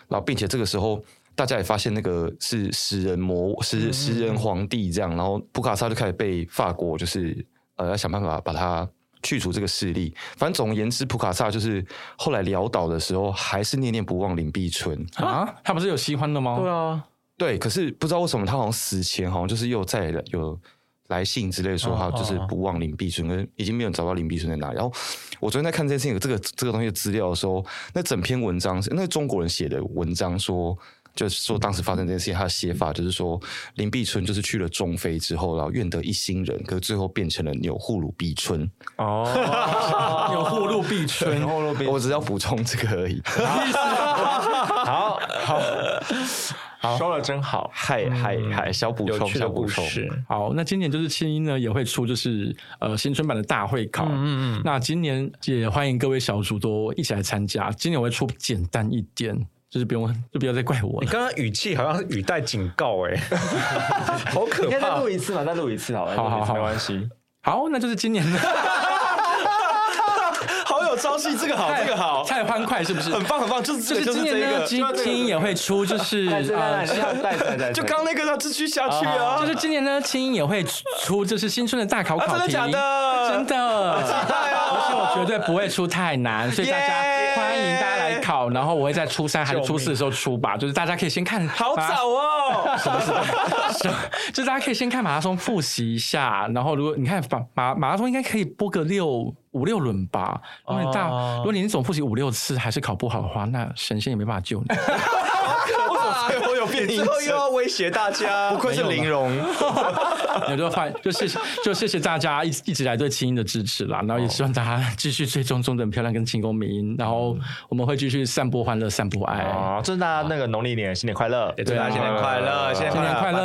Speaker 3: 然后并且这个时候。大家也发现那个是食人魔、食食人皇帝这样，然后普卡萨就开始被法国就是呃要想办法把他去除这个势力。反正总而言之，普卡萨就是后来潦倒的时候，还是念念不忘林碧春。
Speaker 2: 啊？他不是有新欢的吗？
Speaker 4: 对啊，
Speaker 3: 对，可是不知道为什么他好像死前好像就是又再来有来信之类说
Speaker 4: 哦
Speaker 3: 他就是不忘林碧春，可是已经没有人找到林碧春在哪里。然后我昨天在看这件事情这个这个东西的资料的时候，那整篇文章是那中国人写的文章说。就是说，当时发生这件事情，他的写法就是说，林碧春就是去了中非之后，然后愿得一心人，可是最后变成了钮祜禄碧春。
Speaker 1: 哦，
Speaker 2: 有祸入 [laughs] 必春。
Speaker 1: 然后路边
Speaker 3: 我只是要补充这个而已。
Speaker 1: 好好，说的真好。
Speaker 3: 嗨嗨
Speaker 2: 嗯
Speaker 3: 嗨，小补
Speaker 4: 有
Speaker 3: 充，
Speaker 4: 趣
Speaker 3: 小
Speaker 4: 的
Speaker 3: 补
Speaker 4: 故
Speaker 3: 充。
Speaker 4: 事，
Speaker 2: 好，那今年就是青音呢也会出，就是呃新春版的大会考。嗯嗯。那今年也欢迎各位小主多一起来参加。今年我会出简单一点，就是不用就不要再怪我
Speaker 4: 你
Speaker 2: 了。
Speaker 4: 刚刚语气好像是语带警告哎，好可
Speaker 1: 你可以再
Speaker 4: 怕
Speaker 1: 录！一次嘛，再录一次好了，
Speaker 2: 好
Speaker 1: 再
Speaker 2: 好
Speaker 1: 录一次
Speaker 2: 好
Speaker 1: 没关系。
Speaker 2: 好，那就是今年的
Speaker 3: 好有朝气，这个好，这个好，
Speaker 2: 太欢快是不是？
Speaker 3: 很棒很棒，就是这
Speaker 2: 哎就
Speaker 3: 个，
Speaker 2: 是
Speaker 3: 就
Speaker 2: 今
Speaker 3: 是这
Speaker 2: 年呢，
Speaker 3: 个。
Speaker 2: 今
Speaker 1: 这个
Speaker 2: 青音也会出，就是
Speaker 1: 带这带
Speaker 2: 呃
Speaker 1: 带带带带，
Speaker 3: 就刚那个要继续下去啊！
Speaker 2: 就是今年呢，青音也会出，就是新春的大考考题。
Speaker 3: 啊真的假的
Speaker 2: 真的，而且我绝对不会出太难，所以大家
Speaker 3: 哦耶
Speaker 2: 欢迎大家来考。然后我会在初三还是初四的时候出吧，就是大家可以先看。
Speaker 3: 好早哦，
Speaker 2: [laughs] 就大家可以先看马拉松复习一下，然后如果你看马马马拉松应该可以播个六五六轮吧。如果你
Speaker 3: 哦
Speaker 2: 大，如果你总复习五六次还是考不好的话，那神仙也没办法救你。
Speaker 3: 为什么
Speaker 4: 啦，
Speaker 3: 我有变
Speaker 4: 之后又要威胁大家，
Speaker 3: 不愧是玲珑，
Speaker 2: [laughs] 也就欢就谢谢就谢谢大家一一直来对清音的支持啦，然后也希望大家继续追踪中等漂亮跟清宫美音，然后我们会继续散播欢乐，散播爱。
Speaker 1: 哦，祝大家那个农历年新年快乐！
Speaker 4: 也祝大家新年
Speaker 3: 对啊
Speaker 4: 快乐，新年
Speaker 2: 新年快乐